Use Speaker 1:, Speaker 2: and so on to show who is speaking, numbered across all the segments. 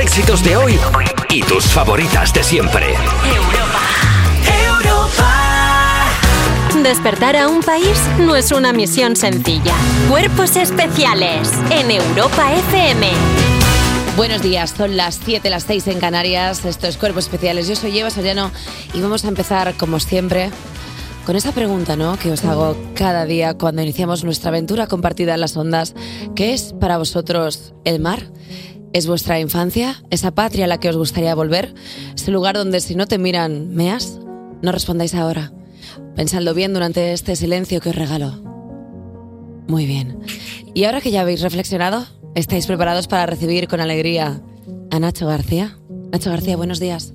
Speaker 1: éxitos de hoy y tus favoritas de siempre.
Speaker 2: Despertar a un país no es una misión sencilla. Cuerpos especiales en Europa FM.
Speaker 3: Buenos días, son las 7, las 6 en Canarias. Esto es Cuerpos Especiales. Yo soy Eva Soriano y vamos a empezar, como siempre, con esa pregunta ¿no? que os hago cada día cuando iniciamos nuestra aventura compartida en las ondas. ¿Qué es para vosotros el mar? ¿Es vuestra infancia? ¿Esa patria a la que os gustaría volver? ¿Ese lugar donde si no te miran, meas? No respondáis ahora. Pensadlo bien durante este silencio que os regalo. Muy bien. Y ahora que ya habéis reflexionado, ¿estáis preparados para recibir con alegría a Nacho García? Nacho García, buenos días.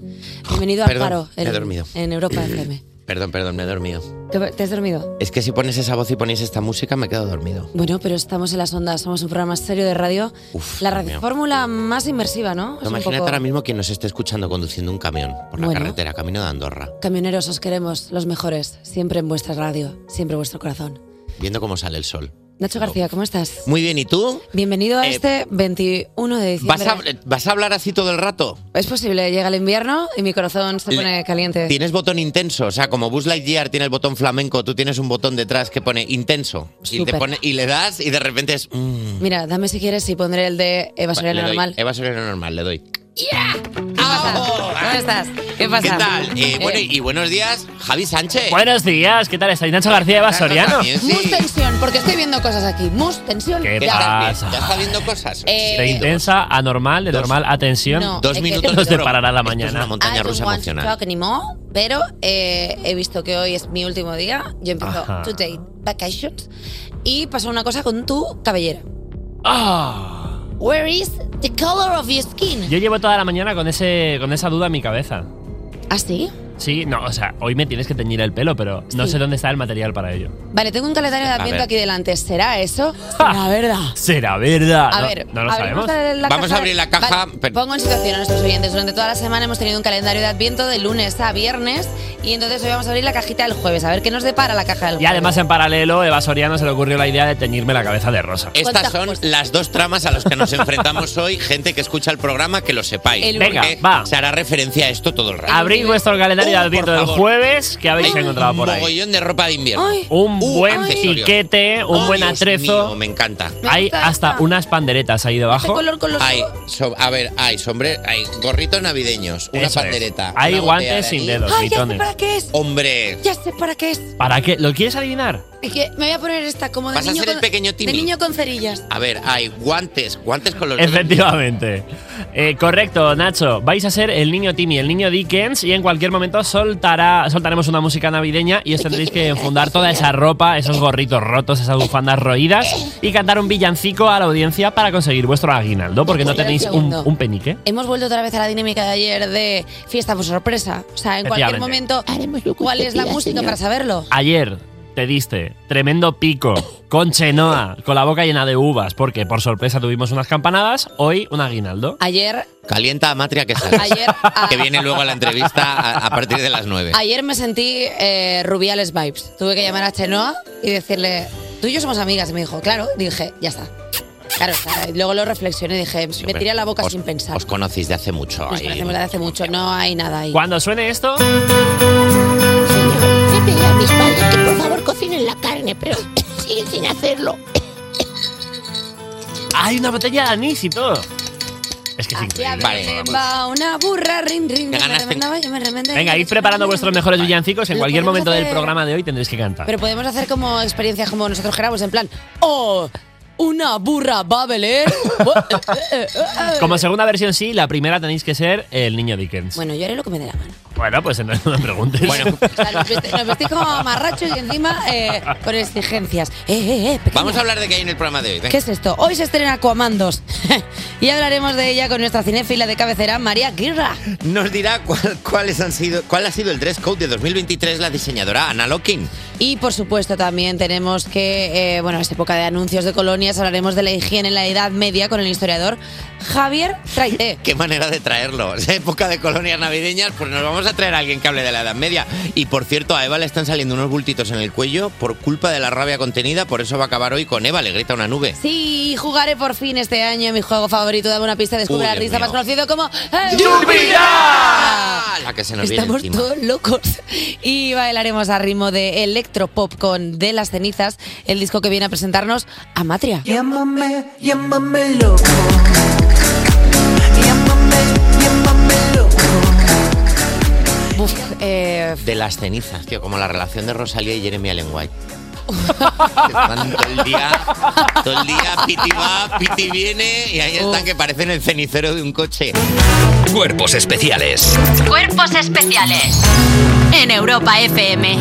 Speaker 3: Bienvenido al
Speaker 4: Perdón,
Speaker 3: paro
Speaker 4: me he
Speaker 3: en-
Speaker 4: dormido.
Speaker 3: en Europa FM.
Speaker 4: Perdón, perdón, me he dormido.
Speaker 3: ¿Te te has dormido?
Speaker 4: Es que si pones esa voz y ponéis esta música me quedo dormido.
Speaker 3: Bueno, pero estamos en las ondas, somos un programa serio de radio. la
Speaker 4: Dios
Speaker 3: radio
Speaker 4: mío.
Speaker 3: fórmula más inmersiva, ¿no? Es un
Speaker 4: Imagínate
Speaker 3: poco-
Speaker 4: ahora mismo que nos esté escuchando conduciendo un camión por la
Speaker 3: Bueno.
Speaker 4: carretera, camino de Andorra,
Speaker 3: Camioneros, os queremos, los mejores, siempre en vuestra radio, siempre en vuestro corazón.
Speaker 4: viendo cómo sale el sol.
Speaker 3: Nacho García, ¿cómo estás?
Speaker 4: Muy bien, ¿y tú?
Speaker 3: Bienvenido a
Speaker 4: Oh. Eh,
Speaker 3: este 21 de
Speaker 4: ¿Vas
Speaker 3: diciembre.
Speaker 4: a, vas a hablar así todo el rato?
Speaker 3: Es posible, llega el invierno y mi corazón se
Speaker 4: Le-
Speaker 3: pone caliente.
Speaker 4: Tienes botón intenso, o sea, como Buzz Lightyear tiene el botón flamenco, tú tienes un botón detrás que pone intenso. Y, te
Speaker 3: Súper.
Speaker 4: pone, y le das y de repente es... mm.
Speaker 3: Mira, dame si quieres y pondré el de Eva
Speaker 4: Le
Speaker 3: Soriano
Speaker 4: doy, Eh,
Speaker 3: normal.
Speaker 4: Eva Soriano normal, le doy.
Speaker 3: ¿Cómo estás? ¿Qué pasa?
Speaker 4: Ah, oh, ¿Qué tal? Eh, bueno,
Speaker 3: Eh,
Speaker 4: y buenos días, Javi Sánchez.
Speaker 5: Buenos días, ¿qué tal estáis? Nacho García Eva Soriano.
Speaker 4: También, sí.
Speaker 3: Mus tensión, porque estoy viendo cosas aquí. Mus tensión.
Speaker 5: ¿Qué
Speaker 4: ¿Qué tal?
Speaker 5: pasa?
Speaker 4: ¿Ya está viendo cosas?
Speaker 3: Eh,
Speaker 5: De intensa a normal, de normal a tensión.
Speaker 3: No.
Speaker 4: Dos
Speaker 3: es que-
Speaker 4: minutos
Speaker 5: Nos
Speaker 4: de
Speaker 5: deparará la
Speaker 4: broma. Esto es
Speaker 5: mañana.
Speaker 4: una montaña
Speaker 3: I don't
Speaker 4: rusa
Speaker 3: want to
Speaker 4: emocional.
Speaker 3: talk anymore, pero eh, he visto que hoy es mi último día. Yo empiezo
Speaker 5: Ajá.
Speaker 3: today vacations y pasó una cosa con tu cabellera.
Speaker 5: Ah.
Speaker 3: Where is the color of your skin?
Speaker 5: Yo llevo toda la mañana con, ese, con esa duda en mi cabeza.
Speaker 3: ¿Ah, sí?
Speaker 5: Sí, no, o sea, hoy me tienes que teñir el pelo, pero no
Speaker 3: Sí.
Speaker 5: sé dónde está el material para ello.
Speaker 3: Vale, tengo un calendario de
Speaker 4: A
Speaker 3: adviento
Speaker 4: ver.
Speaker 3: aquí delante. ¿Será eso? La verdad.
Speaker 5: ¿Será verdad?
Speaker 3: A
Speaker 5: Ah, no,
Speaker 3: ver,
Speaker 5: no lo
Speaker 3: a ver,
Speaker 5: sabemos.
Speaker 3: vamos a abrir la
Speaker 4: Vamos
Speaker 3: caja.
Speaker 4: a abrir la caja,
Speaker 3: Vale,
Speaker 4: pero-
Speaker 3: pongo en situación a nuestros oyentes. Durante toda la semana hemos tenido un calendario de adviento de lunes a viernes y entonces hoy vamos a abrir la cajita del jueves. A ver qué nos depara la caja del
Speaker 5: Y
Speaker 3: jueves.
Speaker 5: además, en paralelo, Eva Soriano se le ocurrió la idea de teñirme la cabeza de rosa.
Speaker 4: Estas
Speaker 3: ¿Cuántas
Speaker 4: son
Speaker 3: cosas?
Speaker 4: las dos tramas a las que nos enfrentamos hoy. Gente que escucha el programa, que lo sepáis.
Speaker 3: El
Speaker 5: Venga,
Speaker 4: porque
Speaker 5: va.
Speaker 4: Se hará referencia a esto todo el rato.
Speaker 5: Abrid vuestro calendario de
Speaker 4: Uh, por
Speaker 5: adviento del
Speaker 4: favor.
Speaker 5: jueves, que habéis
Speaker 4: Hay
Speaker 5: encontrado por
Speaker 4: Un
Speaker 5: ahí.
Speaker 4: mogollón de ropa de invierno.
Speaker 3: Ay.
Speaker 5: Un
Speaker 4: Uh,
Speaker 5: buen
Speaker 4: accesorios.
Speaker 5: piquete, un
Speaker 4: Oh,
Speaker 5: buen
Speaker 4: Dios mío,
Speaker 5: atrezo.
Speaker 4: me encanta.
Speaker 3: Me
Speaker 5: Hay
Speaker 3: encanta.
Speaker 5: hasta unas panderetas ahí
Speaker 3: Este
Speaker 5: debajo.
Speaker 3: color con los
Speaker 4: Hay, so- a ver, hay sombre, hay gorritos navideños, una
Speaker 5: Eso es.
Speaker 4: pandereta.
Speaker 5: Hay
Speaker 4: una
Speaker 5: guantes
Speaker 4: botella de
Speaker 5: sin
Speaker 4: anís.
Speaker 3: ¡Ay,
Speaker 5: dedos,
Speaker 3: ya sé
Speaker 5: mitones.
Speaker 3: para qué es!
Speaker 4: Hombre,
Speaker 3: Ya sé para qué es.
Speaker 5: ¿Para qué? ¿Lo quieres adivinar?
Speaker 3: Y que me voy a poner esta como de
Speaker 4: Vas a
Speaker 3: niño
Speaker 4: ser el
Speaker 3: con,
Speaker 4: pequeño Timmy.
Speaker 3: de niño con cerillas.
Speaker 4: a ver, hay guantes, guantes con los
Speaker 5: Efectivamente. Eh, correcto, Nacho. Vais a ser el niño Timmy, el niño Dickens, y en cualquier momento soltará, soltaremos una música navideña y os tendréis que enfundar toda esa ropa, esos gorritos rotos, esas bufandas roídas y cantar un villancico a la audiencia para conseguir vuestro aguinaldo, porque no
Speaker 3: Espera un
Speaker 5: tenéis un,
Speaker 3: segundo.
Speaker 5: un penique.
Speaker 3: Hemos vuelto otra vez a la dinámica de ayer de fiesta por sorpresa. O sea, en cualquier
Speaker 5: Efectivamente.
Speaker 3: momento, ¿cuál es la música para saberlo?
Speaker 5: Ayer te diste tremendo pico con Chenoa, con la boca llena de uvas, porque por sorpresa tuvimos unas campanadas, hoy un aguinaldo.
Speaker 3: Ayer,
Speaker 4: Calienta a Matria que sale.
Speaker 3: ayer, ah, a-
Speaker 4: que viene luego a la entrevista a, a partir de las 9.
Speaker 3: ayer me sentí eh, Rubiales Vibes. Tuve que llamar a Chenoa y decirle, tú y yo somos amigas. Y me dijo, claro. Dije, ya está. Claro, o sea, y luego lo reflexioné y dije, me tiré a la boca
Speaker 4: Os-
Speaker 3: sin pensar.
Speaker 4: Os conocéis de hace mucho.
Speaker 3: Nos
Speaker 4: ahí.
Speaker 3: conocemos desde hace mucho, no hay nada ahí.
Speaker 5: Cuando suene esto,
Speaker 6: Señor, he pedido a mis padres que por favor cocinen la carne, pero siguen sin hacerlo.
Speaker 5: hay una botella de anís y todo. Es que es
Speaker 3: Así
Speaker 5: increíble.
Speaker 3: a mí
Speaker 4: Vale.
Speaker 3: me va una burra, rin, rin,
Speaker 4: Te
Speaker 3: me
Speaker 4: ganaste.
Speaker 3: remendaba, yo me remendé.
Speaker 5: Venga, id preparando vuestros mejores villancicos. En
Speaker 3: Lo
Speaker 5: cualquier
Speaker 3: podemos
Speaker 5: momento del
Speaker 3: hacer.
Speaker 5: programa de hoy tendréis que cantar.
Speaker 3: Pero podemos hacer como experiencias como nosotros que éramos, en plan, ¡Oh! Una burra va a beler.
Speaker 5: Como segunda versión sí, la primera tenéis que ser el niño Dickens. Bueno,
Speaker 3: bueno, yo haré lo que me dé la gana.
Speaker 5: pues entonces no me preguntes.
Speaker 4: Bueno,
Speaker 3: O sea, nos vesti- nos vestí como amarracho y encima eh, con exigencias. Eh, eh, eh, pequeña,
Speaker 4: vamos a hablar de qué hay en el programa de hoy.
Speaker 3: ¿Qué
Speaker 4: Venga.
Speaker 3: es esto? Hoy se estrena Comandos. y hablaremos de ella con nuestra cinéfila de cabecera, María Guirra.
Speaker 4: Nos dirá cuál, cuáles han sido, cuál ha sido el dress code de 2023 la diseñadora Ana Locking.
Speaker 3: Y por supuesto también tenemos que, eh, bueno, es época de anuncios de colonias, hablaremos de la higiene en la Edad Media con el historiador Javier Traité.
Speaker 4: Qué manera de traerlo. Es época de colonias navideñas, pues nos vamos a traer a alguien que hable de la Edad Media. Y por cierto, a Eva le están saliendo unos bultitos en el cuello por culpa de la rabia contenida, por eso va a acabar hoy con Eva, le grita una nube.
Speaker 3: Sí, jugaré por fin este año mi juego favorito. Dame una pista, descubre
Speaker 4: Uy,
Speaker 3: al
Speaker 4: Dios
Speaker 3: artista
Speaker 4: mío.
Speaker 3: más conocido como...
Speaker 4: ¡Yubirá! La que se nos viene
Speaker 3: Estamos
Speaker 4: encima.
Speaker 3: todos locos. Y bailaremos a ritmo de electropop con De las cenizas, el disco que viene a presentarnos Amatria.
Speaker 7: Llámame, llámame loco.
Speaker 3: Buf, eh,
Speaker 4: De las cenizas, tío, como la relación de Rosalía y Jeremy Allen White. Que están todo el día, todo el día, piti va, piti viene, y ahí están que parecen el cenicero de un coche.
Speaker 1: Cuerpos especiales.
Speaker 2: Cuerpos especiales en Europa FM.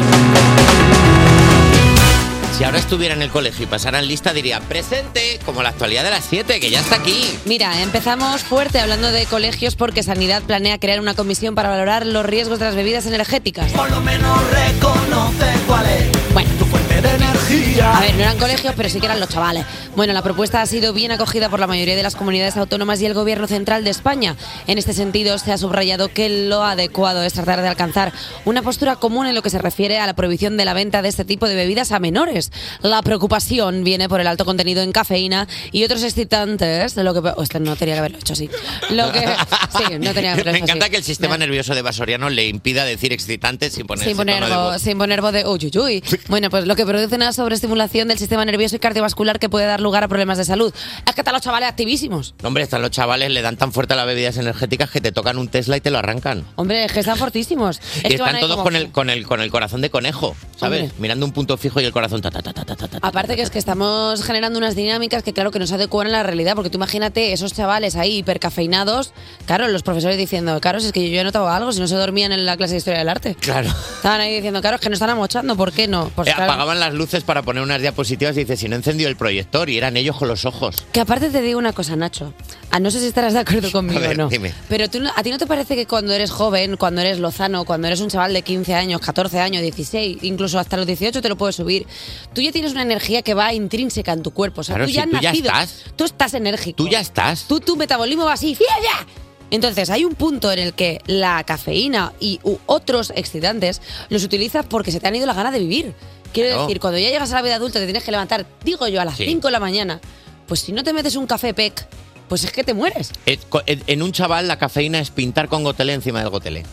Speaker 4: Si ahora estuviera en el colegio y pasaran lista, diría presente, como la actualidad de las 7, que ya está aquí.
Speaker 3: Mira, empezamos fuerte hablando de colegios porque Sanidad planea crear una comisión para valorar los riesgos de las bebidas energéticas. Por lo menos reconoce cuál es bueno. tu fuente de energía. A ver, no eran colegios, pero sí que eran los chavales. Bueno, la propuesta ha sido bien acogida por la mayoría de las comunidades autónomas y el Gobierno Central de España. En este sentido, se ha subrayado que lo adecuado es tratar de alcanzar una postura común en lo que se refiere a la prohibición de la venta de este tipo de bebidas a menores. La preocupación viene por el alto contenido en cafeína y otros excitantes, lo que... Ostras, no tenía que haberlo hecho así. Lo que... Sí, no tenía que haberlo hecho
Speaker 4: Me
Speaker 3: así.
Speaker 4: encanta que el sistema nervioso de Vasoriano le impida decir excitantes sin poner
Speaker 3: Sin
Speaker 4: ese
Speaker 3: poner,
Speaker 4: tono de
Speaker 3: vo-
Speaker 4: voz.
Speaker 3: sin poner voz de uy, uy, uy. Bueno, pues lo que produce una sobreestimulación del sistema nervioso y cardiovascular que puede dar lugar a problemas de salud. Es que están los chavales activísimos.
Speaker 4: No, hombre, están los chavales, le dan tan fuerte a las bebidas energéticas que te tocan un Tesla y te lo arrancan.
Speaker 3: Hombre, es que están fortísimos. Es
Speaker 4: y
Speaker 3: que van
Speaker 4: están
Speaker 3: ahí
Speaker 4: todos
Speaker 3: como-
Speaker 4: con el, con, el, con el corazón de conejo, ¿sabes? Mirando un punto fijo y el corazón ta, ta, ta, ta, ta, ta, ta.
Speaker 3: Aparte que es que estamos generando unas dinámicas que claro que nos adecuan a la realidad, porque tú imagínate esos chavales ahí hipercafeinados, claro, los profesores diciendo, claro, si es que yo ya he notado algo, si no se dormían en la clase de historia del arte.
Speaker 4: Claro.
Speaker 3: Estaban ahí diciendo, claro, es que no están amochando, ¿por qué no? Pues
Speaker 4: Eh,
Speaker 3: claro.
Speaker 4: Apagaban las luces para poner unas diapositivas y dice, si no encendió el proyector, y eran ellos con los ojos.
Speaker 3: Que aparte te digo una cosa, Nacho. Ah, no sé si estarás de acuerdo conmigo
Speaker 4: A ver,
Speaker 3: o no.
Speaker 4: dime.
Speaker 3: Pero tú, no- ¿a ti no te parece que cuando eres joven, cuando eres lozano, cuando eres un chaval de 15 años, 14 años, 16, incluso hasta los 18 te lo puedes subir, tú ya tienes una energía que va intrínseca en tu cuerpo? O sea,
Speaker 4: Claro,
Speaker 3: tú
Speaker 4: si
Speaker 3: ya has
Speaker 4: tú ya
Speaker 3: nacido.
Speaker 4: estás.
Speaker 3: Tú estás enérgico.
Speaker 4: Tú ya estás.
Speaker 3: Tú, tu metabolismo va así. ¡Fiera! Entonces, hay un punto en el que la cafeína y u otros excitantes los utilizas porque se te han ido las ganas de vivir. Quiero
Speaker 8: Claro.
Speaker 3: decir, cuando ya llegas a la vida adulta te tienes que levantar, digo yo, a las
Speaker 4: Sí.
Speaker 3: 5 de la mañana. Pues si no te metes un café PEC, pues es que te mueres.
Speaker 4: Eh, co- En en un chaval la cafeína es pintar con gotelé encima del gotelé.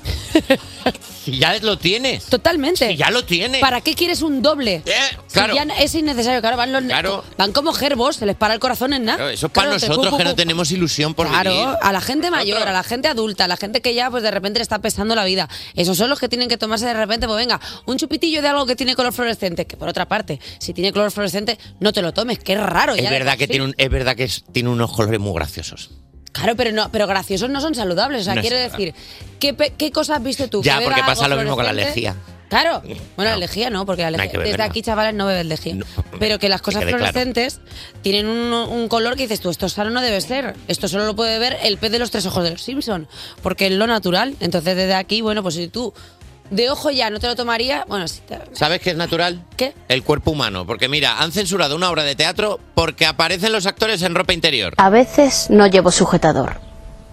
Speaker 4: Si ya lo tienes.
Speaker 3: Totalmente.
Speaker 4: Si ya lo tienes.
Speaker 3: ¿Para qué quieres un doble? Si
Speaker 4: claro.
Speaker 3: ya es innecesario, claro, van, los-
Speaker 4: Claro.
Speaker 3: van como gerbos, se les para el corazón en nada.
Speaker 4: Claro, eso es para
Speaker 3: Ah, Claro, te
Speaker 4: nosotros
Speaker 3: cu,
Speaker 4: que
Speaker 3: cu, cu.
Speaker 4: no tenemos ilusión por
Speaker 3: claro,
Speaker 4: vivir.
Speaker 3: a la gente mayor, a la gente adulta, a la gente que ya pues de repente le está pesando la vida. Esos son los que tienen que tomarse de repente, pues venga, un chupitillo de algo que tiene color fluorescente, que por otra parte, si tiene color fluorescente, no te lo tomes, que es raro. ya
Speaker 4: Es
Speaker 3: de
Speaker 4: verdad
Speaker 3: por
Speaker 4: que
Speaker 3: sí.
Speaker 4: tiene un- es verdad que es- tiene unos colores muy graciosos.
Speaker 3: Claro, pero no, pero graciosos no son saludables. O sea,
Speaker 4: No es
Speaker 3: quiero
Speaker 4: verdad.
Speaker 3: decir, ¿qué, pe- qué cosas has visto tú?
Speaker 4: Ya,
Speaker 3: ¿Que
Speaker 4: porque
Speaker 3: beba
Speaker 4: pasa
Speaker 3: algo
Speaker 4: lo mismo con la
Speaker 3: fluorescente?
Speaker 4: lejía.
Speaker 3: Claro, bueno, la lejía no, porque la
Speaker 4: No hay
Speaker 3: lejía.
Speaker 4: que
Speaker 3: Desde
Speaker 4: beberla.
Speaker 3: aquí, chavales, no bebes lejía. pero que las cosas
Speaker 4: quede claro.
Speaker 3: fluorescentes tienen un, un color que dices tú, esto sano no debe ser. Esto solo lo puede ver el pez de los tres ojos de los Simpson, porque es lo natural. Entonces, desde aquí, bueno, pues si tú de ojo ya no te lo tomaría, bueno, si te-
Speaker 4: ¿Sabes qué es natural?
Speaker 3: ¿Qué?
Speaker 4: El cuerpo humano. Porque mira, han censurado una obra de teatro porque aparecen los actores en ropa interior.
Speaker 9: A veces no llevo sujetador.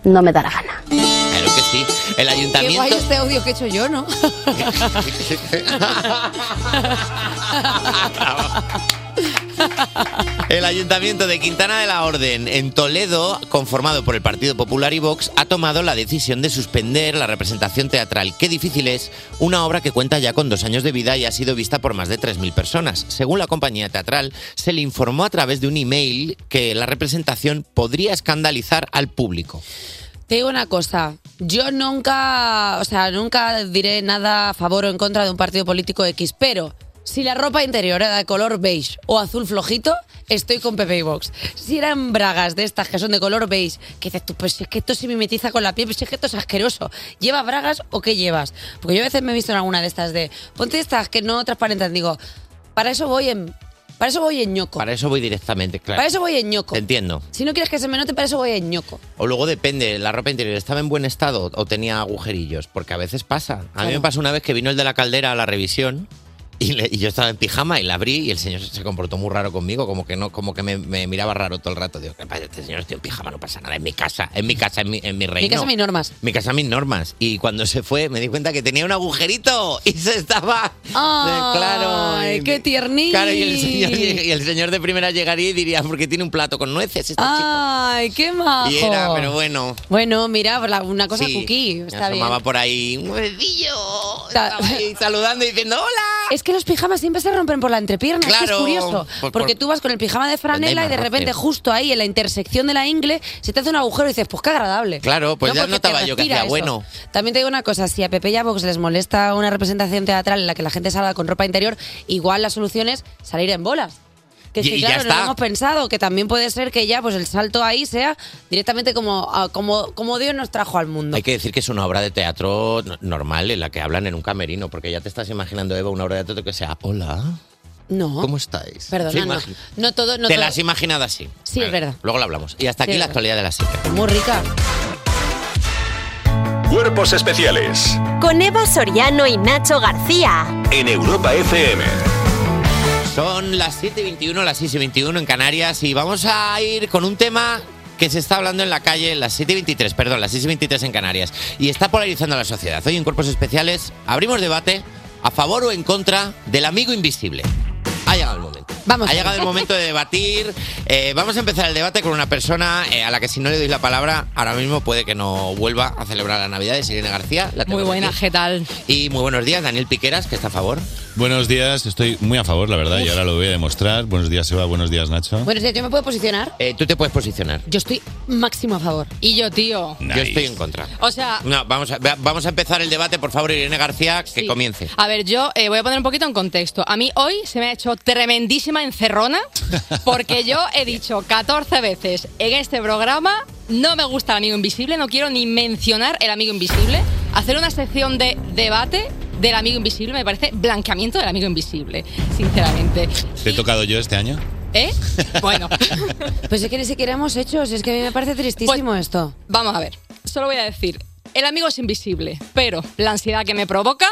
Speaker 9: No me da la gana.
Speaker 4: Claro que sí. El
Speaker 3: Qué guay
Speaker 4: ayuntamiento.
Speaker 3: este audio que he hecho yo, ¿no?
Speaker 4: El ayuntamiento de Quintana de la Orden, en Toledo, conformado por el Partido Popular y Vox, ha tomado la decisión de suspender la representación teatral Qué difícil es, una obra que cuenta ya con dos años de vida y ha sido vista por más de 3.000 personas. Según la compañía teatral, se le informó a través de un email que la representación podría escandalizar al público.
Speaker 3: Te digo una cosa, yo nunca, o sea, nunca diré nada a favor o en contra de un partido político X, pero si la ropa interior era de color beige o azul flojito, estoy con Pepe y Vox. Si eran bragas de estas que son de color beige, que dices tú, pues si es que esto se mimetiza con la piel, pues si es que esto es asqueroso. ¿Llevas bragas o qué llevas? Porque yo a veces me he visto en alguna de estas de, ponte estas que no transparentan, digo, para eso voy en, para eso voy en ñoco.
Speaker 4: Para eso voy directamente, claro.
Speaker 3: Para eso voy en ñoco.
Speaker 4: Te entiendo.
Speaker 3: Si no quieres que se me note, para eso voy en ñoco.
Speaker 4: O luego depende, la ropa interior estaba en buen estado o tenía agujerillos, porque a veces pasa. A mí
Speaker 3: Claro.
Speaker 4: me pasó una vez que vino el de la caldera a la revisión y, le- y yo estaba en pijama y la abrí y el señor se comportó muy raro conmigo, como que no, como que me, me miraba raro todo el rato. Digo, ¿qué pasa? Este señor estoy en pijama, no pasa nada, es mi casa, es mi casa, es mi, es mi reino.
Speaker 3: Mi casa, mis normas.
Speaker 4: Mi casa, mis normas. Y cuando se fue me di cuenta que tenía un agujerito y se estaba... claro,
Speaker 3: Ay,
Speaker 4: y-
Speaker 3: qué tiernico.
Speaker 4: Claro, y el, señor, y el señor de primera llegaría y diría, porque tiene un plato con nueces este
Speaker 3: Ay, qué majo.
Speaker 4: chico. Y era, pero bueno...
Speaker 3: Bueno, mira, la- una cosa
Speaker 4: sí,
Speaker 3: cookie,
Speaker 4: me
Speaker 3: está bien.
Speaker 4: asomaba por ahí un huevecillo, estaba ahí saludando y diciendo, hola.
Speaker 3: Es que los pijamas siempre se rompen por la entrepierna, es que
Speaker 4: Claro,
Speaker 3: es curioso.
Speaker 4: por-
Speaker 3: porque
Speaker 4: por-
Speaker 3: tú vas con el pijama de
Speaker 4: Donde
Speaker 3: franela
Speaker 4: hay
Speaker 3: y de
Speaker 4: más
Speaker 3: repente
Speaker 4: roce.
Speaker 3: justo ahí en la intersección de la ingle se te hace un agujero y dices, pues qué agradable.
Speaker 4: Claro, pues ya
Speaker 3: Porque
Speaker 4: notaba
Speaker 3: te
Speaker 4: yo que
Speaker 3: respira
Speaker 4: hacía bueno.
Speaker 3: También te digo una cosa, si a Pepe y a Vox les molesta una representación teatral en la que la gente salga con ropa interior, igual la solución es salir en bolas. Que
Speaker 4: Y-
Speaker 3: sí,
Speaker 4: y ya
Speaker 3: claro, no lo
Speaker 4: está.
Speaker 3: hemos pensado, que también puede ser que ya pues el salto ahí sea directamente como, ah, como, como Dios nos trajo al mundo.
Speaker 4: Hay que decir que es una obra de teatro no- normal en la que hablan en un camerino, porque ya te estás imaginando, Eva, una obra de teatro que sea, hola,
Speaker 3: No,
Speaker 4: ¿cómo estáis? Se
Speaker 3: perdona, no,
Speaker 4: imagina-
Speaker 3: no todo... No
Speaker 4: te
Speaker 3: todo-
Speaker 4: la has imaginado así.
Speaker 3: Sí, es verdad.
Speaker 4: Luego lo hablamos. Y hasta
Speaker 3: Sí,
Speaker 4: aquí
Speaker 3: es
Speaker 4: la
Speaker 3: verdad.
Speaker 4: actualidad de la SICA.
Speaker 3: Muy rica.
Speaker 8: Cuerpos especiales
Speaker 2: Con Eva Soriano y Nacho García.
Speaker 8: en Europa FM.
Speaker 4: Son las 7 y 21, las 6 y 21 en Canarias y vamos a ir con un tema que se está hablando en la calle, las 7 y 23, perdón, las 6 y 23 en Canarias y está polarizando a la sociedad. Hoy en Cuerpos Especiales abrimos debate a favor o en contra del amigo invisible. Ha llegado el momento.
Speaker 3: Vamos a
Speaker 4: Ha
Speaker 3: ver.
Speaker 4: llegado el momento de debatir. Eh, vamos a empezar el debate con una persona eh, a la que si no le doy la palabra, ahora mismo puede que no vuelva a celebrar la Navidad, es Irene García.
Speaker 10: Muy
Speaker 4: La tenemos
Speaker 10: buena,
Speaker 4: aquí.
Speaker 10: ¿qué tal?
Speaker 4: Y muy buenos días, Daniel Piqueras, que está a favor.
Speaker 11: Buenos días, estoy muy a favor, la verdad, y ahora lo voy a demostrar. Buenos días, Eva, buenos días, Nacho.
Speaker 3: Bueno, yo me puedo posicionar.
Speaker 4: Eh, tú te puedes posicionar.
Speaker 3: Yo estoy máximo a favor.
Speaker 10: Y yo, tío.
Speaker 4: Yo estoy en contra.
Speaker 10: O sea,
Speaker 4: No, vamos a, va- vamos a empezar el debate, por favor, Irene García, que
Speaker 10: Sí.
Speaker 4: comience.
Speaker 3: Ah.
Speaker 10: a ver, yo eh, voy a poner un poquito en contexto. A mí hoy se me ha hecho tremendísima encerrona porque yo he dicho 14 veces en este programa no me gusta el amigo invisible, no quiero ni mencionar el amigo invisible. Hacer una sección de debate del amigo invisible me parece blanqueamiento del amigo invisible, sinceramente.
Speaker 11: ¿Te he tocado yo este año?
Speaker 10: ¿Eh? Bueno.
Speaker 3: Pues es que ni siquiera hemos hecho, si es que a mí me parece tristísimo esto.
Speaker 10: Pues, Vamos a ver, solo voy a decir, el amigo es invisible, pero la ansiedad que me provoca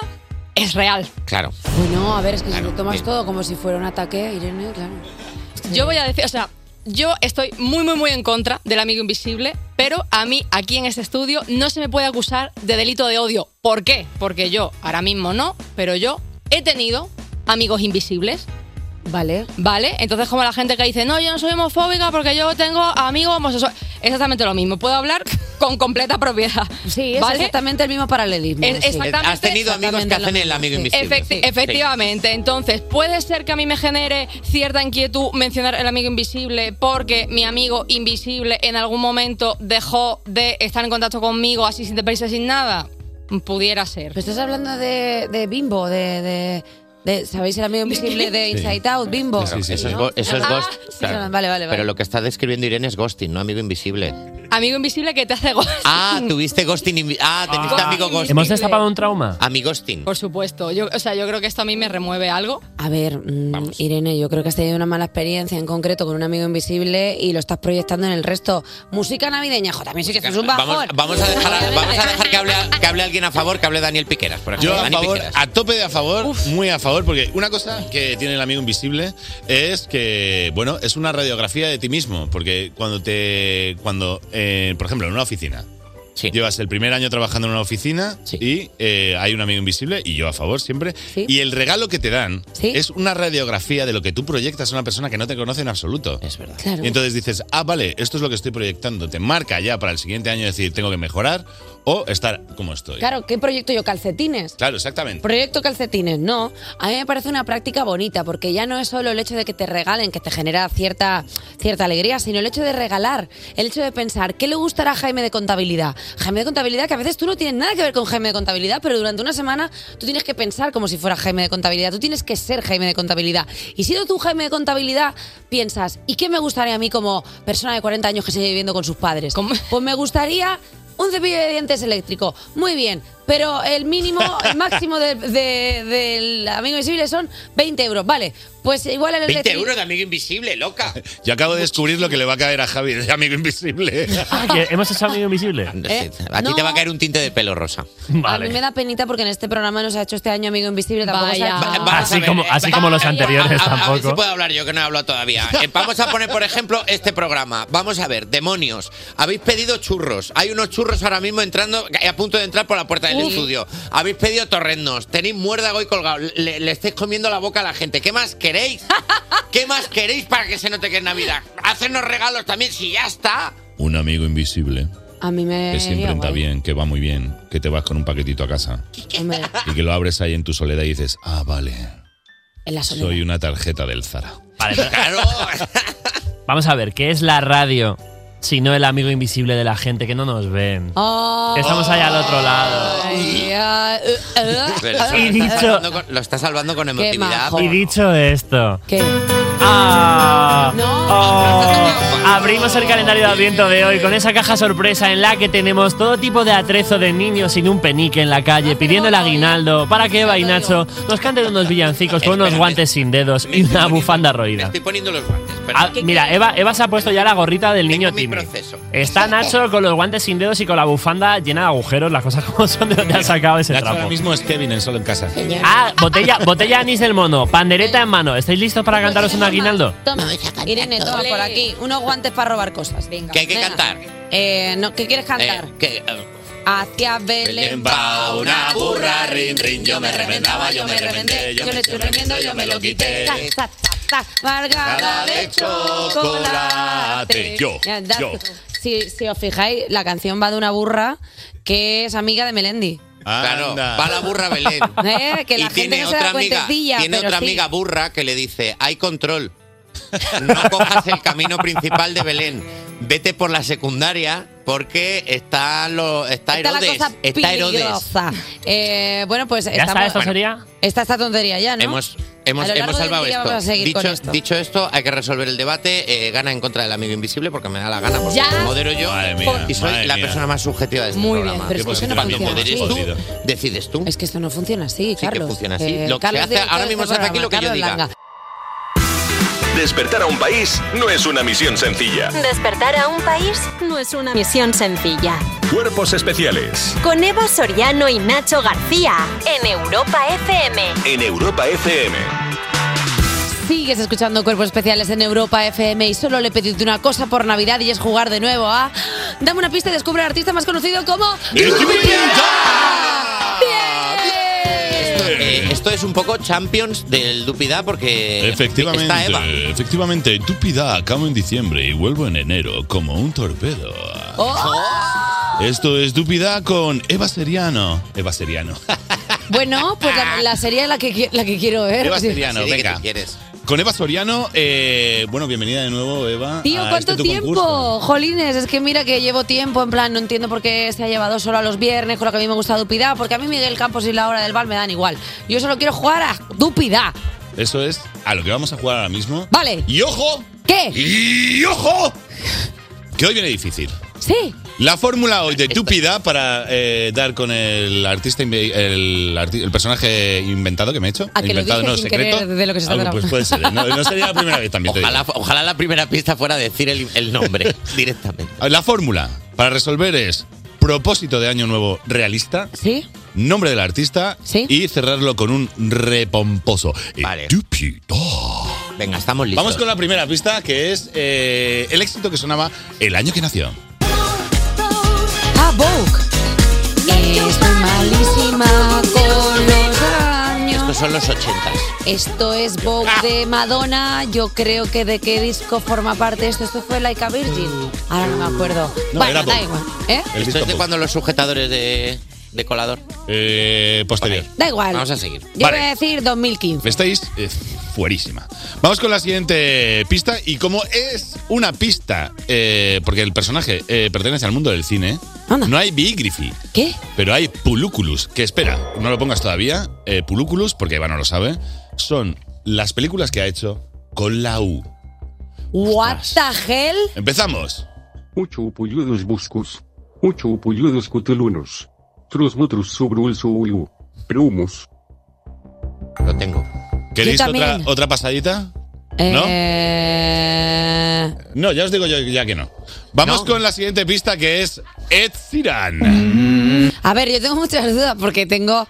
Speaker 10: es real.
Speaker 4: Claro.
Speaker 3: Bueno, a ver, es que
Speaker 4: Claro,
Speaker 3: si lo tomas
Speaker 4: bien.
Speaker 3: todo como si fuera un ataque, Irene, claro.
Speaker 10: Yo voy a decir, o sea, yo estoy muy, muy, muy en contra del amigo invisible, pero a mí aquí en este estudio no se me puede acusar de delito de odio. ¿Por qué? Porque yo, ahora mismo no, pero yo he tenido amigos invisibles.
Speaker 3: Vale.
Speaker 10: ¿Vale? Entonces, como la gente que dice, no, yo no soy homofóbica porque yo tengo amigos homosexuales. Exactamente lo mismo. Puedo hablar con completa propiedad.
Speaker 3: Sí, es
Speaker 10: ¿Vale?
Speaker 3: exactamente el mismo paralelismo.
Speaker 10: Es-
Speaker 3: sí.
Speaker 10: exacta-
Speaker 4: Has
Speaker 3: exactamente
Speaker 4: tenido amigos que
Speaker 3: lo
Speaker 4: hacen el
Speaker 3: mismo, sí.
Speaker 4: amigo invisible.
Speaker 10: Efecti- Efectivamente, entonces puede ser que a mí me genere cierta inquietud mencionar el amigo invisible porque mi amigo invisible en algún momento dejó de estar en contacto conmigo así sin deprisa, sin nada. Pudiera ser.
Speaker 3: Pero estás hablando de, de Bimbo, de, de, de- ¿Sabéis el amigo invisible de
Speaker 11: Sí.
Speaker 3: Inside Out, Bimbo?
Speaker 11: Sí, sí,
Speaker 4: Eso
Speaker 11: sí.
Speaker 4: es,
Speaker 3: ¿No?
Speaker 4: go- eso es
Speaker 10: Ah,
Speaker 4: ghost.
Speaker 10: sí,
Speaker 4: claro.
Speaker 3: vale, vale, vale.
Speaker 4: Pero lo que está describiendo Irene es ghosting, no amigo invisible.
Speaker 10: Amigo invisible que te hace gol.
Speaker 4: Ah, tuviste ghosting. invi- Ah, teniste
Speaker 10: Ah.
Speaker 4: amigo ghosting.
Speaker 5: Hemos destapado un trauma.
Speaker 4: Amigosting.
Speaker 10: Por supuesto, yo, o sea, yo creo que esto a mí me remueve algo.
Speaker 3: A ver, mm, Irene, yo creo que has tenido una mala experiencia en concreto con un amigo invisible y lo estás proyectando en el resto. Música navideña, joder, también sí que esto es un bajón.
Speaker 4: Vamos, vamos a dejar, a- vamos a dejar que, hable, que hable alguien a favor, que hable Daniel Piqueras, por ejemplo.
Speaker 11: Yo a
Speaker 4: Dani
Speaker 11: favor,
Speaker 4: Piqueras.
Speaker 11: a tope de a favor, muy a favor, porque una cosa que tiene el amigo invisible es que, bueno, es una radiografía de ti mismo, porque cuando te, cuando, eh, por ejemplo, en una oficina,
Speaker 4: Sí.
Speaker 11: llevas el primer año trabajando en una oficina
Speaker 4: Sí.
Speaker 11: y eh, hay un amigo invisible, y yo a favor siempre,
Speaker 3: Sí.
Speaker 11: y el regalo que te dan
Speaker 3: Sí.
Speaker 11: es una radiografía de lo que tú proyectas a una persona que no te conoce en absoluto.
Speaker 4: Es verdad.
Speaker 3: Claro.
Speaker 11: Y entonces dices, ah, vale, esto es lo que estoy proyectando. Te marca ya para el siguiente año decir, tengo que mejorar o estar como estoy.
Speaker 3: Claro, ¿qué proyecto yo? Calcetines.
Speaker 11: Claro, exactamente.
Speaker 3: Proyecto calcetines, no. A mí me parece una práctica bonita, porque ya no es solo el hecho de que te regalen, que te genera cierta, cierta alegría, sino el hecho de regalar, el hecho de pensar, ¿qué le gustará a Jaime de contabilidad? Jaime de contabilidad, que a veces tú no tienes nada que ver con Jaime de contabilidad, pero durante una semana tú tienes que pensar como si fuera Jaime de contabilidad, tú tienes que ser Jaime de contabilidad. Y siendo tú Jaime de contabilidad, piensas, ¿y qué me gustaría a mí como persona de 40 años que sigue viviendo con sus padres?
Speaker 10: ¿Cómo?
Speaker 3: Pues me gustaría un cepillo de dientes eléctrico. Muy bien. pero el mínimo, el máximo de- de- del amigo invisible son 20 euros. Vale, pues igual en el
Speaker 4: 20
Speaker 3: reci-
Speaker 4: euros de amigo invisible, loca.
Speaker 11: Yo acabo de descubrir lo que le va a caer a Javi, de amigo invisible.
Speaker 5: Ah, ¿Hemos hecho amigo invisible?
Speaker 3: Eh,
Speaker 4: a ti te
Speaker 3: no.
Speaker 4: va a caer un tinte de pelo rosa.
Speaker 3: A mí me da penita porque en este programa nos ha hecho este año amigo invisible. Tampoco se ha
Speaker 10: Vaya.
Speaker 3: hecho nada.
Speaker 5: Así como, así como los anteriores
Speaker 4: A- A, a ver si
Speaker 5: tampoco.
Speaker 4: puedo hablar yo, que no he hablado todavía. Eh, Vamos a poner, por ejemplo, este programa. Vamos a ver, demonios. Habéis pedido churros. Hay unos churros ahora mismo entrando, eh, a punto de entrar por la puerta del
Speaker 12: Uf.
Speaker 4: estudio. Habéis pedido torrendos. Tenéis muérdago y colgado. Le, le estáis comiendo la boca a la gente. ¿Qué más queréis? ¿Qué más queréis para que se note que es Navidad? Hacernos regalos también, si ya está.
Speaker 11: Un amigo invisible
Speaker 3: A mí me.
Speaker 11: que siempre
Speaker 3: iría
Speaker 11: está
Speaker 3: guay.
Speaker 11: bien, que va muy bien, que te vas con un paquetito a casa
Speaker 3: Hombre,
Speaker 11: y que lo abres ahí en tu soledad y dices, ah, vale,
Speaker 3: en la soledad.
Speaker 11: soy una tarjeta del Zara.
Speaker 5: Vale, pero- Vamos a ver, ¿qué es la radio si no el amigo invisible de la gente que no nos ven?
Speaker 3: Oh.
Speaker 5: Que Estamos allá al otro lado.
Speaker 3: Ay, ay, eh, eh,
Speaker 4: Pero eso
Speaker 3: eh,
Speaker 4: lo,
Speaker 5: dicho-
Speaker 4: está salvando con, lo está salvando con
Speaker 3: Qué
Speaker 4: emotividad.
Speaker 3: majo.
Speaker 5: Y dicho esto.
Speaker 3: ¿Qué?
Speaker 5: ¡Ah! Oh, abrimos el calendario de Adviento de hoy con esa caja sorpresa en la que tenemos todo tipo de atrezo de niños sin un penique en la calle pidiendo el aguinaldo para que Eva y Nacho nos canten unos villancicos con unos guantes sin dedos y una bufanda roída.
Speaker 4: Estoy poniendo los guantes.
Speaker 5: Ah, mira, Eva, Eva se ha puesto ya la gorrita del niño Timmy.
Speaker 4: Proceso.
Speaker 5: Está Nacho con los guantes sin dedos y con la bufanda llena de agujeros, las cosas como son de donde ha sacado ese
Speaker 11: Nacho ahora
Speaker 5: trapo.
Speaker 11: mismo es Kevin en solo en casa.
Speaker 5: Ah, botella, botella de anís del mono, pandereta en mano. ¿Estáis listos para cantaros un aguinaldo?
Speaker 3: Toma, Irene, toma por aquí. Unos guantes para robar cosas. Venga.
Speaker 4: Que hay que
Speaker 3: venga.
Speaker 4: cantar.
Speaker 3: Eh, no, ¿Qué quieres cantar?
Speaker 4: Eh, que, eh,
Speaker 3: Hacia Belén
Speaker 11: va una burra, rin, rin, yo me remendaba, yo me remendé, yo me estoy remiendo, yo me lo quité.
Speaker 3: Ta, ta, ta, Margarita
Speaker 11: Nada
Speaker 3: de
Speaker 11: de
Speaker 3: chocolate.
Speaker 11: chocolate. Yo,
Speaker 3: Ya, da-
Speaker 11: yo.
Speaker 3: Si, si os fijáis, la canción va de una burra que es amiga de Melendi.
Speaker 4: Claro, va la burra Belén.
Speaker 3: Eh, que la
Speaker 4: y
Speaker 3: gente
Speaker 4: tiene
Speaker 3: no se
Speaker 4: otra
Speaker 3: da
Speaker 4: amiga,
Speaker 3: cuentecilla,
Speaker 4: tiene
Speaker 3: pero
Speaker 4: otra
Speaker 3: sí.
Speaker 4: amiga burra que le dice, hay control, no cojas el camino principal de Belén, vete por la secundaria porque está lo, está
Speaker 3: Está la
Speaker 4: Herodes,
Speaker 3: cosa
Speaker 4: está Herodes.
Speaker 3: peligrosa. Eh, bueno, pues
Speaker 4: está,
Speaker 3: estamos-
Speaker 4: ¿esto sería?
Speaker 3: Está esta tontería ya, ¿no?
Speaker 4: Hemos, hemos,
Speaker 3: A lo largo
Speaker 4: hemos
Speaker 3: del
Speaker 4: salvado
Speaker 3: día
Speaker 4: esto.
Speaker 3: vamos a seguir
Speaker 4: Dicho,
Speaker 3: con esto.
Speaker 4: dicho esto, hay que resolver el debate. eh, gana en contra del amigo invisible porque me da la gana. Porque
Speaker 3: Ya.
Speaker 4: modero yo
Speaker 11: Madre mía,
Speaker 4: y soy
Speaker 11: madre
Speaker 4: la
Speaker 11: mía.
Speaker 4: persona más subjetiva de este
Speaker 3: Muy bien,
Speaker 4: programa.
Speaker 3: pero es que eso no
Speaker 4: Cuando
Speaker 3: funciona
Speaker 4: moderes
Speaker 3: así.
Speaker 4: tú, decides tú.
Speaker 3: Es que esto no funciona así,
Speaker 4: Sí que
Speaker 3: Carlos.
Speaker 4: funciona así.
Speaker 3: Eh,
Speaker 4: Lo que
Speaker 3: Carlos
Speaker 4: hace-
Speaker 3: director
Speaker 4: ahora
Speaker 3: de
Speaker 4: mismo
Speaker 3: este
Speaker 4: se hace aquí lo que yo
Speaker 3: programa,
Speaker 4: diga.
Speaker 3: Carlos Langa.
Speaker 8: Despertar a un país no es una misión sencilla.
Speaker 2: Despertar a un país no es una misión sencilla.
Speaker 8: Cuerpos especiales
Speaker 2: Con Eva Soriano y Nacho García en Europa FM.
Speaker 8: en Europa FM.
Speaker 3: Sigues escuchando Cuerpos Especiales en Europa FM y solo le he pedido una cosa por Navidad y es jugar de nuevo a... Dame una pista y descubre al artista más conocido como...
Speaker 4: Eh, esto es un poco Champions del Dupida porque
Speaker 11: Efectivamente,
Speaker 4: está Eva.
Speaker 11: efectivamente, Tupida acabo en diciembre y vuelvo en enero como un torpedo.
Speaker 3: Oh.
Speaker 11: Esto es Dupida con Eva Seriano. Eva Seriano.
Speaker 3: Bueno, pues la, la serie la que, qui- la que quiero ver.
Speaker 11: Eva
Speaker 3: Sí.
Speaker 11: Soriano, venga. Con Eva Soriano, eh, bueno, bienvenida de nuevo, Eva.
Speaker 3: Tío,
Speaker 11: a
Speaker 3: ¿cuánto
Speaker 11: este tu
Speaker 3: tiempo?
Speaker 11: concurso.
Speaker 3: Jolines, es que mira que llevo tiempo, en plan, no entiendo por qué se ha llevado solo a los viernes con lo que a mí me gusta Dupida, porque a mí Miguel Campos y la hora del bar me dan igual. Yo solo quiero jugar a Dupida.
Speaker 11: Eso es a lo que vamos a jugar ahora mismo.
Speaker 3: Vale.
Speaker 11: Y ojo,
Speaker 3: ¿Qué?
Speaker 11: y ojo, que hoy viene difícil.
Speaker 3: Sí.
Speaker 11: La fórmula hoy de Tupida para eh, dar con el artista, inve- el, arti- el personaje inventado que me he hecho.
Speaker 3: Ah, que lo
Speaker 11: inventado,
Speaker 3: dije
Speaker 11: no,
Speaker 3: sin
Speaker 11: secreto.
Speaker 3: querer de lo que se
Speaker 11: Ah,
Speaker 3: trataba.
Speaker 11: Pues puede ser, no, no sería la primera vez también. te digo.
Speaker 4: Ojalá, ojalá la primera pista fuera decir el, el nombre directamente.
Speaker 11: La fórmula para resolver es propósito de año nuevo realista.
Speaker 3: Sí.
Speaker 11: Nombre del artista y cerrarlo con un repomposo. Vale.
Speaker 4: Venga, estamos listos.
Speaker 11: Vamos con la primera pista que es eh, el éxito que sonaba el año que nació.
Speaker 3: Ah, Vogue. Es malísima con los años.
Speaker 4: Estos son los 80.
Speaker 3: Esto es Vogue de Madonna. Yo creo que de qué disco forma parte esto. Esto fue Like a Virgin. Ahora no me acuerdo.
Speaker 4: No,
Speaker 3: bueno,
Speaker 4: era
Speaker 3: da
Speaker 4: Vogue.
Speaker 3: igual. ¿eh?
Speaker 4: ¿Esto es de cuando los sujetadores de, de colador?
Speaker 11: posterior.
Speaker 3: Da igual.
Speaker 4: Vamos a seguir.
Speaker 3: Yo voy a decir 2015.
Speaker 11: Estáis eh, fuerísima. Vamos con la siguiente pista y como es una pista, eh, porque el personaje eh, pertenece al mundo del cine, no hay biígrafi.
Speaker 3: ¿Qué?
Speaker 11: Pero hay Puluculus, que espera, no lo pongas todavía. eh, Puluculus, porque Eva no lo sabe, son las películas que ha hecho con la U.
Speaker 13: uh,
Speaker 3: What the hell?
Speaker 11: Empezamos.
Speaker 13: Uchu puyudus buscus. Uchu puyudus cutulunus.
Speaker 12: Trus mutrus subrul suulu. Prumus.
Speaker 4: Lo tengo.
Speaker 11: ¿Queréis
Speaker 3: Yo
Speaker 11: otra,
Speaker 3: también.
Speaker 11: otra pasadita?
Speaker 3: Eh,
Speaker 11: No, ya os digo yo ya que no. Vamos con la siguiente pista que es Ed Sheeran.
Speaker 3: A ver, yo tengo muchas dudas porque tengo.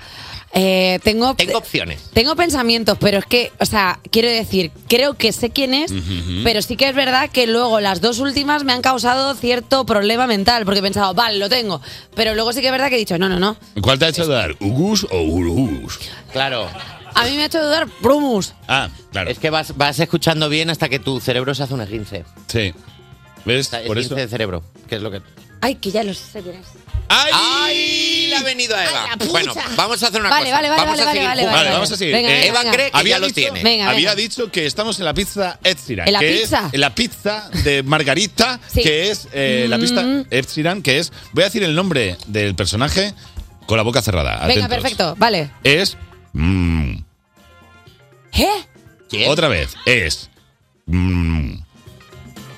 Speaker 3: eh, tengo, tengo
Speaker 4: opciones.
Speaker 3: Tengo pensamientos, pero es que, o sea, quiero decir, creo que sé quién es,
Speaker 13: Ujú.
Speaker 3: pero sí que es verdad que luego las dos últimas me han causado cierto problema mental, porque he pensado, vale, lo tengo, pero luego sí que es verdad que he dicho, no, no, no.
Speaker 11: ¿Cuál te ha hecho dudar? ¿Ugus o Urugus?
Speaker 4: Claro.
Speaker 3: A mí me ha hecho dudar Brumus.
Speaker 11: Ah, claro.
Speaker 4: Es que vas, vas escuchando bien hasta que tu cerebro se hace un esguince.
Speaker 11: Sí. ¿Ves?
Speaker 4: Por eso. de cerebro, que es lo que.
Speaker 3: Ay, que ya lo sé quién es.
Speaker 11: ¡Ay!
Speaker 4: Le ha venido a Eva. bueno, vamos a hacer una
Speaker 3: Vale,
Speaker 4: cosa.
Speaker 3: vale, vale,
Speaker 4: vamos a
Speaker 3: vale,
Speaker 4: seguir
Speaker 3: vale,
Speaker 4: jugando.
Speaker 11: Vale, vamos a seguir.
Speaker 4: Venga,
Speaker 11: Eh,
Speaker 4: Eva cree que
Speaker 11: había
Speaker 4: ya lo
Speaker 11: dicho-
Speaker 4: tiene.
Speaker 3: Venga,
Speaker 11: había
Speaker 3: venga.
Speaker 11: dicho que estamos en la pizza Ed Sheeran,
Speaker 3: ¿En la
Speaker 11: que
Speaker 3: pizza?
Speaker 11: es en la pizza de Margarita,
Speaker 3: Sí.
Speaker 11: que es eh, la pista
Speaker 3: Mm.
Speaker 11: Ed Sheeran, que es, voy a decir el nombre del personaje con la boca cerrada.
Speaker 3: Venga,
Speaker 11: atentos.
Speaker 3: perfecto, vale.
Speaker 11: Es mm,
Speaker 3: ¿Eh?
Speaker 11: otra vez es mm,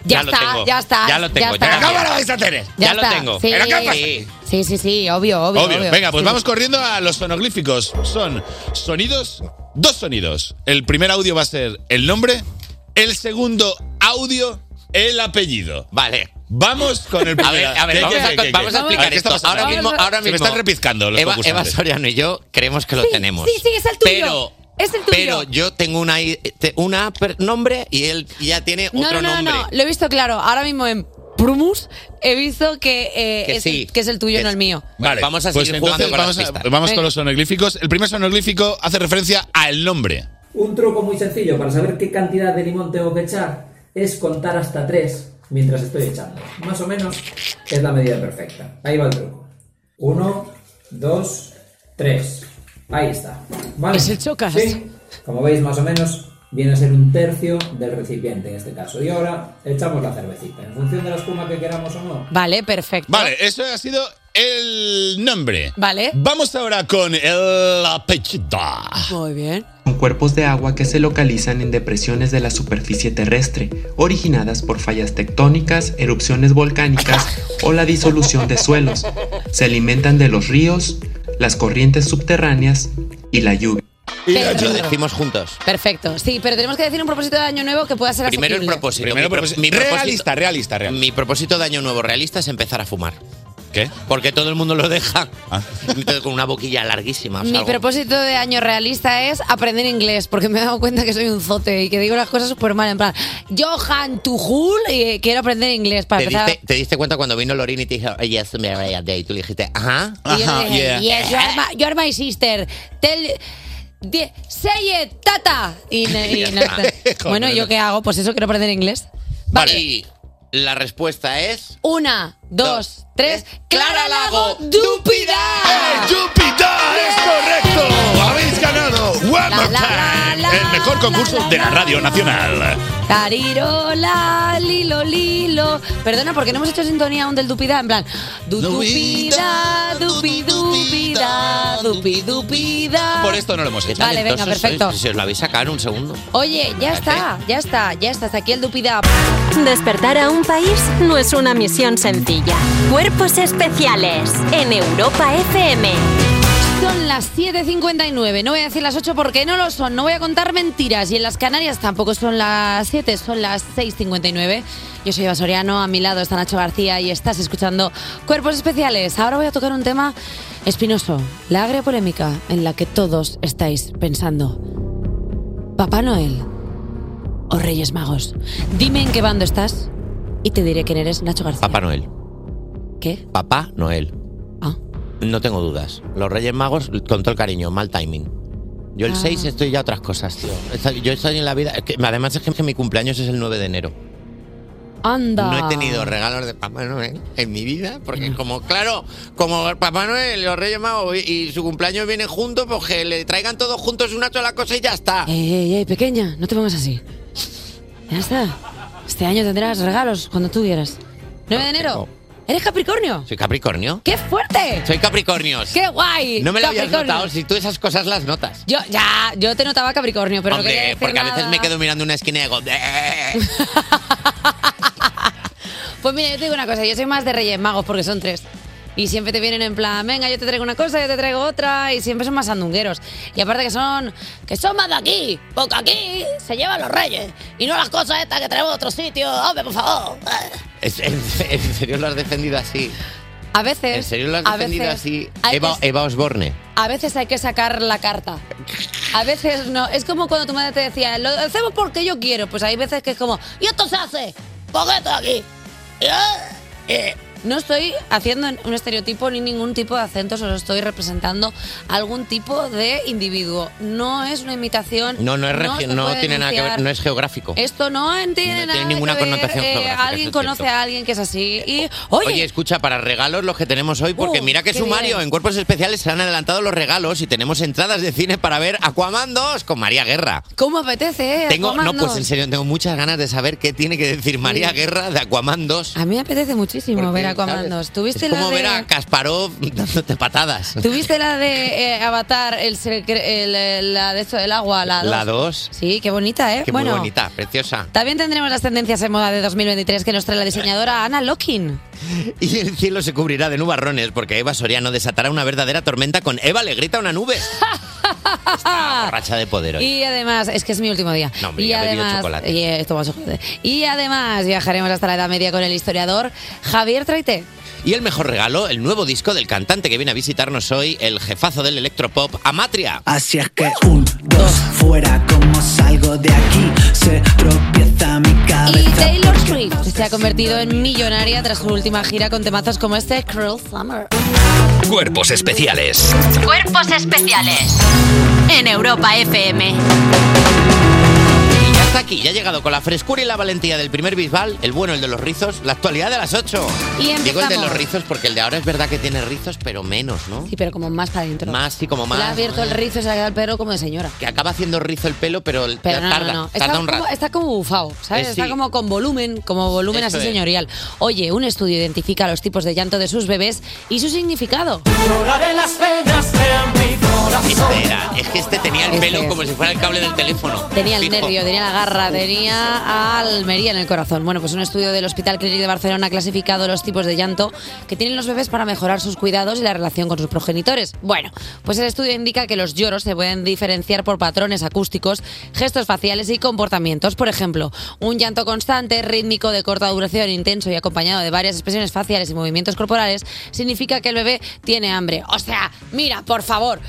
Speaker 3: Ya,
Speaker 11: Ya lo
Speaker 3: está,
Speaker 11: tengo.
Speaker 3: ya está.
Speaker 11: Ya lo tengo, ya
Speaker 3: está.
Speaker 11: la ¿Cómo lo vais a tener? Ya lo
Speaker 3: está,
Speaker 11: tengo.
Speaker 3: Sí.
Speaker 11: ¿Pero qué pasa?
Speaker 3: Sí, sí, sí, obvio, obvio.
Speaker 11: Obvio.
Speaker 3: obvio.
Speaker 11: Venga, pues
Speaker 3: Sí.
Speaker 11: vamos corriendo a los sonoglíficos. Son sonidos, dos sonidos. El primer audio va a ser el nombre, el segundo audio, el apellido.
Speaker 4: Vale.
Speaker 11: Vamos con el
Speaker 4: A
Speaker 11: primer
Speaker 4: ver, a ver,
Speaker 11: ¿Qué,
Speaker 4: vamos,
Speaker 11: qué,
Speaker 4: a,
Speaker 11: qué, qué,
Speaker 4: vamos
Speaker 11: qué?
Speaker 4: a explicar
Speaker 11: ¿Qué está
Speaker 4: esto.
Speaker 11: pasando?
Speaker 4: Ahora mismo, ahora
Speaker 11: Se me
Speaker 4: mismo.
Speaker 11: están repizcando los
Speaker 4: Eva, Eva
Speaker 11: concursantes.
Speaker 4: Soriano y yo creemos que lo tenemos.
Speaker 3: Sí, sí, es el tuyo.
Speaker 4: Pero,
Speaker 3: es el tuyo.
Speaker 4: pero yo tengo una, i- te- una per- nombre y él ya tiene
Speaker 3: No,
Speaker 4: otro
Speaker 3: no, no,
Speaker 4: nombre.
Speaker 3: no, lo he visto claro. Ahora mismo en Prumus he visto que, eh,
Speaker 4: Que
Speaker 3: es,
Speaker 4: sí.
Speaker 3: el, que es el tuyo, no el mío.
Speaker 11: Vale,
Speaker 4: vamos a
Speaker 11: pues
Speaker 4: seguir
Speaker 11: entonces
Speaker 4: jugando con
Speaker 11: vamos,
Speaker 4: las
Speaker 11: a-
Speaker 4: pistas.
Speaker 11: vamos
Speaker 3: Venga.
Speaker 11: con los sonoglíficos. El primer sonoglífico hace referencia al nombre.
Speaker 14: Un truco muy sencillo para saber qué cantidad de limón tengo que echar es contar hasta 3 mientras estoy echando. Más o menos es la medida perfecta. Ahí va el truco. 1, 2, 3. Ahí está. ¿Vale?
Speaker 3: Es Pues el chocas.
Speaker 14: Sí. Como veis, más o menos viene a ser un tercio del recipiente en este caso. Y ahora echamos la cervecita. En función de la espuma que queramos o no.
Speaker 3: Vale, perfecto.
Speaker 11: Vale, eso ha sido el nombre.
Speaker 3: Vale.
Speaker 11: Vamos ahora con el apellido.
Speaker 3: Muy bien.
Speaker 15: Son cuerpos de agua que se localizan en depresiones de la superficie terrestre, originadas por fallas tectónicas, erupciones volcánicas o la disolución de suelos. Se alimentan de los ríos, las corrientes subterráneas y la lluvia.
Speaker 3: Y la Pero- lluvia.
Speaker 4: Lo decimos juntos.
Speaker 3: Perfecto. Sí, pero tenemos que decir un propósito de año nuevo que pueda ser
Speaker 4: Primero el
Speaker 3: asequible.
Speaker 4: propósito.
Speaker 11: Primero
Speaker 4: pro-
Speaker 11: propósito. Realista, realista,
Speaker 4: Mi propósito de año nuevo realista es empezar a fumar.
Speaker 11: ¿Qué? Ah.
Speaker 4: Porque todo el mundo lo deja. Entonces, con una boquilla larguísima. o sea,
Speaker 3: Mi
Speaker 4: algo-
Speaker 3: propósito de año realista es aprender inglés, porque me he dado cuenta que soy un zote y que digo las cosas súper mal. En plan, Johan Tuhul, y eh, quiero aprender inglés para
Speaker 4: ¿Te
Speaker 3: empezar.
Speaker 4: diste, te diste cuenta cuando vino Lorin y te dijo, yes, me voy a day. Y tú le dijiste, ajá. Ah,
Speaker 3: Y yo le dije, yes, you are my, you are my sister. Tell, di- say it, tata. Y, ne- y
Speaker 4: Ya
Speaker 3: no
Speaker 4: está.
Speaker 3: sé. bueno,
Speaker 4: Joder.
Speaker 3: ¿yo qué hago? Pues eso, quiero aprender inglés.
Speaker 4: Vale. Y la respuesta es.
Speaker 3: Una, dos, tres. ¡Clara Lago,
Speaker 11: ¡Eh,
Speaker 3: Dúpida!
Speaker 11: Júpiter! ¡Es correcto! ¡Habéis ganado! ¡One more time! el mejor concurso de la Radio Nacional.
Speaker 3: Tariro, la, lilo, lilo. Perdona, porque no hemos hecho sintonía aún del Dupida. En plan, du, Dupida, dupi, dupida, dupi, dupida.
Speaker 11: Por esto no lo hemos hecho.
Speaker 3: Vale, venga,
Speaker 4: Talentosos
Speaker 3: perfecto.
Speaker 4: sois, Si os lo habéis sacado en un segundo.
Speaker 3: Oye, ya está, ya está, ya está. Hasta aquí el Dupida.
Speaker 2: Despertar a un país no es una misión sencilla. Cuerpos especiales en Europa FM.
Speaker 3: Son las 7.59, no voy a decir las 8 porque no lo son, no voy a contar mentiras y en las Canarias tampoco son las 7, son las 6.59. Yo soy Eva Soriano, a mi lado está Nacho García y estás escuchando Cuerpos Especiales. Ahora voy a tocar un tema espinoso, la agria polémica en la que todos estáis pensando. Papá Noel o Reyes Magos, dime en qué bando estás y te diré quién eres, Nacho García.
Speaker 4: Papá Noel.
Speaker 3: ¿Qué?
Speaker 4: Papá Noel.
Speaker 3: Ah.
Speaker 4: No tengo dudas. Los Reyes Magos, con todo el cariño, mal timing. Yo el
Speaker 3: Ah.
Speaker 4: 6 estoy ya a otras cosas, tío. Esta- Yo estoy en la vida. es que- además, es que mi cumpleaños es el 9 de enero.
Speaker 3: Anda. Mm.
Speaker 4: No he tenido regalos de Papá Noel en mi vida, porque como, claro, como Papá Noel, los Reyes Magos y y su cumpleaños vienen juntos, pues que le traigan todos juntos una sola cosa y ya está.
Speaker 3: Ey, ey, ey, pequeña, no te pongas así. Ya está. Este año tendrás regalos cuando tú quieras. 9 de enero. ¿Eres Capricornio?
Speaker 4: ¿Soy Capricornio?
Speaker 3: ¡Qué fuerte!
Speaker 4: Soy Capricornios.
Speaker 3: ¡Qué guay!
Speaker 4: No me lo habías
Speaker 3: Capricornio.
Speaker 4: notado, si tú esas cosas las notas.
Speaker 3: Yo, ya, yo te notaba Capricornio, pero no
Speaker 4: Hombre,
Speaker 3: quería decir
Speaker 4: porque a veces
Speaker 3: nada.
Speaker 4: me quedo mirando una esquina y digo... "Eh".
Speaker 3: Pues mira, yo te digo una cosa, yo soy más de Reyes Magos porque son tres. Y siempre te vienen en plan, venga, yo te traigo una cosa, yo te traigo otra, y siempre son más sandungueros. Y aparte que son, que son más de aquí, porque aquí se llevan los reyes, y no las cosas estas que tenemos de otro sitio, hombre, por favor.
Speaker 4: Es- en, en serio lo has defendido así.
Speaker 3: A veces...
Speaker 4: En serio lo has
Speaker 3: Eh, a
Speaker 4: defendido
Speaker 3: veces
Speaker 4: así.
Speaker 3: hay
Speaker 4: Eva,
Speaker 3: que-
Speaker 4: Eva Osborne.
Speaker 3: A veces hay que sacar la carta. A veces no. Es como cuando tu madre te decía, lo hacemos porque yo quiero. Pues hay veces que es como, y esto se hace, porque esto aquí. Y, ah, eh. No estoy haciendo un estereotipo ni ningún tipo de acento, solo estoy representando algún tipo de individuo. No es una imitación.
Speaker 4: No, no es
Speaker 3: se
Speaker 4: regi- no
Speaker 3: puede
Speaker 4: tiene nada que ver,
Speaker 3: denunciar.
Speaker 4: no es geográfico.
Speaker 3: Esto no tiene
Speaker 4: No
Speaker 3: nada
Speaker 4: tiene ninguna
Speaker 3: que ver. eh,
Speaker 4: connotación geográfica, eso
Speaker 3: alguien
Speaker 4: es
Speaker 3: conoce
Speaker 4: cierto.
Speaker 3: a alguien que es así y
Speaker 4: Oye, escucha, para regalos los que tenemos hoy, porque
Speaker 3: Uh,
Speaker 4: mira que
Speaker 3: qué
Speaker 4: sumario,
Speaker 3: bien.
Speaker 4: en cuerpos especiales se han adelantado los regalos y tenemos entradas de cine para ver Aquaman 2 con María Guerra.
Speaker 3: ¿cómo apetece? eh,
Speaker 4: Tengo, no,
Speaker 3: Aquaman
Speaker 4: pues
Speaker 3: dos?
Speaker 4: en serio, tengo muchas ganas de saber qué tiene que decir María
Speaker 3: Sí.
Speaker 4: Guerra de Aquaman 2.
Speaker 3: A mí me apetece muchísimo ver Aquaman 2.
Speaker 4: ¿sabes? Es
Speaker 3: ¿Tuviste la
Speaker 4: como
Speaker 3: de,
Speaker 4: ver a Kasparov dándote patadas.
Speaker 3: ¿tuviste la de eh, Avatar, el, secre- el, eh, la de esto del agua, la 2?
Speaker 4: La 2,
Speaker 3: Sí, qué bonita, ¿eh?
Speaker 4: que
Speaker 3: bueno,
Speaker 4: muy bonita, preciosa.
Speaker 3: también tendremos las tendencias en moda de 2023 que nos trae la diseñadora Ana Locking.
Speaker 4: Y el cielo se cubrirá de nubarrones porque Eva Soriano desatará una verdadera tormenta con Eva le grita una nube. Racha de poder hoy.
Speaker 3: Ah. Y además, es que es mi último día.
Speaker 4: No, hombre,
Speaker 3: y
Speaker 4: ya he bebido
Speaker 3: además,
Speaker 4: chocolate.
Speaker 3: y, eh, esto va a joder. y además viajaremos hasta la Edad Media con el historiador Javier Traité.
Speaker 4: Y el mejor regalo, el nuevo disco del cantante que viene a visitarnos hoy, el jefazo del electropop, Amatria.
Speaker 13: Así es que un, dos, fuera, como salgo de aquí, se tropieza mi
Speaker 3: Y
Speaker 13: cabeza.
Speaker 3: Taylor Swift se ha convertido en millonaria tras su última gira con temazos como este Cruel Summer.
Speaker 1: Cuerpos especiales.
Speaker 2: Cuerpos especiales en Europa FM.
Speaker 4: Y ya está aquí, ya ha llegado con la frescura y la valentía del primer Bisbal, el bueno, el de los rizos, la actualidad de las 8.
Speaker 3: Y empezamos.
Speaker 4: Digo el de los rizos porque el de ahora es verdad que tiene rizos, pero menos, ¿no?
Speaker 3: Sí, pero como más para adentro.
Speaker 4: Más y como
Speaker 3: Le ha
Speaker 4: más.
Speaker 3: abierto el rizo y se le ha quedado el pelo como de señora.
Speaker 4: Que acaba haciendo rizo el pelo, pero, el-
Speaker 3: Pero no,
Speaker 4: tarda,
Speaker 3: no, no. Está,
Speaker 4: tarda un rato.
Speaker 3: como, está como bufado, ¿sabes?
Speaker 4: Eh,
Speaker 3: Está
Speaker 4: sí.
Speaker 3: como con volumen, como volumen
Speaker 4: Eso
Speaker 3: así
Speaker 4: es.
Speaker 3: señorial. Oye, un estudio identifica los tipos de llanto de sus bebés y su significado.
Speaker 13: las penas de mi corazón.
Speaker 4: Este era- es que este tenía el pelo como si fuera el cable del teléfono.
Speaker 3: Tenía el
Speaker 4: Fijo.
Speaker 3: nervio, tenía la garra, tenía a Almería en el corazón. Bueno, pues un estudio del Hospital Clínic de Barcelona ha clasificado los tipos de llanto que tienen los bebés para mejorar sus cuidados y la relación con sus progenitores. Bueno, pues el estudio indica que los lloros se pueden diferenciar por patrones acústicos, gestos faciales y comportamientos. Por ejemplo, un llanto constante, rítmico, de corta duración, intenso y acompañado de varias expresiones faciales y movimientos corporales significa que el bebé tiene hambre. O sea, mira, por favor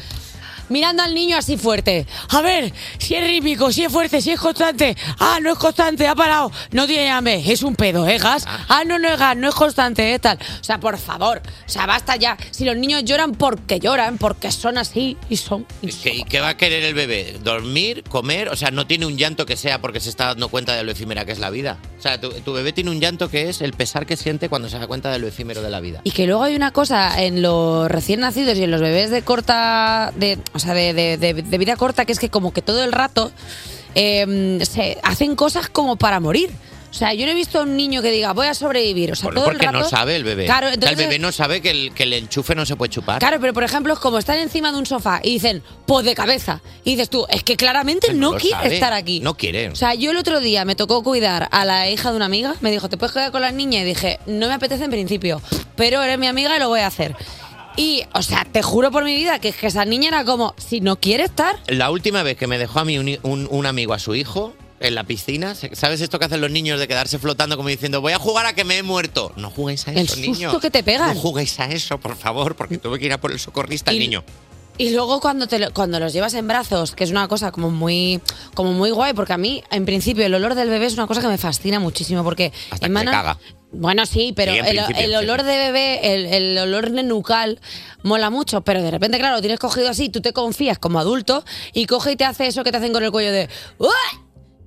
Speaker 3: mirando al niño así fuerte. A ver, si es rítmico, si es fuerte, si es constante. Ah, no es constante, ha parado. No tiene hambre, es un pedo, ¿eh, gas? Ah, no, no es gas, no es constante, ¿eh, tal? O sea, por favor, o sea, basta ya. Si los niños lloran porque lloran, porque son así y son...
Speaker 4: ¿Qué, qué va a querer el bebé? ¿Dormir? ¿Comer? O sea, no tiene un llanto que sea porque se está dando cuenta de lo efímera que es la vida. O sea, tu, tu bebé tiene un llanto que es el pesar que siente cuando se da cuenta de lo efímero de la vida.
Speaker 3: Y que luego hay una cosa en los recién nacidos y en los bebés de corta, de, o sea, de, de- de- de vida corta, que es que como que todo el rato eh, se hacen cosas como para morir. O sea, yo no he visto a un niño que diga, voy a sobrevivir. O sea,
Speaker 4: Bueno,
Speaker 3: todo el
Speaker 4: porque
Speaker 3: rato-
Speaker 4: no sabe el bebé.
Speaker 3: Claro,
Speaker 4: O sea,
Speaker 3: entonces-
Speaker 4: el bebé no sabe que el, que el enchufe no se puede chupar.
Speaker 3: Claro, pero por ejemplo, es como están encima de un sofá y dicen, pues de cabeza. Y dices tú, es que claramente no,
Speaker 4: lo
Speaker 3: quiere
Speaker 4: sabe.
Speaker 3: estar aquí.
Speaker 4: No quiere.
Speaker 3: O sea, yo el otro día me tocó cuidar a la hija de una amiga, me dijo, ¿te puedes quedar con las niñas? Y dije, no me apetece en principio, pero eres mi amiga y lo voy a hacer. Y, o sea, te juro por mi vida que, es que esa niña era como, si no quiere estar,
Speaker 4: La última vez que me dejó a mí un, un- un amigo a su hijo en la piscina, se- ¿sabes esto que hacen los niños de quedarse flotando como diciendo voy a jugar a que me he muerto? No juguéis a eso,
Speaker 3: El susto
Speaker 4: niños.
Speaker 3: que te pegan.
Speaker 4: No juguéis a eso, por favor, porque tuve que ir a por el socorrista el niño.
Speaker 3: Y luego cuando te lo- cuando los llevas en brazos, que es una cosa como muy como muy guay, porque a mí en principio el olor del bebé es una cosa que me fascina muchísimo porque emanan-
Speaker 4: caga.
Speaker 3: Bueno, sí, pero
Speaker 4: Sí, en
Speaker 3: el,
Speaker 4: principio,
Speaker 3: el
Speaker 4: sí,
Speaker 3: olor de bebé, el, el olor de nucal mola mucho, pero de repente claro, lo tienes cogido así, tú te confías como adulto y coge y te hace eso que te hacen con el cuello de "¡Uah!",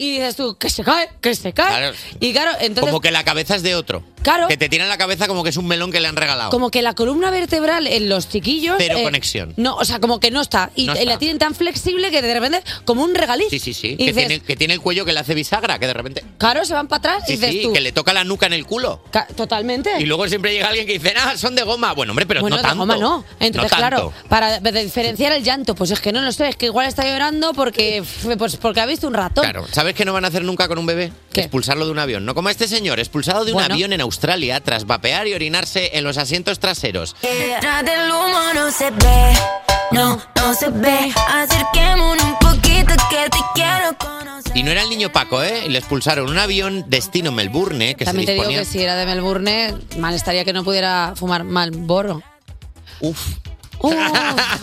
Speaker 3: y dices tú, que se cae, que se cae.
Speaker 4: Claro.
Speaker 3: Y claro, entonces
Speaker 4: como que la cabeza es de otro.
Speaker 3: Claro.
Speaker 4: Que te tiran la cabeza como que es un melón que le han regalado.
Speaker 3: Como que la columna vertebral en los chiquillos. eh,
Speaker 4: Cero conexión.
Speaker 3: No, o sea, como que no está. Y
Speaker 4: No
Speaker 3: te-
Speaker 4: está.
Speaker 3: la tienen tan flexible que de repente, como un regaliz.
Speaker 4: Sí, sí, sí.
Speaker 3: Y
Speaker 4: Que,
Speaker 3: dices,
Speaker 4: tiene, que tiene el cuello que le hace bisagra, que de repente.
Speaker 3: claro, se van para atrás y
Speaker 4: Sí,
Speaker 3: dices
Speaker 4: sí,
Speaker 3: tú.
Speaker 4: que le toca la nuca en el culo.
Speaker 3: "Ca- Totalmente.
Speaker 4: Y luego siempre llega alguien que dice, ah, son de goma. Bueno, hombre, pero
Speaker 3: bueno,
Speaker 4: no
Speaker 3: de
Speaker 4: tanto.
Speaker 3: goma no. Entonces,
Speaker 4: No
Speaker 3: claro,
Speaker 4: tanto.
Speaker 3: para de- diferenciar el llanto, pues es que no lo sé, es que igual está llorando porque, f- pues porque ha visto un ratón.
Speaker 4: Claro, ¿sabes qué no van a hacer nunca con un bebé? Expulsarlo de un avión. No como a este señor, expulsado de un
Speaker 3: Bueno,
Speaker 4: avión en Australia tras vapear y orinarse en los asientos traseros.
Speaker 16: Detrás del humo no se ve, no, no se ve. Acerquémonos un poquito que te quiero conocer.
Speaker 4: Y no era el niño Paco, ¿eh? Y le expulsaron un avión destino Melbourne ¿eh? que
Speaker 3: También
Speaker 4: se
Speaker 3: te digo
Speaker 4: disponía...
Speaker 3: que si era de Melbourne, mal estaría que no pudiera fumar Malboro.
Speaker 4: Uf,
Speaker 3: Uh,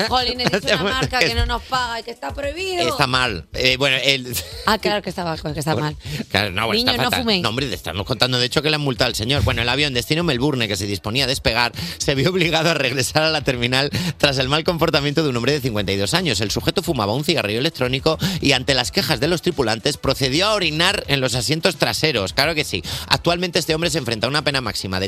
Speaker 3: jolín, he dicho
Speaker 4: Se
Speaker 3: una
Speaker 4: me-
Speaker 3: marca que no nos paga y que está prohibido.
Speaker 4: está mal. Eh, bueno, el...
Speaker 3: Ah, claro que está, que está mal.
Speaker 4: Claro, no, bueno, está
Speaker 3: Niños, no
Speaker 4: fatal.
Speaker 3: fuméis.
Speaker 4: No, hombre, le estamos contando de hecho que le han multado al señor. Bueno, el avión destino Melbourne, que se disponía a despegar, se vio obligado a regresar a la terminal tras el mal comportamiento de un hombre de 52 años. El sujeto fumaba un cigarrillo electrónico y ante las quejas de los tripulantes procedió a orinar en los asientos traseros. Claro que sí. Actualmente este hombre se enfrenta a una pena máxima de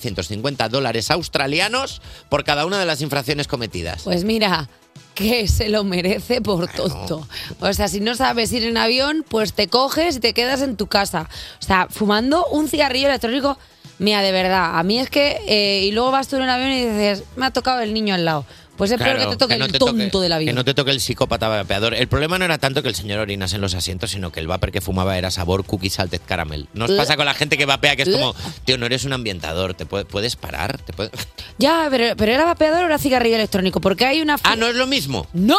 Speaker 4: 13.750 dólares australianos por cada una de las infracciones cometidas.
Speaker 3: Pues mira, que se lo merece por tonto. O sea, si no sabes ir en avión, pues te coges y te quedas en tu casa. O sea, fumando un cigarrillo electrónico. Mira, de verdad, a mí es que... eh, y luego vas tú en un avión y dices, me ha tocado el niño al lado. Pues es
Speaker 4: Claro,
Speaker 3: peor que te toque
Speaker 4: no
Speaker 3: el
Speaker 4: te
Speaker 3: tonto
Speaker 4: toque-
Speaker 3: del avión.
Speaker 4: Que no te toque el psicópata vapeador. El problema no era tanto que el señor orinase en los asientos, sino que el vapor que fumaba era sabor cookie salted caramel. Nos
Speaker 3: Ugh.
Speaker 4: pasa con la gente que vapea que es
Speaker 3: Ugh.
Speaker 4: como, tío, no eres un ambientador, te puede- puedes parar, te puede-
Speaker 3: Ya, pero, pero era vapeador o era cigarrillo electrónico, porque hay una...
Speaker 4: Ah, no es lo mismo.
Speaker 3: No,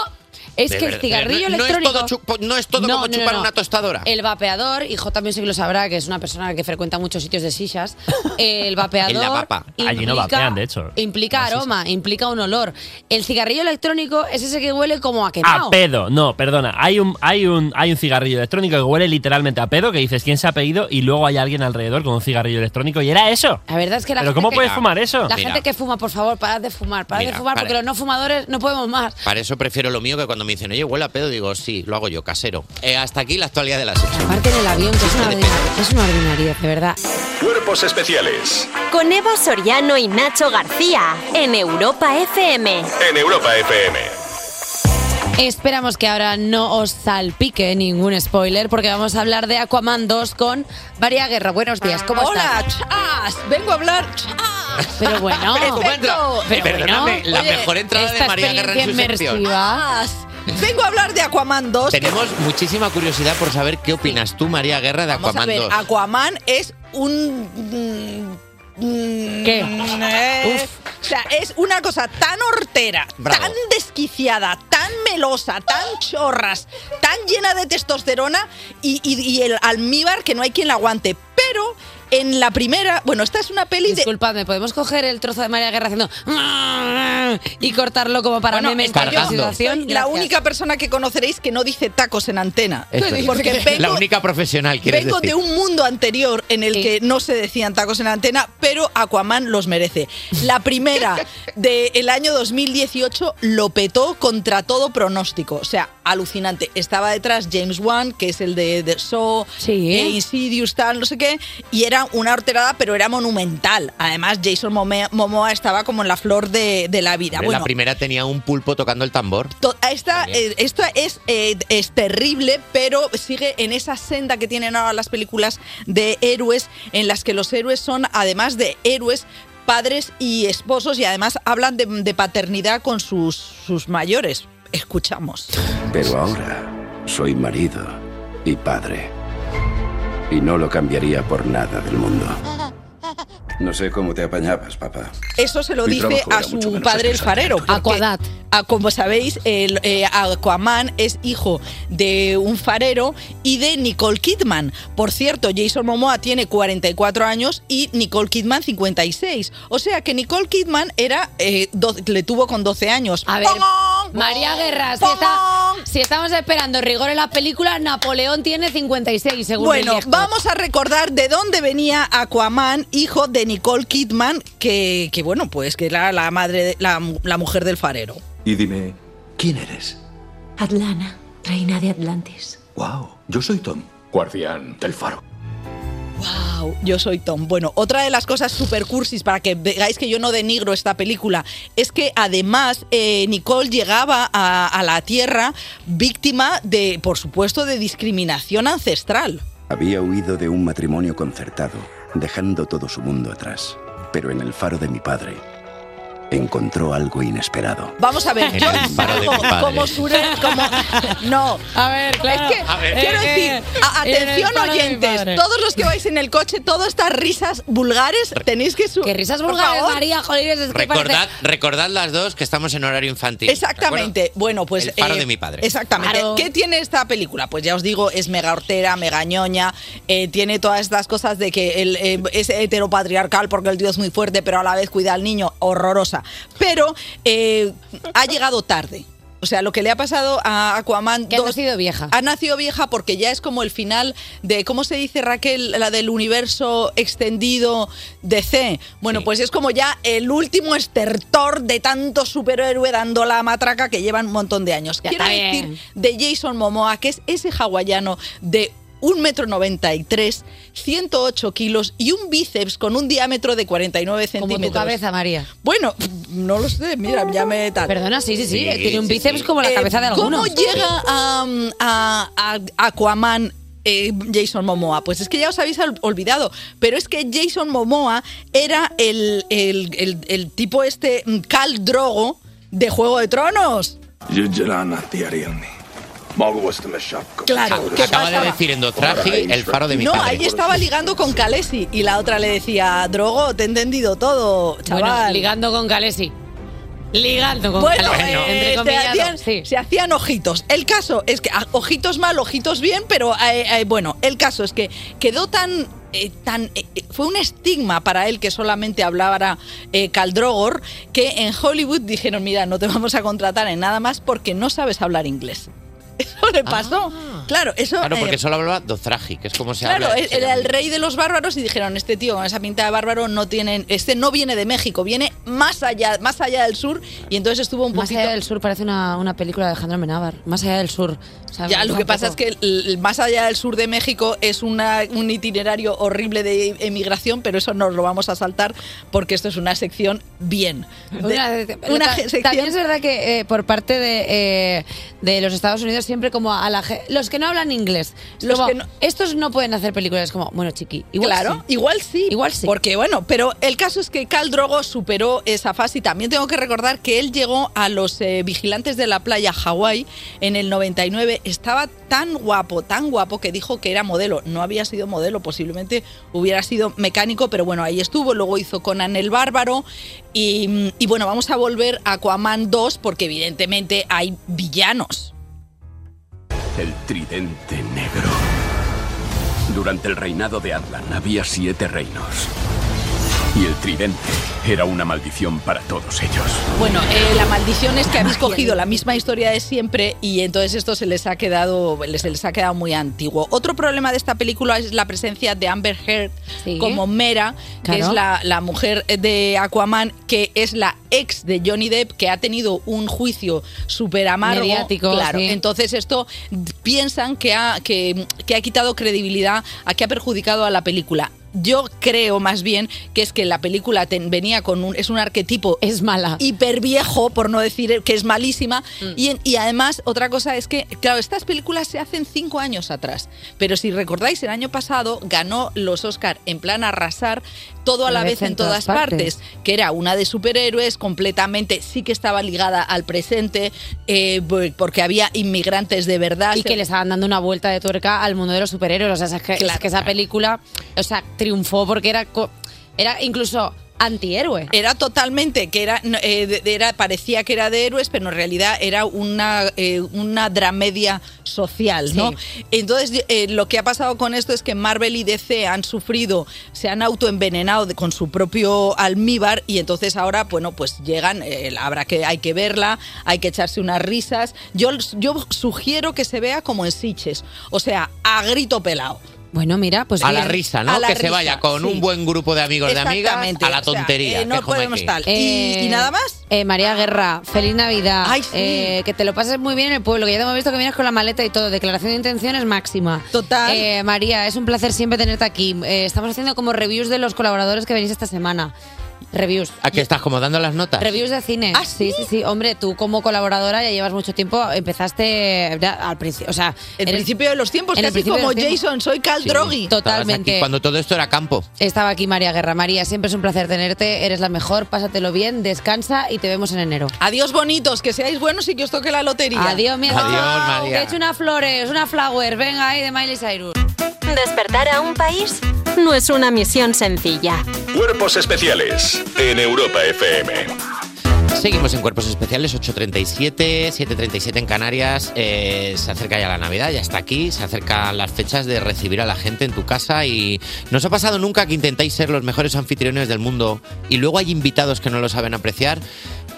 Speaker 3: es
Speaker 4: De
Speaker 3: que el
Speaker 4: verdad, eh,
Speaker 3: cigarrillo
Speaker 4: no- no es
Speaker 3: electrónico...
Speaker 4: todo chup- no es todo como chupar una tostadora.
Speaker 3: El vapeador, hijo también sé que lo sabrá, que es una persona que frecuenta muchos sitios de sillas, el vapeador
Speaker 5: En la vapa. Allí no
Speaker 3: implica-
Speaker 5: vapean, de hecho. Ah,
Speaker 3: Implica aroma, implica un olor. El cigarrillo electrónico es ese que huele como a quemado.
Speaker 5: A pedo, no, perdona. Hay un, hay un, hay un cigarrillo electrónico que huele literalmente a pedo, que dices quién se ha pedido y luego hay alguien alrededor con un cigarrillo electrónico y era eso.
Speaker 3: La verdad es que la
Speaker 5: Pero
Speaker 3: gente
Speaker 5: ¿cómo
Speaker 3: que-
Speaker 5: puedes fumar eso?
Speaker 3: La gente que fuma, por favor, parad de fumar, parad de
Speaker 4: Mira,
Speaker 3: fumar,
Speaker 4: para.
Speaker 3: porque los no fumadores no podemos más.
Speaker 4: Para eso prefiero lo mío que cuando me dicen, oye, huele a pedo, digo, sí, lo hago yo, casero. Eh, hasta aquí la actualidad de las ocho.
Speaker 3: Aparte del avión, que es una, ordina- es una ordinaria, de verdad.
Speaker 8: Cuerpos especiales
Speaker 2: Con Evo Soriano y Nacho García en Europa FM.
Speaker 8: en Europa FM.
Speaker 3: Esperamos que ahora no os salpique ningún spoiler porque vamos a hablar de Aquaman 2 con María Guerra. Buenos días, ¿cómo
Speaker 17: Hola,
Speaker 3: estás?
Speaker 17: chas, vengo a hablar.
Speaker 3: Pero bueno,
Speaker 17: Perfecto.
Speaker 3: pero
Speaker 4: Perdóname,
Speaker 3: bueno.
Speaker 4: la mejor entrada de
Speaker 3: esta
Speaker 4: María Guerra en su
Speaker 3: experiencia
Speaker 4: sección.
Speaker 3: inmersiva.
Speaker 17: Vengo a hablar de Aquaman 2.
Speaker 4: Tenemos muchísima curiosidad por saber qué opinas tú, María Guerra, de
Speaker 17: Vamos a
Speaker 4: Aquaman
Speaker 17: ver,
Speaker 4: 2.
Speaker 17: Aquaman es un... ¿Qué? O sea, es una cosa tan hortera,
Speaker 4: Bravo.
Speaker 17: tan desquiciada, tan melosa, tan chorras, tan llena de testosterona y, y- y el almíbar que no hay quien la aguante. Pero en la primera, bueno, esta es una peli de...
Speaker 3: Disculpadme, ¿podemos coger el trozo de María Guerra haciendo y cortarlo como para
Speaker 17: Bueno,
Speaker 3: meme en
Speaker 17: es que yo
Speaker 3: cualquier
Speaker 17: soy
Speaker 3: situación?
Speaker 17: La
Speaker 3: Gracias.
Speaker 17: única persona que conoceréis que no dice tacos en antena.
Speaker 4: Esto es.
Speaker 17: Porque
Speaker 4: la
Speaker 17: vengo,
Speaker 4: única profesional, quieres
Speaker 17: vengo
Speaker 4: decir.
Speaker 17: de un mundo anterior en el que no se decían tacos en la antena, pero Aquaman los merece. La primera del año 2018 lo petó contra todo pronóstico. O sea, alucinante. Estaba detrás James Wan, que es el de The Saw, eh, Insidious, tal, no sé qué. Y era una horterada, pero era monumental. Además, Jason Momoa- Momoa estaba como en la flor de, de la vida.
Speaker 4: Hombre,
Speaker 17: bueno,
Speaker 4: La primera tenía un pulpo tocando el tambor.
Speaker 17: To- Esta, eh, esta es, eh, es terrible, pero sigue en esa senda que tienen ahora las películas de héroes, en las que los héroes son, además de héroes, padres y esposos, y además hablan de, de paternidad con sus, sus mayores. Escuchamos.
Speaker 18: Pero ahora soy marido y padre. Y no lo cambiaría por nada del mundo. No sé cómo te apañabas, papá.
Speaker 17: Eso se lo
Speaker 18: Mi
Speaker 17: dice
Speaker 18: trabajo
Speaker 17: a
Speaker 18: era mucho
Speaker 17: su
Speaker 18: menos
Speaker 17: padre el farero. Aquadat. como sabéis, el, eh, Aquaman es hijo de un farero y de Nicole Kidman. Por cierto, Jason Momoa tiene 44 años y Nicole Kidman 56. O sea que Nicole Kidman era eh, do- le tuvo con 12 años.
Speaker 3: A ver, María Guerra, si, está- si estamos esperando rigor en la película, Napoleón tiene 56, según
Speaker 17: Bueno,
Speaker 3: Ridley Scott.
Speaker 17: vamos a recordar de dónde venía Aquaman, hijo de Nicole Kidman, que, que, bueno, pues que era la madre, de- la, mu- la mujer del farero.
Speaker 19: Y dime, ¿quién eres?
Speaker 20: Atlana, reina de Atlantis.
Speaker 19: Wow, yo soy Tom, guardián del faro.
Speaker 17: Wow, yo soy Tom. Bueno, otra de las cosas super cursis para que veáis que yo no denigro esta película es que además eh, Nicole llegaba a, a la Tierra víctima de, por supuesto, de discriminación ancestral.
Speaker 18: Había huido de un matrimonio concertado, dejando todo su mundo atrás. Pero en el faro de mi padre, encontró algo inesperado.
Speaker 17: Vamos a ver,
Speaker 18: En
Speaker 17: yo
Speaker 18: el disparo de
Speaker 17: salgo
Speaker 18: mi padre.
Speaker 17: como Sure, como. No.
Speaker 3: A ver,
Speaker 17: Es que,
Speaker 18: A ver.
Speaker 17: quiero
Speaker 18: Eh,
Speaker 17: decir, a-
Speaker 3: en el
Speaker 17: atención
Speaker 3: disparo de mi
Speaker 17: oyentes,
Speaker 3: padre.
Speaker 17: todos los que vais en el coche, todas estas risas vulgares, tenéis que subir. ¿Qué risas
Speaker 3: vulgares, María, Jolines? Es
Speaker 4: Recordad, recordad las dos que estamos en horario infantil. ¿de
Speaker 17: Exactamente.
Speaker 4: acuerdo?
Speaker 17: Bueno, pues.
Speaker 4: El faro de mi padre.
Speaker 17: Exactamente. ¿Qué tiene esta película? Pues ya os digo, es mega hortera, mega ñoña, eh, tiene todas estas cosas de que el, eh, es heteropatriarcal porque el tío es muy fuerte, pero a la vez cuida al niño, horrorosa. Pero eh, ha llegado tarde. O sea, lo que le ha pasado a Aquaman. Que ha nacido
Speaker 3: vieja.
Speaker 17: Ha nacido vieja porque ya es como el final de, ¿cómo se dice Raquel? La del universo extendido de C. Bueno, pues es como ya el último estertor de tanto superhéroe dando la matraca que llevan un montón de años. Quiero
Speaker 3: está
Speaker 17: decir
Speaker 3: bien.
Speaker 17: de Jason Momoa, que es ese hawaiano de 1,93 m, 108 kilos y un bíceps con un diámetro de 49 centímetros.
Speaker 3: cabeza, María.
Speaker 17: Bueno, no lo sé, mira, ya me tal. Eh,
Speaker 3: Perdona, sí, sí, sí, Sí, tiene un sí, bíceps sí. como la cabeza de
Speaker 17: ¿Cómo
Speaker 3: algunos.
Speaker 17: llega a, a- a Aquaman eh, Jason Momoa? Pues es que ya os habéis ol- olvidado, pero es que Jason Momoa era el, el- el- el tipo este mm, Khal Drogo de Juego de Tronos. Claro, ¿qué
Speaker 4: Ah, Acaba
Speaker 17: pasaba?
Speaker 4: de decir Endotraci el faro de mi
Speaker 17: no,
Speaker 4: padre.
Speaker 17: ahí estaba ligando con Kalesi y la otra le decía, Drogo, te he entendido todo, chaval.
Speaker 3: Bueno, ligando con Calesi. Ligando con
Speaker 17: Bueno,
Speaker 3: Khaleesi,
Speaker 17: eh,
Speaker 3: entre
Speaker 17: se
Speaker 3: comillado,
Speaker 17: hacían- se hacían ojitos. El caso es que, ah, ojitos mal, ojitos bien, pero eh, eh, bueno, el caso es que quedó tan... eh, tan eh, eh, fue un estigma para él que solamente hablara eh, Caldrogor que en Hollywood dijeron, mira, no te vamos a contratar en nada más porque no sabes hablar inglés. Eso le pasó. Claro, eso...
Speaker 4: Ah. Claro,
Speaker 17: eh,
Speaker 4: porque solo hablaba Dothraki, que es como se
Speaker 17: Claro,
Speaker 4: habla.
Speaker 17: él era el rey de los bárbaros y dijeron, este tío con esa pinta de bárbaro no tiene, este no viene de México, viene más allá, más allá del sur y entonces estuvo un
Speaker 3: Más
Speaker 17: poquito...
Speaker 3: allá del sur parece una, una película de Alejandro Menábar. Más allá del sur. O sea,
Speaker 17: Ya, lo que
Speaker 3: tampoco-
Speaker 17: pasa es que el- el más allá del sur de México es una- un itinerario horrible de emigración, pero eso nos lo vamos a saltar porque esto es una sección bien. De-
Speaker 3: Una-
Speaker 17: una
Speaker 3: ta-
Speaker 17: sección-
Speaker 3: también es verdad que eh, por parte de, eh, de los Estados Unidos siempre como a la ge- los que no hablan inglés
Speaker 17: Los
Speaker 3: como,
Speaker 17: que no-
Speaker 3: estos no pueden hacer películas como bueno chiqui igual
Speaker 17: claro,
Speaker 3: sí.
Speaker 17: igual sí. Igual sí. Porque bueno, pero el caso es que Cal Drogo superó esa fase y también tengo que recordar que él llegó a los eh, vigilantes de la playa Hawái en el 99. Estaba tan guapo, tan guapo que dijo que era modelo. No había sido modelo, posiblemente hubiera sido mecánico, pero bueno, ahí estuvo. Luego hizo Conan el Bárbaro y, y bueno, vamos a volver a Aquaman 2 porque evidentemente hay villanos.
Speaker 18: El tridente negro. Durante el reinado de Atlan había siete reinos. Y el tridente era una maldición para todos ellos.
Speaker 17: Bueno, eh, la maldición es que habéis cogido la misma historia de siempre y entonces esto se les ha quedado, les- se les ha quedado muy antiguo. Otro problema de esta película es la presencia de Amber Heard como Mera, que
Speaker 3: Claro.
Speaker 17: es la, la mujer de Aquaman, que es la ex de Johnny Depp, que ha tenido un juicio súper amargo.
Speaker 3: Mediático,
Speaker 17: claro.
Speaker 3: sí.
Speaker 17: Entonces esto d- piensan que ha, que, que ha quitado credibilidad, a que ha perjudicado a la película. Yo creo más bien que es que la película ten- venía con un, es un arquetipo
Speaker 3: es mala Mm.
Speaker 17: hiper viejo por no decir que es malísima y, en- y además otra cosa es que claro estas películas se hacen cinco años atrás pero si recordáis el año pasado ganó los Oscar en plan arrasar todo a la vez en todas partes que era una de superhéroes completamente sí que estaba ligada al presente eh, bo- porque había inmigrantes de verdad
Speaker 3: y que le estaban dando una vuelta de tuerca al mundo de los superhéroes o sea es que, es que esa película o sea triunfó porque era co- era incluso antihéroe
Speaker 17: Era totalmente, que era, no, eh, de- de- era parecía que era de héroes, pero en realidad era una, eh, una dramedia social, ¿no? Entonces, eh, lo que ha pasado con esto es que Marvel y DC han sufrido, se han autoenvenenado de- con su propio almíbar y entonces ahora, bueno, pues llegan, eh, habrá que, hay que verla, hay que echarse unas risas. Yo, yo sugiero que se vea como en Siches, o sea, a grito pelado.
Speaker 3: bueno mira pues
Speaker 4: a la
Speaker 3: bien.
Speaker 4: risa, ¿no? Que se vaya con un buen grupo de amigos de amigas
Speaker 3: Exactamente,
Speaker 4: a la
Speaker 3: o sea,
Speaker 4: tontería.
Speaker 3: eh, no
Speaker 4: que es como
Speaker 3: podemos
Speaker 4: aquí.
Speaker 3: tal. Eh,
Speaker 17: ¿Y- y nada más?
Speaker 3: eh, María Guerra, feliz Navidad.
Speaker 17: sí.
Speaker 3: Eh, que te lo pases muy bien en el pueblo, que ya te hemos visto que vienes con la maleta y todo. Declaración de intenciones máxima.
Speaker 17: Total.
Speaker 3: Eh, María, es un placer siempre tenerte aquí. Eh, estamos haciendo como reviews de los colaboradores que venís esta semana. Reviews.
Speaker 4: ¿A qué estás como dando las notas?
Speaker 3: Reviews de cine. ¿Ah, sí? sí, sí, Hombre, tú como colaboradora ya llevas mucho tiempo. Empezaste ¿verdad? al principio, o sea,
Speaker 17: El
Speaker 3: eres-
Speaker 17: principio de los tiempos,
Speaker 3: en el
Speaker 17: casi
Speaker 3: principio de
Speaker 17: como
Speaker 3: los tiempos.
Speaker 17: Jason, soy Cal
Speaker 3: Sí.
Speaker 17: Drogi.
Speaker 4: Estabas
Speaker 3: Totalmente.
Speaker 4: aquí cuando todo esto era campo.
Speaker 3: Estaba aquí María Guerra. María, siempre es un placer tenerte. Eres la mejor. Pásatelo bien, descansa y te vemos en enero.
Speaker 17: Adiós, bonitos, que seáis buenos y que os toque la lotería.
Speaker 3: Adiós, mi
Speaker 17: mierda.
Speaker 4: Adiós,
Speaker 3: Te echo unas flores, una flower. Venga ahí de Miley Cyrus.
Speaker 2: Despertar a un país no es una misión sencilla.
Speaker 8: Cuerpos especiales en Europa FM.
Speaker 4: Seguimos en Cuerpos Especiales, 8.37, 7.37 en Canarias. Eh, se acerca ya la Navidad, ya está aquí. Se acercan las fechas de recibir a la gente en tu casa. Y nos ha pasado nunca que intentáis ser los mejores anfitriones del mundo y luego hay invitados que no lo saben apreciar.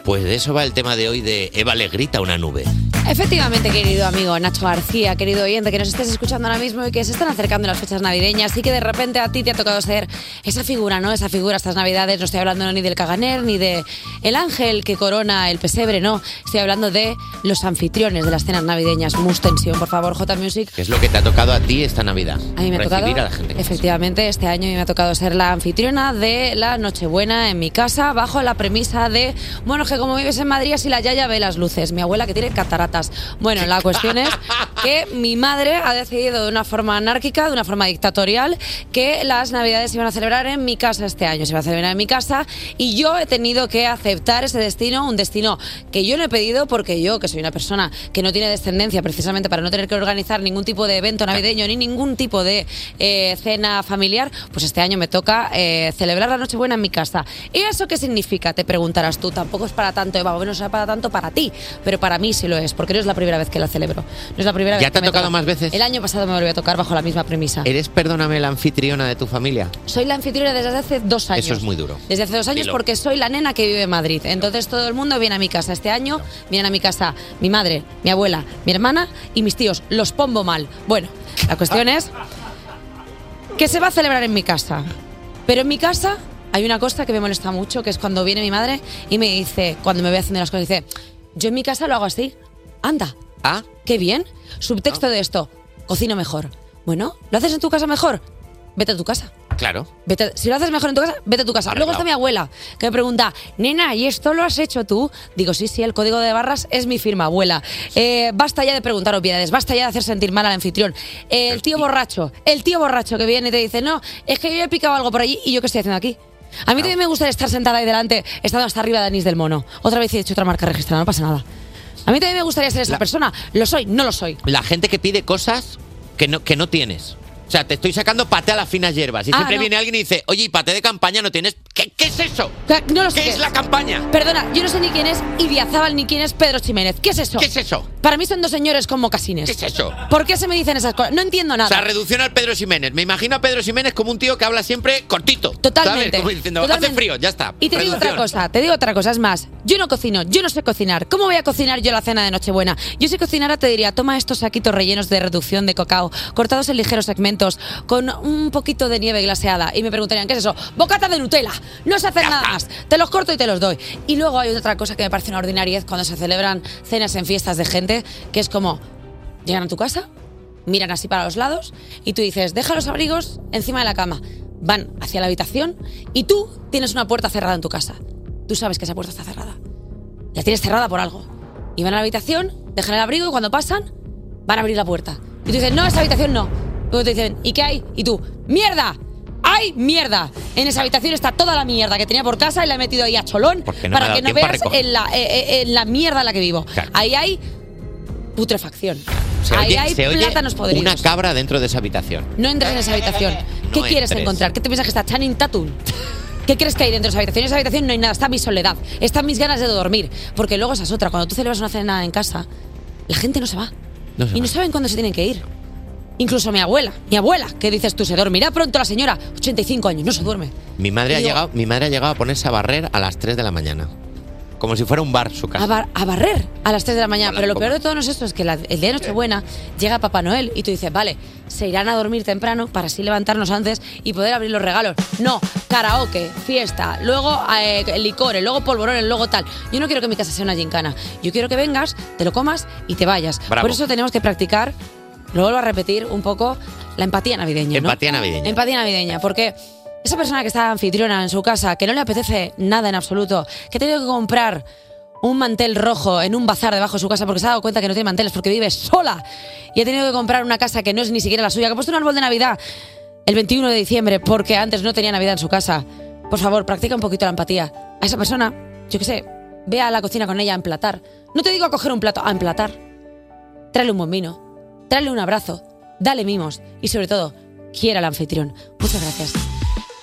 Speaker 4: Pues de eso va el tema de hoy de Eva le grita una nube.
Speaker 3: Efectivamente, querido amigo Nacho García, querido oyente que nos estés escuchando ahora mismo y que se están acercando las fechas navideñas y que de repente a ti te ha tocado ser esa figura, ¿no? Esa figura estas navidades, no estoy hablando ni del caganer ni de el ángel que corona el pesebre, no. Estoy hablando de los anfitriones de las cenas navideñas. Mus tensión, por favor, J Music.
Speaker 4: ¿Qué es lo que te ha tocado a ti esta Navidad?
Speaker 3: A mí me ha
Speaker 4: recibir
Speaker 3: tocado,
Speaker 4: a la gente.
Speaker 3: efectivamente, este año a mí me ha tocado ser la anfitriona de la Nochebuena en mi casa, bajo la premisa de, bueno, es que como vives en Madrid, así la Yaya ve las luces, mi abuela que tiene cataratas. Bueno, la cuestión es que mi madre ha decidido de una forma anárquica, de una forma dictatorial, que las Navidades se iban a celebrar en mi casa este año, se iba a celebrar en mi casa y yo he tenido que aceptar ese destino, un destino que yo no he pedido porque yo, que soy una persona que no tiene descendencia precisamente para no tener que organizar ningún tipo de evento navideño ni ningún tipo de eh, cena familiar, pues este año me toca eh, celebrar la Nochebuena en mi casa. ¿Y eso qué significa? Te preguntarás tú. Tampoco es para tanto, Eva, bueno, no será para tanto para ti, pero para mí sí lo es, porque no es la primera vez que la celebro. No es la primera
Speaker 4: ¿Ya
Speaker 3: vez
Speaker 4: te
Speaker 3: que
Speaker 4: ha
Speaker 3: me
Speaker 4: tocado
Speaker 3: toca.
Speaker 4: más veces?
Speaker 3: El año pasado me volvió a tocar bajo la misma premisa.
Speaker 4: ¿Eres, perdóname, la anfitriona de tu familia?
Speaker 3: Soy la anfitriona desde hace dos años.
Speaker 4: Eso es muy duro.
Speaker 3: Desde hace dos años
Speaker 4: Dilo.
Speaker 3: porque soy la nena que vive en Madrid. Entonces todo el mundo viene a mi casa. Este año vienen a mi casa mi madre, mi abuela, mi hermana y mis tíos. Los pombo mal. Bueno, la cuestión es que se va a celebrar en mi casa. Pero en mi casa hay una cosa que me molesta mucho, que es cuando viene mi madre y me dice, cuando me ve haciendo las cosas, dice, yo en mi casa lo hago así. Anda.
Speaker 4: Ah.
Speaker 3: Qué bien. Subtexto de esto. Cocino mejor. Bueno, ¿lo haces en tu casa mejor? Vete a tu casa.
Speaker 4: Claro.
Speaker 3: Vete- si lo haces mejor en tu casa, vete a tu casa. Luego
Speaker 4: Arreglado.
Speaker 3: está mi abuela, que me pregunta, nena, ¿y esto lo has hecho tú? Digo, sí, sí, el código de barras es mi firma, abuela. Eh, basta ya de preguntar obviedades, basta ya de hacer sentir mal al anfitrión. Eh, el tío borracho, el tío borracho que viene y te dice, no, es que yo he picado algo por allí y yo qué estoy haciendo aquí. A mí también me gusta estar sentada ahí delante, estando hasta arriba de Anís del Mono. Otra vez he hecho otra marca registrada, no pasa nada. A mí también me gustaría ser esa persona. ¿Lo soy? No lo soy.
Speaker 4: La gente que pide cosas que no, que no tienes. O sea, te estoy sacando paté a las finas hierbas. Y
Speaker 3: Ah,
Speaker 4: siempre
Speaker 3: no.
Speaker 4: viene alguien y dice, oye, ¿y paté de campaña no tienes? ¿Qué, qué es eso?
Speaker 3: Ca- No lo sé.
Speaker 4: ¿Qué es la campaña?
Speaker 3: Perdona, yo no sé ni quién es Idiazábal ni quién es Pedro Jiménez. ¿Qué es eso? ¿Qué es
Speaker 4: eso?
Speaker 3: Para mí son dos señores con mocasines.
Speaker 4: ¿Qué es eso?
Speaker 3: ¿Por qué se me dicen esas cosas? No entiendo nada.
Speaker 4: O sea, reducción al Pedro Ximénez. Me imagino a Pedro Ximénez como un tío que habla siempre cortito.
Speaker 3: Totalmente.
Speaker 4: ¿Sabes? Como diciendo, hace
Speaker 3: Totalmente.
Speaker 4: frío, ya está.
Speaker 3: y te digo otra
Speaker 4: Reducción.
Speaker 3: cosa, te digo otra cosa, es más, yo no cocino, yo no sé cocinar. ¿Cómo voy a cocinar yo la cena de Nochebuena? Yo si cocinara te diría, toma estos saquitos rellenos de reducción de cacao, cortados en ligeros segmentos, con un poquito de nieve glaseada. Y me preguntarían, ¿qué es eso? Bocata de Nutella, no sé hacer nada más, te los corto y te los doy. Y luego hay otra cosa que me parece una ordinariedad cuando se celebran cenas en fiestas de gente, que es como, llegan a tu casa, miran así para los lados y tú dices, deja los abrigos encima de la cama. Van hacia la habitación y tú tienes una puerta cerrada en tu casa. Tú sabes que esa puerta está cerrada. La tienes cerrada por algo. Y van a la habitación, dejan el abrigo y cuando pasan, van a abrir la puerta. Y tú dices, no, esa habitación no. Luego te dicen, ¿y qué hay? Y tú, ¡mierda! ¡Hay mierda! En esa habitación está toda la mierda que tenía por casa y la he metido ahí a cholón
Speaker 4: Porque no me ha
Speaker 3: para
Speaker 4: dado
Speaker 3: que no
Speaker 4: tiempo a
Speaker 3: veas
Speaker 4: recoger.
Speaker 3: en la, eh, eh, en la mierda en la que vivo.
Speaker 4: Claro.
Speaker 3: Ahí hay putrefacción.
Speaker 4: Se
Speaker 3: ahí
Speaker 4: oye-
Speaker 3: hay
Speaker 4: se oye
Speaker 3: plátanos podridos.
Speaker 4: una cabra dentro de esa habitación.
Speaker 3: No entres en esa habitación. ¿Qué
Speaker 4: Eh, No
Speaker 3: quieres
Speaker 4: entres.
Speaker 3: encontrar? ¿Qué te piensas que está Channing Tatum? ¿Qué crees que hay dentro de esa habitación? En esa habitación no hay nada, está mi soledad, están mis ganas de dormir. Porque luego esa es otra, cuando tú celebras una cena en casa, la gente no se va.
Speaker 4: No se
Speaker 3: y no saben cuándo se tienen que ir. Incluso mi abuela, mi abuela, que dices tú, se dormirá pronto la señora, 85 años, no se duerme.
Speaker 4: Mi madre, ha
Speaker 3: Digo-
Speaker 4: llegado, mi madre ha llegado a ponerse a barrer a las 3 de la mañana. Como si fuera un bar su casa.
Speaker 3: A, bar- a barrer a las 3 de la mañana. Pero lo peor de todo no es esto, es que la- el día de Nochebuena llega Papá Noel y tú dices, vale, se irán a dormir temprano para así levantarnos antes y poder abrir los regalos. No, karaoke, fiesta, luego eh, licores, luego polvorones, luego tal. Yo no quiero que mi casa sea una gincana. Yo quiero que vengas, te lo comas y te vayas.
Speaker 4: Bravo.
Speaker 3: Por eso tenemos que practicar, lo vuelvo a repetir un poco, la empatía navideña. ¿no?
Speaker 4: Empatía navideña.
Speaker 3: Empatía navideña, porque Esa persona que está anfitriona en su casa, que no le apetece nada en absoluto, que ha tenido que comprar un mantel rojo en un bazar debajo de su casa porque se ha dado cuenta que no tiene manteles porque vive sola y ha tenido que comprar una casa que no es ni siquiera la suya, que ha puesto un árbol de Navidad el 21 de diciembre porque antes no tenía Navidad en su casa. Por favor, practica un poquito la empatía. A esa persona, yo qué sé, ve a la cocina con ella a emplatar. No te digo a coger un plato, a emplatar. Tráele un buen vino, tráele un abrazo, dale mimos y sobre todo, quiera al anfitrión. Muchas gracias.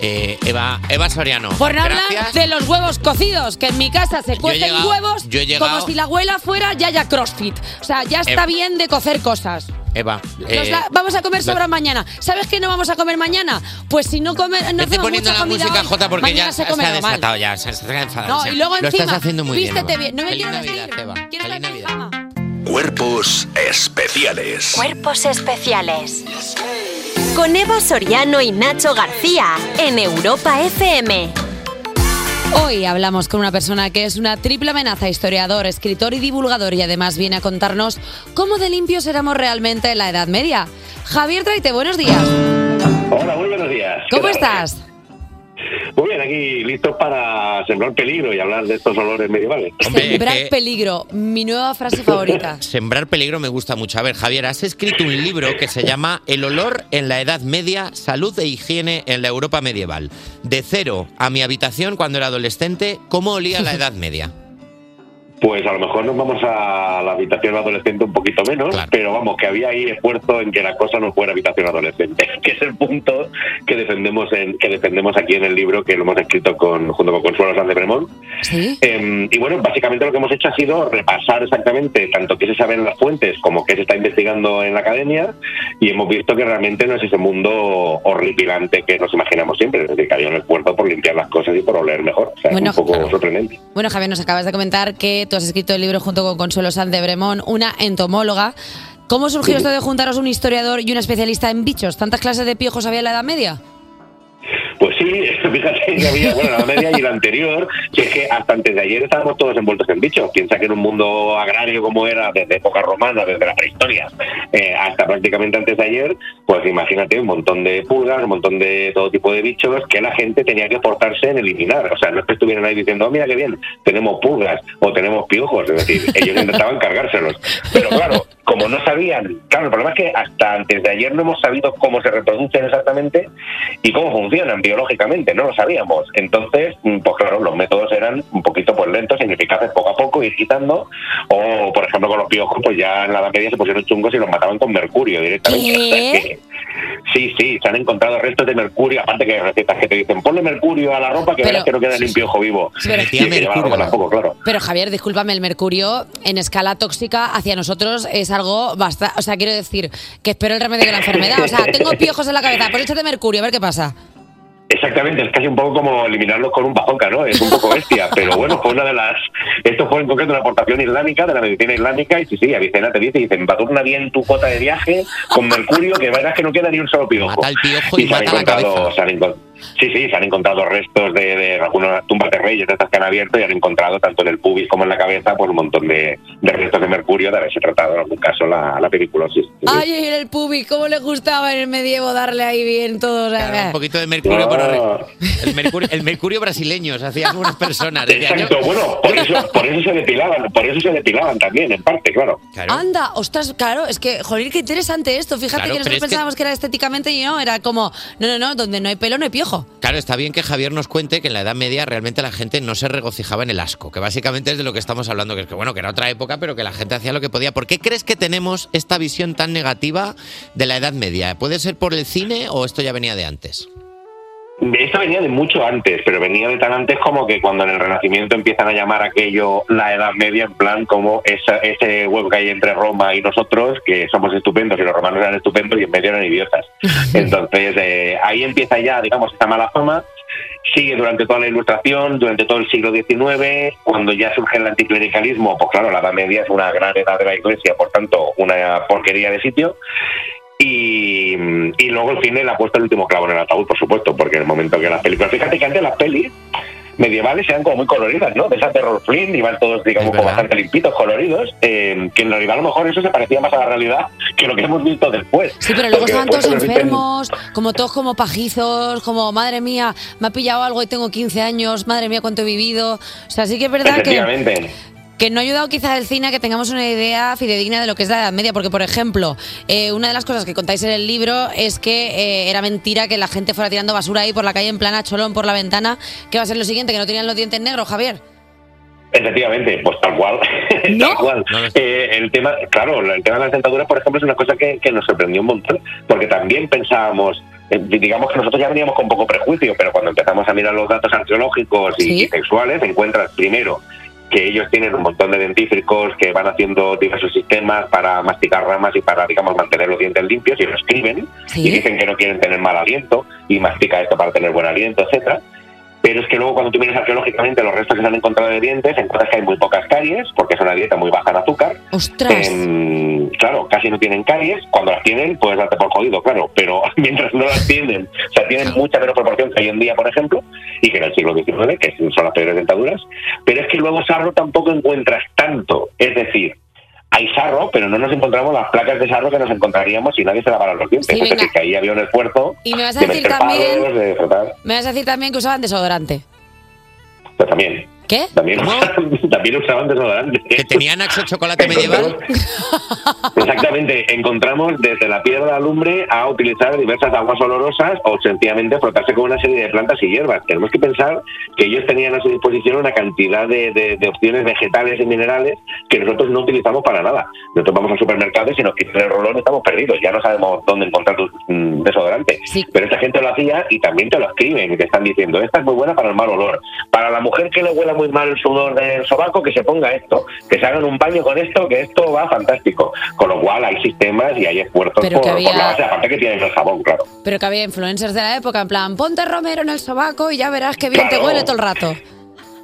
Speaker 4: Eh, Eva, Eva Soriano.
Speaker 3: Por no hablar
Speaker 4: gracias.
Speaker 3: de los huevos cocidos, que en mi casa se cuecen
Speaker 4: llegado-
Speaker 3: huevos
Speaker 4: yo he llegado-
Speaker 3: como si la abuela fuera Yaya CrossFit. O sea, ya está
Speaker 4: Eh,
Speaker 3: bien de cocer cosas.
Speaker 4: Eva.
Speaker 3: Nos
Speaker 4: eh,
Speaker 3: da- vamos a comer
Speaker 4: lo-
Speaker 3: sobra mañana. ¿Sabes qué no vamos a comer mañana? Pues si no come, no
Speaker 4: Vete
Speaker 3: hacemos
Speaker 4: poniendo
Speaker 3: mucha
Speaker 4: la
Speaker 3: comida
Speaker 4: música,
Speaker 3: hoy,
Speaker 4: Jota, porque
Speaker 3: mañana
Speaker 4: ya
Speaker 3: se
Speaker 4: se,
Speaker 3: come
Speaker 4: ha
Speaker 3: normal.
Speaker 4: desatado, ya se, se ha enfadado.
Speaker 3: No,
Speaker 4: ya.
Speaker 3: y luego
Speaker 4: lo
Speaker 3: encima,
Speaker 4: estás haciendo muy bien.
Speaker 3: vístete
Speaker 4: Eva.
Speaker 3: bien. No me
Speaker 4: Feliz
Speaker 3: quiero
Speaker 4: Navidad, Eva. Feliz Navidad.
Speaker 8: Cuerpos especiales.
Speaker 2: Cuerpos especiales. Con Eva Soriano y Nacho García en Europa FM.
Speaker 3: Hoy hablamos con una persona que es una triple amenaza, historiador, escritor y divulgador y además viene a contarnos cómo de limpios éramos realmente en la Edad Media. Javier Traite, buenos días.
Speaker 21: Hola, muy buenos días.
Speaker 3: ¿Cómo
Speaker 21: ¿Qué tal?
Speaker 3: estás?
Speaker 21: Muy bien, aquí listos para sembrar peligro y hablar de estos olores medievales.
Speaker 3: Sembrar peligro, mi nueva frase favorita.
Speaker 4: Sembrar peligro me gusta mucho. A ver, Javier, has escrito un libro que se llama El olor en la Edad Media, salud e higiene en la Europa medieval. De cero a mi habitación cuando era adolescente, ¿cómo olía la Edad Media?
Speaker 21: Pues a lo mejor nos vamos a la habitación adolescente un poquito menos, pero vamos, que había ahí esfuerzo en que la cosa no fuera habitación adolescente, que es el punto que defendemos en, que defendemos aquí en el libro que lo hemos escrito con, junto con Consuelo Sanz de Bremont. Em, y bueno, básicamente lo que hemos hecho ha sido repasar exactamente tanto qué se sabe en las fuentes como qué se está investigando en la academia y hemos visto que realmente no es ese mundo horripilante que nos imaginamos siempre, es decir, que había un esfuerzo por limpiar las cosas y por oler mejor. O sea,
Speaker 3: Bueno,
Speaker 21: es un poco sorprendente.
Speaker 3: Bueno, Javier, nos acabas de comentar que tú has escrito el libro junto con Consuelo Sanz de Bremón, una entomóloga. ¿Cómo surgió esto de juntaros un historiador y un especialista en bichos? ¿Tantas clases de piojos había en la Edad Media?
Speaker 21: Pues sí, fíjate que había, bueno, la media y la anterior, que es que hasta antes de ayer estábamos todos envueltos en bichos. Piensa que en un mundo agrario como era, desde época romana, desde la prehistoria, eh, hasta prácticamente antes de ayer, pues imagínate un montón de pulgas, un montón de todo tipo de bichos que la gente tenía que esforzarse en eliminar. O sea, no es que estuvieran ahí diciendo, "Oh, mira qué bien, tenemos pulgas o tenemos piojos. Es decir, ellos intentaban cargárselos. Pero claro, como no sabían, claro, el problema es que hasta antes de ayer no hemos sabido cómo se reproducen exactamente y cómo funcionan biológicamente, no lo sabíamos. Entonces, mm, pues claro, los métodos eran un poquito pues lentos, ineficaces poco a poco, ir quitando, o por ejemplo con los piojos, pues ya en la Edad Media se pusieron chungos y los mataban con mercurio directamente. O sea, es que- Sí, sí, se han encontrado restos de mercurio, aparte que hay recetas que te dicen, ponle mercurio a la ropa que verás que no queda ni un piojo vivo.
Speaker 3: Pero-
Speaker 21: Y es que lleva la ropa tampoco, claro.
Speaker 3: Pero Javier, discúlpame, el mercurio en escala tóxica hacia nosotros es algo bastante... O sea, quiero decir que espero el remedio de la enfermedad. O sea, tengo piojos en la cabeza, pues échate mercurio, a ver qué pasa.
Speaker 21: Exactamente, es casi un poco como eliminarlos con un bazooka, ¿no? Es un poco bestia, pero bueno, fue una de las... Esto fue en concreto una aportación islámica, de la medicina islámica, y sí, sí, Avicena te dice, dicen, baturna bien tu cota de viaje con mercurio, que verás que no queda ni un solo piojo. Mata piojo y, se han encontrado, se han encon- Sí, sí, se han encontrado restos de, de algunas tumbas de reyes, de estas que han abierto, y han encontrado tanto en el pubis como en la cabeza, pues un montón de, de restos de mercurio de haberse tratado en algún caso la, la pediculosis.
Speaker 3: Ay, en el pubi, ¿cómo le gustaba en el medievo darle ahí bien todo? O sea, eh.
Speaker 4: Un poquito de mercurio para
Speaker 21: Ah.
Speaker 4: re- el mercurio, el mercurio brasileño, se hacía algunas personas. decía yo.
Speaker 21: Exacto, bueno, por eso, por eso se depilaban, por eso se depilaban también, en parte, claro.
Speaker 3: Anda, ostras, claro, es que, joder, qué interesante esto. Fíjate
Speaker 4: Claro,
Speaker 3: que
Speaker 4: pero
Speaker 3: nosotros
Speaker 4: es que-
Speaker 3: pensábamos que... era estéticamente y no, era como, no, no, no, donde no hay pelo no hay piojo.
Speaker 4: Claro, está bien que Javier nos cuente que en la Edad Media realmente la gente no se regocijaba en el asco, que básicamente es de lo que estamos hablando, que es que bueno, que era otra época, pero que la gente hacía lo que podía. ¿Por qué crees que tenemos esta visión tan negativa de la Edad Media? ¿Puede ser por el cine o esto ya venía de antes?
Speaker 21: Esto venía de mucho antes, pero venía de tan antes como que cuando en el Renacimiento empiezan a llamar aquello la Edad Media, en plan como esa- ese hueco que hay entre Roma y nosotros, que somos estupendos y los romanos eran estupendos y en medio eran idiotas. Entonces eh, ahí empieza ya, digamos, esta mala fama. Sigue durante toda la Ilustración, durante todo el siglo XIX, cuando ya surge el anticlericalismo, pues claro, la Edad Media es una gran edad de la Iglesia, por tanto, una porquería de sitio. Y, y luego el cine le ha puesto el último clavo en el ataúd, por supuesto, porque en el momento que las películas. Fíjate que antes las pelis medievales eran como muy coloridas, ¿no? De esa terror film, iban todos, digamos, como bastante limpitos, coloridos, eh, que en realidad a lo mejor eso se parecía más a la realidad que lo que hemos visto después.
Speaker 3: Sí, pero luego
Speaker 21: Porque
Speaker 3: estaban
Speaker 21: después
Speaker 3: todos
Speaker 21: se nos dicen-
Speaker 3: enfermos, como todos como pajizos, como madre mía, me ha pillado algo y tengo 15 años, madre mía, cuánto he vivido. O sea, sí que es verdad que,
Speaker 21: Efectivamente.
Speaker 3: que no ha ayudado quizás el cine a que tengamos una idea fidedigna de lo que es la Edad Media, porque por ejemplo, eh, una de las cosas que contáis en el libro es que eh, era mentira que la gente fuera tirando basura ahí por la calle en plana cholón por la ventana, que va a ser lo siguiente, que no tenían los dientes negros, Javier.
Speaker 21: Efectivamente, pues tal cual. tal cual. Eh, el tema, claro, el tema de las dentaduras, por ejemplo, es una cosa que, que nos sorprendió un montón, porque también pensábamos, eh, digamos que nosotros ya veníamos con poco prejuicio, pero cuando empezamos a mirar los datos arqueológicos y, y sexuales, encuentras primero que ellos tienen un montón de dentífricos que van haciendo diversos sistemas para masticar ramas y para, digamos, mantener los dientes limpios y lo escriben y dicen que no quieren tener mal aliento y mastica esto para tener buen aliento, etcétera. Pero es que luego cuando tú miras arqueológicamente los restos que se han encontrado de dientes, encuentras que hay muy pocas caries, porque es una dieta muy baja en azúcar. Em, claro, casi no tienen caries. Cuando las tienen, puedes darte por jodido, claro. Pero mientras no las tienen, o sea, tienen mucha menos proporción que hoy en día, por ejemplo, y que en el siglo XIX, que son las peores dentaduras. Pero es que luego sarro tampoco encuentras tanto. Es decir, hay sarro, pero no nos encontramos las placas de sarro que nos encontraríamos si nadie se lavara los dientes.
Speaker 3: Sí,
Speaker 21: es decir,
Speaker 3: venga.
Speaker 21: que ahí había un esfuerzo
Speaker 3: Y me vas a
Speaker 21: de
Speaker 3: decir
Speaker 21: meter
Speaker 3: también-
Speaker 21: palos, de tratar.
Speaker 3: Me vas a decir también que usaban desodorante.
Speaker 21: Pero también.
Speaker 3: ¿Qué?
Speaker 21: También, también usaban desodorante. Que
Speaker 4: tenían axo chocolate
Speaker 21: medieval. Exactamente. Encontramos desde la piedra de lumbre a utilizar diversas aguas olorosas o sencillamente frotarse con una serie de plantas y hierbas. Tenemos que pensar que ellos tenían a su disposición una cantidad de, de- de opciones vegetales y minerales que nosotros no utilizamos para nada. Nosotros vamos al supermercado y si nos quitan el rolón estamos perdidos. Ya no sabemos dónde encontrar tu- mm, desodorante. Pero esta gente lo hacía y también te lo escriben y te están diciendo, esta es muy buena para el mal olor. Para la mujer que le huela muy mal el sudor del sobaco, que se ponga esto, que se hagan un baño con esto, que esto va fantástico. Con lo cual hay sistemas y hay esfuerzos
Speaker 3: Pero
Speaker 21: por,
Speaker 3: que había-
Speaker 21: por la base, aparte que tienen el jabón, claro.
Speaker 3: Pero que había influencers de la época, en plan, ponte romero en el sobaco y ya verás que bien te
Speaker 21: Claro.
Speaker 3: huele todo el rato.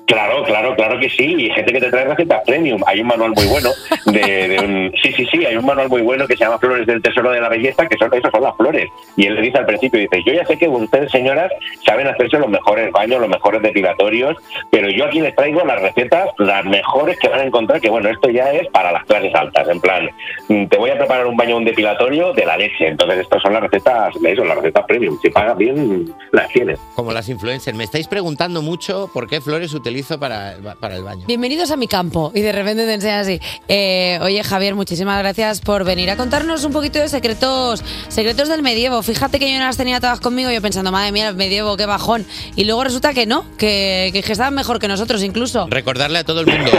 Speaker 21: Claro, claro, claro que sí. Y gente que te trae recetas premium. Hay un manual muy bueno de, de un... Sí, sí, sí, hay un manual muy bueno que se llama Flores del Tesoro de la Belleza, que son esas son las flores. Y él le dice al principio, dice, yo ya sé que ustedes, señoras, saben hacerse los mejores baños, los mejores depilatorios, pero yo aquí les traigo las recetas, las mejores que van a encontrar, que bueno, esto ya es para las clases altas. En plan, mm, te voy a preparar un baño, un depilatorio de la leche. Entonces, estas son las recetas, eso, las recetas premium. Si pagas bien, las tienes.
Speaker 4: Como las influencers. Me estáis preguntando mucho por qué flores utilizo para, para el baño.
Speaker 3: Bienvenidos a mi campo. Y de repente te enseñan así. Eh, oye, Javier, muchísimas gracias por venir a contarnos un poquito de secretos secretos del medievo. Fíjate que yo no las tenía todas conmigo, yo pensando, madre mía, el medievo, qué bajón. Y luego resulta que no, que, que, que estaban mejor que nosotros incluso.
Speaker 4: Recordarle a todo el mundo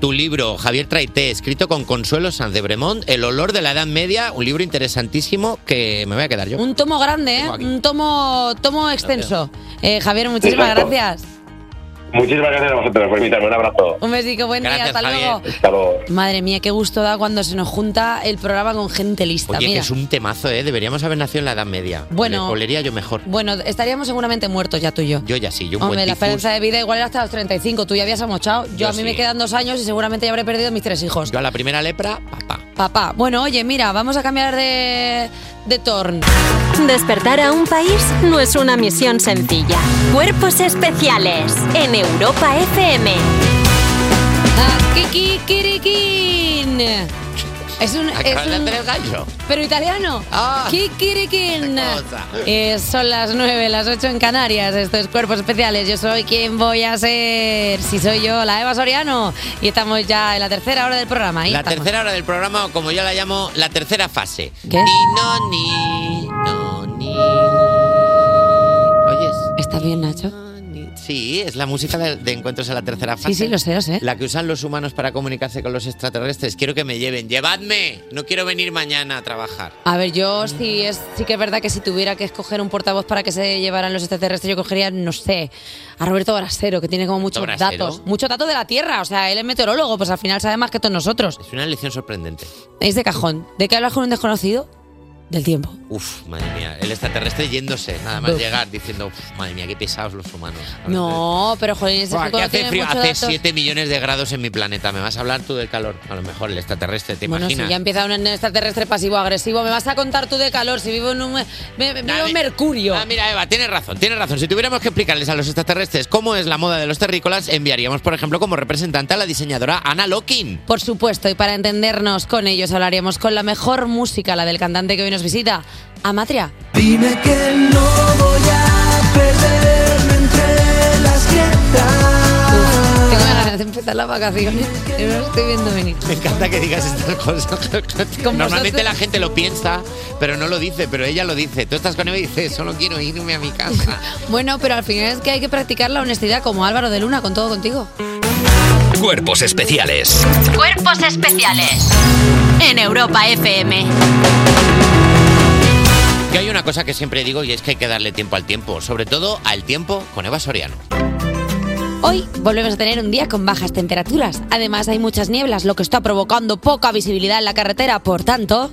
Speaker 4: tu libro, Javier Traité, escrito con Consuelo Sanz de Bremont, El olor de la Edad Media, un libro interesantísimo que me voy a quedar yo.
Speaker 3: Un tomo grande, ¿eh? un tomo, tomo extenso. Eh, Javier, muchísimas
Speaker 4: Exacto.
Speaker 3: gracias.
Speaker 21: Muchísimas gracias a vosotros por invitarme. Un abrazo.
Speaker 3: Un besico, buen día, hasta luego.
Speaker 21: Hasta luego.
Speaker 3: Madre mía, qué gusto da cuando se nos junta el programa con gente lista.
Speaker 4: Oye, que
Speaker 3: mira.
Speaker 4: es un temazo, ¿eh? Deberíamos haber nacido en la Edad Media.
Speaker 3: Bueno.
Speaker 4: Le- Olería yo mejor.
Speaker 3: Bueno, estaríamos seguramente muertos ya tú y yo.
Speaker 4: Yo ya sí, yo un
Speaker 3: Hombre, la
Speaker 4: buen tifus.
Speaker 3: esperanza de vida igual era hasta los 35. Tú ya habías amochado. Yo,
Speaker 4: Yo
Speaker 3: a mí me
Speaker 4: sí.
Speaker 3: quedan dos años y seguramente ya habré perdido mis tres hijos.
Speaker 4: Yo a la primera lepra, papá.
Speaker 3: Papá, bueno, oye, mira, vamos a cambiar de, de torn.
Speaker 2: Despertar a un país no es una misión sencilla. Cuerpos especiales en Europa FM.
Speaker 3: Kiki Kirikin. Es un. Es
Speaker 4: Acabas de
Speaker 3: un
Speaker 4: hacer el gallo. Ah.
Speaker 3: pero italiano. Kikirikin. Eh, son las 9, las 8 en Canarias. Esto es Cuerpos Especiales. Yo soy quien voy a ser. Si soy yo, la Eva Soriano. Y estamos ya en la tercera hora del programa. Ahí
Speaker 4: La
Speaker 3: estamos.
Speaker 4: tercera hora del programa, o como yo la llamo, la tercera fase.
Speaker 3: ¿Qué?
Speaker 4: no, ni, no, ni. ¿Oyes?
Speaker 3: ¿Estás bien, Nacho?
Speaker 4: Sí, es la música de, de encuentros en la tercera fase.
Speaker 3: Sí, sí, lo sé, lo sé.
Speaker 4: La que usan los humanos para comunicarse con los extraterrestres. Quiero que me lleven. ¡Llevadme! No quiero venir mañana a trabajar.
Speaker 3: A ver, yo sí, es, sí que es verdad que si tuviera que escoger un portavoz para que se llevaran los extraterrestres, yo cogería, no sé, a Roberto Brasero, que tiene como muchos
Speaker 4: Brasero?
Speaker 3: datos. Muchos datos de la Tierra. O sea, él es meteorólogo, pues al final sabe más que todos nosotros.
Speaker 4: Es una lección sorprendente.
Speaker 3: Es de cajón. ¿De qué hablas con un desconocido? Del tiempo.
Speaker 4: Uf, madre mía, el extraterrestre yéndose, nada más
Speaker 3: Uf.
Speaker 4: llegar diciendo, "Uf, madre mía, qué pesados los humanos.
Speaker 3: No, pero Jolín, es que
Speaker 4: eh. Buah, que
Speaker 3: cuando
Speaker 4: hace
Speaker 3: tienes
Speaker 4: frío,
Speaker 3: muchos
Speaker 4: hace
Speaker 3: datos-
Speaker 4: 7 millones de grados en mi planeta. Me vas a hablar tú del calor. A lo mejor el extraterrestre, ¿te
Speaker 3: Bueno,
Speaker 4: imaginas?
Speaker 3: si ya empieza un extraterrestre pasivo-agresivo, me vas a contar tú de calor, si vivo en un... me- me- vivo en Mercurio.
Speaker 4: Ah, mira, Eva, tienes razón, tienes razón. Si tuviéramos que explicarles a los extraterrestres cómo es la moda de los terrícolas, enviaríamos, por ejemplo, como representante a la diseñadora Anna Locking.
Speaker 3: Por supuesto, y para entendernos con ellos hablaríamos con la mejor música, la del cantante que hoy nos visita, Amatria.
Speaker 13: Dime que no voy a perderme entre las grietas.
Speaker 3: Tengo ganas de empezar las vacaciones. y No lo estoy viendo venir.
Speaker 4: Me encanta que digas estas cosas. Normalmente
Speaker 3: vosotros.
Speaker 4: la gente lo piensa, pero no lo dice, pero ella lo dice. Tú estás con Eva y dices, solo quiero irme a mi casa.
Speaker 3: Bueno, pero al final es que hay que practicar la honestidad como Álvaro de Luna, con todo contigo.
Speaker 1: Cuerpos especiales.
Speaker 2: Cuerpos especiales en Europa FM.
Speaker 4: Que hay una cosa que siempre digo y es que hay que darle tiempo al tiempo, sobre todo al tiempo con Eva Soriano.
Speaker 3: Hoy volvemos a tener un día con bajas temperaturas. Además, hay muchas nieblas, lo que está provocando poca visibilidad en la carretera. Por tanto,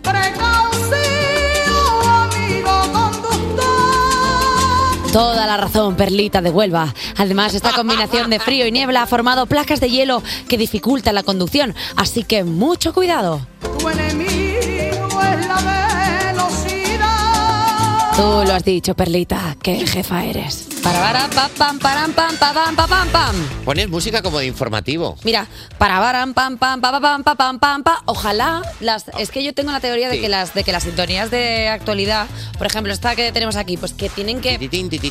Speaker 3: Toda la razón, Perlita de Huelva. Además, esta combinación de frío y niebla ha formado placas de hielo que dificultan la conducción, así que mucho cuidado.
Speaker 13: Tu enemigo es la velocidad.
Speaker 3: Tú lo has dicho, Perlita, qué jefa eres. Para para pam pam param pam pa, pam pa, pam pam.
Speaker 4: Pones música como de informativo.
Speaker 3: Mira, para param pam pam pa, pa, pam pa, pam pam pa. Ojalá las es que yo tengo la teoría de
Speaker 4: Sí.
Speaker 3: que las de que las sintonías de actualidad, por ejemplo, esta que tenemos aquí, pues que tienen que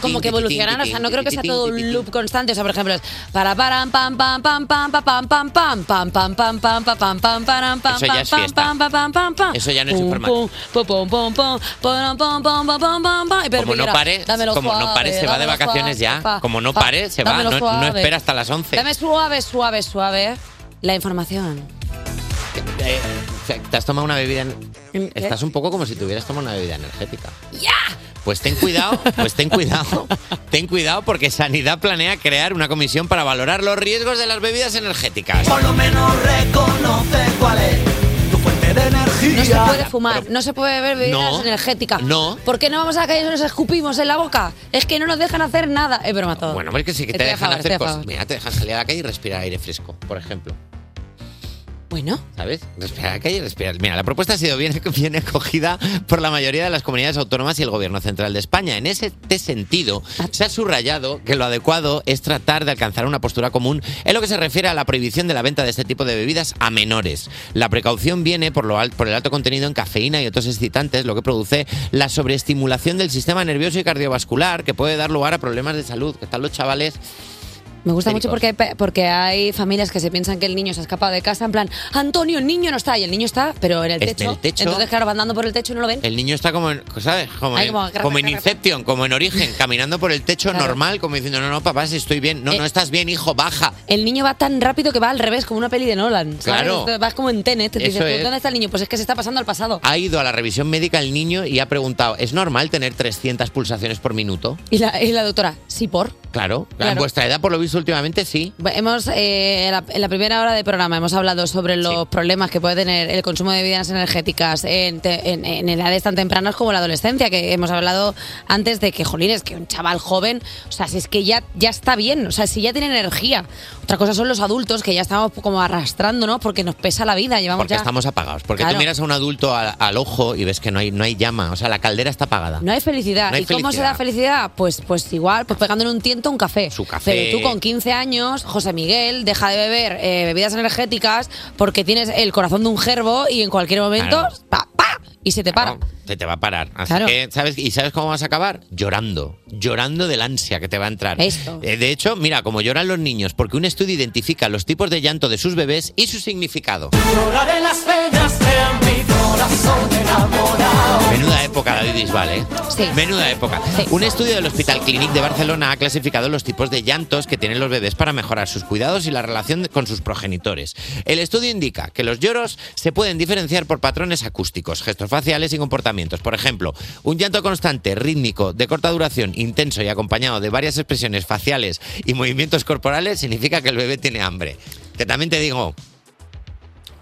Speaker 3: como que evolucionarán, o sea, no creo que sea todo un loop constante, o sea, por ejemplo, es para param pam pam pam pam pa, pam pam pam pam pam pam pam pa, pam pam param, pam
Speaker 4: Eso ya
Speaker 3: pam
Speaker 4: es
Speaker 3: pam
Speaker 4: fiesta.
Speaker 3: pam pam pam pam pam
Speaker 4: Eso ya no es
Speaker 3: Pum,
Speaker 4: informativo.
Speaker 3: pum, pum, pum, pum, pum, pum, pum, pum, pum, pum, pum. Y Pedro
Speaker 4: Como no
Speaker 3: Piquera,
Speaker 4: pare,
Speaker 3: dámelo
Speaker 4: como no
Speaker 3: suave,
Speaker 4: pare, se va de
Speaker 3: dámelo
Speaker 4: vacaciones
Speaker 3: suave,
Speaker 4: ya.
Speaker 3: pa,
Speaker 4: Como no
Speaker 3: pa,
Speaker 4: pare, se va.
Speaker 3: dámelo
Speaker 4: No, no
Speaker 3: suave.
Speaker 4: espera hasta las 11.
Speaker 3: Dame suave, suave, suave la información.
Speaker 4: Eh, o sea, te has tomado una bebida. en-
Speaker 3: ¿Qué?
Speaker 4: Estás un poco como si tuvieras tomado una bebida energética. ¡Ya! Pues ten cuidado, pues ten cuidado, ten cuidado porque Sanidad planea crear una comisión para valorar los riesgos de las bebidas energéticas.
Speaker 13: Por lo menos reconoce cuál es tu fuente de energía.
Speaker 3: No se puede fumar, no se puede beber bebidas
Speaker 4: No,
Speaker 3: energéticas.
Speaker 4: no.
Speaker 3: ¿Por qué no vamos a la calle y nos escupimos en la boca? Es que no nos dejan hacer nada. Es broma todo.
Speaker 4: Bueno, es que sí que te
Speaker 3: Estoy a
Speaker 4: dejan
Speaker 3: favor,
Speaker 4: hacer
Speaker 3: estoy a
Speaker 4: cosas.
Speaker 3: favor.
Speaker 4: Mira, te dejan salir a la calle y respirar aire fresco, por ejemplo.
Speaker 3: Bueno.
Speaker 4: ¿Sabes? Respirar a la calle y respirar. Mira, la propuesta ha sido bien, bien acogida por la mayoría de las comunidades autónomas y el gobierno central de España. En ese este sentido, se ha subrayado que lo adecuado es tratar de alcanzar una postura común en lo que se refiere a la prohibición de la venta de este tipo de bebidas a menores. La precaución viene por, lo al- por el alto contenido en cafeína y otros excitantes, lo que produce la sobreestimulación del sistema nervioso y cardiovascular, que puede dar lugar a problemas de salud, que están los chavales
Speaker 3: Me gusta mucho porque hay, pe- porque hay familias que se piensan que el niño se ha escapado de casa en plan, Antonio, el niño no está. Y el niño está, pero en el
Speaker 4: Está en
Speaker 3: techo.
Speaker 4: el techo.
Speaker 3: Entonces, claro, va andando por el techo y no lo ven.
Speaker 4: El niño está como en, ¿sabes? Como,
Speaker 3: Ay,
Speaker 4: en,
Speaker 3: como-
Speaker 4: como en Inception, como en Origen, caminando por el techo
Speaker 3: Claro.
Speaker 4: normal, como diciendo, no, no, papá, si estoy bien. No,
Speaker 3: Eh,
Speaker 4: no estás bien, hijo, baja.
Speaker 3: El niño va tan rápido que va al revés, como una peli de Nolan. ¿sabes?
Speaker 4: Claro.
Speaker 3: Entonces, Vas como en Tenet. te dices,
Speaker 4: Eso
Speaker 3: "¿Tú
Speaker 4: es.
Speaker 3: ¿Dónde está el niño? Pues es que se está pasando al pasado.
Speaker 4: Ha ido a la revisión médica el niño y ha preguntado, ¿es normal tener 300 pulsaciones por minuto?
Speaker 3: Y la, y la doctora, sí, por.
Speaker 4: Claro. En
Speaker 3: Claro.
Speaker 4: vuestra edad, por lo visto, últimamente sí.
Speaker 3: Hemos, eh, en, la, en la primera hora del programa hemos hablado sobre los problemas que puede tener el consumo de bebidas energéticas en, te- en- en edades tan tempranas como la adolescencia, que hemos hablado antes de que, jolín, es que un chaval joven, o sea, si es que ya, ya está bien, o sea, si ya tiene energía. Otra cosa son los adultos que ya estamos como arrastrándonos porque nos pesa la vida, llevamos
Speaker 4: Porque
Speaker 3: ya...
Speaker 4: estamos apagados. Porque
Speaker 3: Claro.
Speaker 4: tú miras a un adulto al, al ojo y ves que no hay, no hay llama. O sea, la caldera está apagada.
Speaker 3: No hay felicidad.
Speaker 4: No hay
Speaker 3: ¿Y cómo se
Speaker 4: felicidad.
Speaker 3: da felicidad? Pues, pues igual, pues pegándole un tiento a un café. Su
Speaker 4: café.
Speaker 3: Pero tú con 15 años, José Miguel, deja de beber eh, bebidas energéticas porque tienes el corazón de un gerbo y en cualquier momento
Speaker 4: Claro.
Speaker 3: pa, pa, y se te para.
Speaker 4: Se te va a parar. Así
Speaker 3: Claro.
Speaker 4: que, ¿sabes? ¿Y sabes cómo vas a acabar? Llorando. Llorando del ansia que te va a entrar.
Speaker 3: Esto.
Speaker 4: Eh, de hecho, mira, como lloran los niños, porque un estudio identifica los tipos de llanto de sus bebés y su significado.
Speaker 13: Lloraré las penas de mi corazón enamorado.
Speaker 4: Menuda época, David Bisbal, ¿eh?
Speaker 3: Sí.
Speaker 4: Menuda época. Un estudio del Hospital Clinic de Barcelona ha clasificado los tipos de llantos que tienen los bebés para mejorar sus cuidados y la relación con sus progenitores. El estudio indica que los lloros se pueden diferenciar por patrones acústicos, gestos faciales y comportamientos. Por ejemplo, un llanto constante, rítmico, de corta duración, intenso y acompañado de varias expresiones faciales y movimientos corporales significa que el bebé tiene hambre. Que también te digo,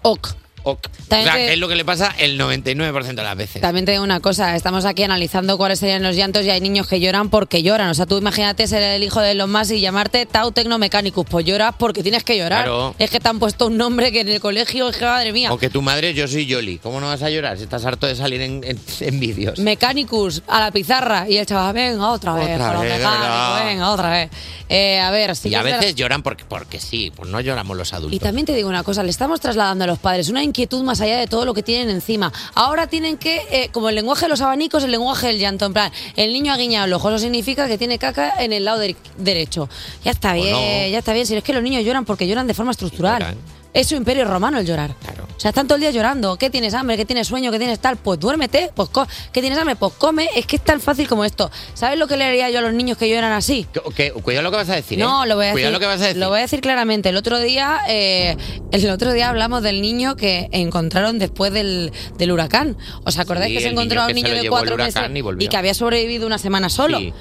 Speaker 3: Ok.
Speaker 4: ok. O
Speaker 3: También
Speaker 4: sea,
Speaker 3: te-
Speaker 4: que es lo que le pasa el 99% de las veces.
Speaker 3: También te digo una cosa, estamos aquí analizando cuáles serían los llantos y hay niños que lloran porque lloran. O sea, tú imagínate ser el hijo de los más y llamarte Tau Tecnomecánicus. Pues lloras porque tienes que llorar.
Speaker 4: Claro.
Speaker 3: Es que te han puesto un nombre que en el colegio, es que madre mía.
Speaker 4: O que tu madre, yo soy Yoli. ¿Cómo no vas a llorar si estás harto de salir en, en- en vídeos?
Speaker 3: Mecanicus a la pizarra y el chaval, venga otra vez,
Speaker 4: Otra
Speaker 3: con los
Speaker 4: vez,
Speaker 3: mecánicos,
Speaker 4: ¿verdad?
Speaker 3: venga otra vez. Eh, a ver, sí
Speaker 4: y
Speaker 3: que
Speaker 4: a
Speaker 3: es verdad-
Speaker 4: veces lloran porque, porque sí, pues no lloramos los adultos.
Speaker 3: Y también te digo una cosa, le estamos trasladando a los padres una inquietud más allá de todo lo que tienen encima. Ahora tienen que, eh, como el lenguaje de los abanicos, el lenguaje del llanto, en plan, el niño ha guiñado el ojo, eso significa que tiene caca en el lado dere- derecho. Ya está bien,
Speaker 4: Pues no.
Speaker 3: ya está bien, si es que los niños lloran porque lloran de forma estructural. Es su imperio romano el llorar. O sea, están todo el día llorando. ¿Qué tienes hambre? ¿Qué tienes sueño? ¿Qué tienes tal? Pues duérmete. Pues co- ¿Qué tienes hambre? Pues come. Es que es tan fácil como esto. ¿Sabes lo que le haría yo a los niños que lloran así?
Speaker 4: Que- que- cuidado lo que vas a decir.
Speaker 3: No,
Speaker 4: ¿eh?
Speaker 3: lo voy a decir.
Speaker 4: Cuidado lo que vas a decir.
Speaker 3: Lo voy a decir claramente. El otro día, eh, el otro día hablamos del niño que encontraron después del, del huracán. ¿Os acordáis
Speaker 4: Sí,
Speaker 3: que se
Speaker 4: el
Speaker 3: encontró
Speaker 4: niño
Speaker 3: a un
Speaker 4: que se
Speaker 3: niño
Speaker 4: lo
Speaker 3: de
Speaker 4: llevó el
Speaker 3: cuatro meses
Speaker 4: huracán y volvió.
Speaker 3: que había sobrevivido una semana solo?
Speaker 4: Sí.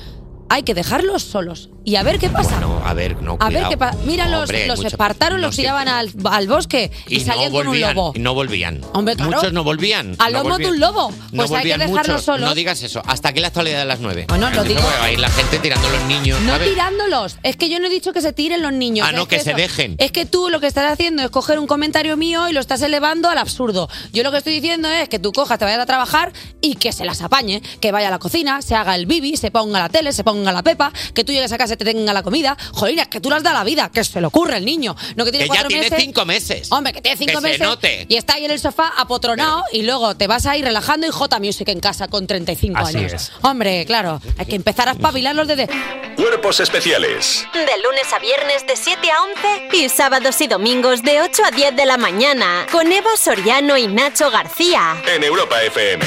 Speaker 3: Hay que dejarlos solos y a ver qué pasa.
Speaker 4: No, a ver, no,
Speaker 3: a ver
Speaker 4: cuidado.
Speaker 3: qué pasa. Mira,
Speaker 4: No,
Speaker 3: los,
Speaker 4: hombre, hay
Speaker 3: los
Speaker 4: mucha-
Speaker 3: espartanos
Speaker 4: no
Speaker 3: los
Speaker 4: siempre.
Speaker 3: tiraban al, al bosque y,
Speaker 4: Y no
Speaker 3: salían con un
Speaker 4: volvían.
Speaker 3: lobo.
Speaker 4: y no volvían.
Speaker 3: Hombre, claro.
Speaker 4: Muchos no volvían.
Speaker 3: Al
Speaker 4: no
Speaker 3: lomo de
Speaker 4: volvían.
Speaker 3: un lobo.
Speaker 4: No
Speaker 3: Pues hay que
Speaker 4: volvían
Speaker 3: dejarlos
Speaker 4: muchos.
Speaker 3: solos.
Speaker 4: No digas eso. Hasta aquí la actualidad de las 9.
Speaker 3: Bueno, lo digo-
Speaker 4: No va a ir la gente tirando a los niños.
Speaker 3: No
Speaker 4: ¿sabes?
Speaker 3: tirándolos. Es que yo no he dicho que se tiren los niños.
Speaker 4: Ah,
Speaker 3: Es
Speaker 4: no, que se dejen.
Speaker 3: Es que tú lo que estás haciendo es coger un comentario mío y lo estás elevando al absurdo. Yo lo que estoy diciendo es que tú cojas, te vayas a trabajar y que se las apañe. Que vaya a la cocina, se haga el bibi, se ponga la tele, se ponga la pepa, que tú llegues a casa y te tenga la comida. Jolina, que tú las das la vida, que se le ocurre al niño. No que tiene
Speaker 4: Que ya
Speaker 3: cuatro
Speaker 4: tiene
Speaker 3: meses.
Speaker 4: cinco meses.
Speaker 3: Hombre, que tiene cinco
Speaker 4: Que se
Speaker 3: meses
Speaker 4: note.
Speaker 3: y está ahí en el sofá apotronado y luego te vas a ir relajando y J Music en casa con 35
Speaker 8: Así
Speaker 3: años.
Speaker 8: es.
Speaker 3: Hombre, claro, hay que empezar a espabilarlos desde...
Speaker 8: Cuerpos especiales
Speaker 2: De lunes a viernes de 7 a 11 y sábados y domingos de 8 a 10 de la mañana con Eva Soriano y Nacho García.
Speaker 8: en Europa FM.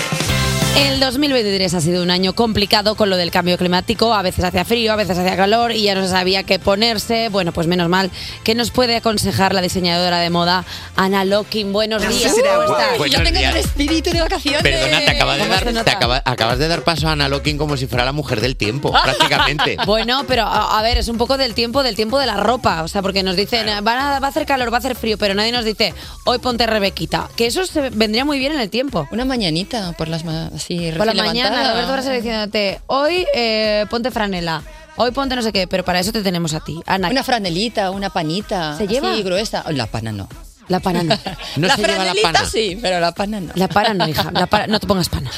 Speaker 3: El 2023 ha sido un año complicado con lo del cambio climático. A veces hacía frío, a veces hacía calor y ya no se sabía qué ponerse. Bueno, pues menos mal que nos puede aconsejar la diseñadora de moda Ana Locking. Buenos días. ¿cómo estás?
Speaker 4: Buenos días.
Speaker 17: espíritu de vacaciones.
Speaker 4: Perdona, te, acabas de
Speaker 3: ¿Cómo se
Speaker 4: dar,
Speaker 3: nota?
Speaker 4: te acaba- acabas de dar paso a Ana Locking como si fuera la mujer del tiempo, prácticamente.
Speaker 3: Bueno, pero a, a ver, es un poco del tiempo, del tiempo de la ropa. O sea, porque nos dicen, van a- va a hacer calor, va a hacer frío, pero nadie nos dice, hoy ponte Rebequita. Que eso se vendría muy bien en el tiempo.
Speaker 6: Una mañanita por las ma- así
Speaker 3: Por la
Speaker 6: recién
Speaker 3: mañana,
Speaker 6: levantada.
Speaker 3: Roberto Brasero diciéndote, hoy eh, ponte franela, hoy ponte no sé qué, pero para eso te tenemos a ti, Ana.
Speaker 6: Una franelita, una panita.
Speaker 3: ¿Se lleva?
Speaker 6: Así Ah, gruesa. Oh, La pana no.
Speaker 3: La pana no.
Speaker 6: No La se lleva la franelita pana. sí, pero la pana no.
Speaker 3: La pana no, hija. La pana- no te pongas pana.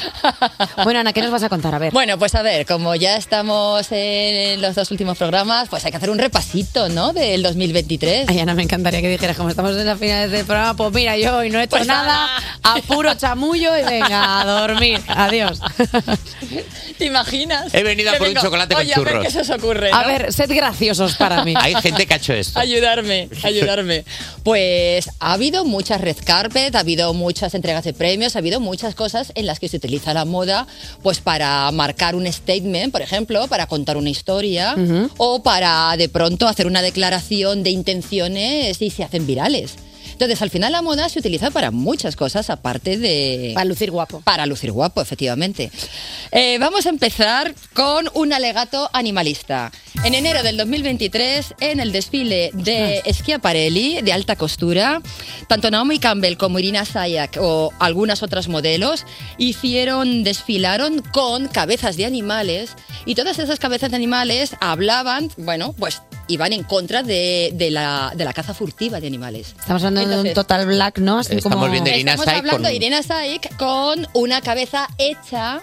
Speaker 3: Bueno, Ana, ¿qué nos vas a contar? A ver.
Speaker 6: Bueno, pues a ver, como ya estamos en los dos últimos programas, pues hay que hacer un repasito, ¿no? Del 2023.
Speaker 3: Ay, Ana, me encantaría que dijeras, como estamos en la final del programa, pues mira, yo hoy no he hecho nada, a puro chamullo y venga, a dormir. Adiós.
Speaker 6: ¿Te imaginas?
Speaker 4: He venido a
Speaker 6: Que
Speaker 4: por un
Speaker 6: vengo,
Speaker 4: chocolate con
Speaker 6: "Oye, A ver
Speaker 4: churros".
Speaker 6: qué se os ocurre.
Speaker 3: A
Speaker 6: ¿no?
Speaker 3: ver, sed graciosos para mí.
Speaker 4: Hay gente que ha hecho esto.
Speaker 6: Ayudarme, ayudarme. Pues ha habido muchas red carpet, ha habido muchas entregas de premios, ha habido muchas cosas en las que se utiliza la moda pues para marcar un statement, por ejemplo, para contar una historia
Speaker 22: Ujú.
Speaker 6: o para de pronto hacer una declaración de intenciones y se hacen virales. Entonces, al final la moda se utiliza para muchas cosas, aparte de... Para
Speaker 3: lucir guapo.
Speaker 6: Para lucir guapo, efectivamente. Eh, vamos a empezar con un alegato animalista. En enero del 2023, en el desfile de Schiaparelli de alta costura, tanto Naomi Campbell como Irina Sayak o algunas otras modelos hicieron, desfilaron con cabezas de animales y todas esas cabezas de animales hablaban, bueno, pues iban en contra de, de la, de la caza furtiva de animales.
Speaker 3: Estamos hablando de un total black, ¿no? Así
Speaker 4: Estamos
Speaker 3: como...
Speaker 4: viendo Irina
Speaker 6: Estamos hablando de Irina Saik con una cabeza hecha,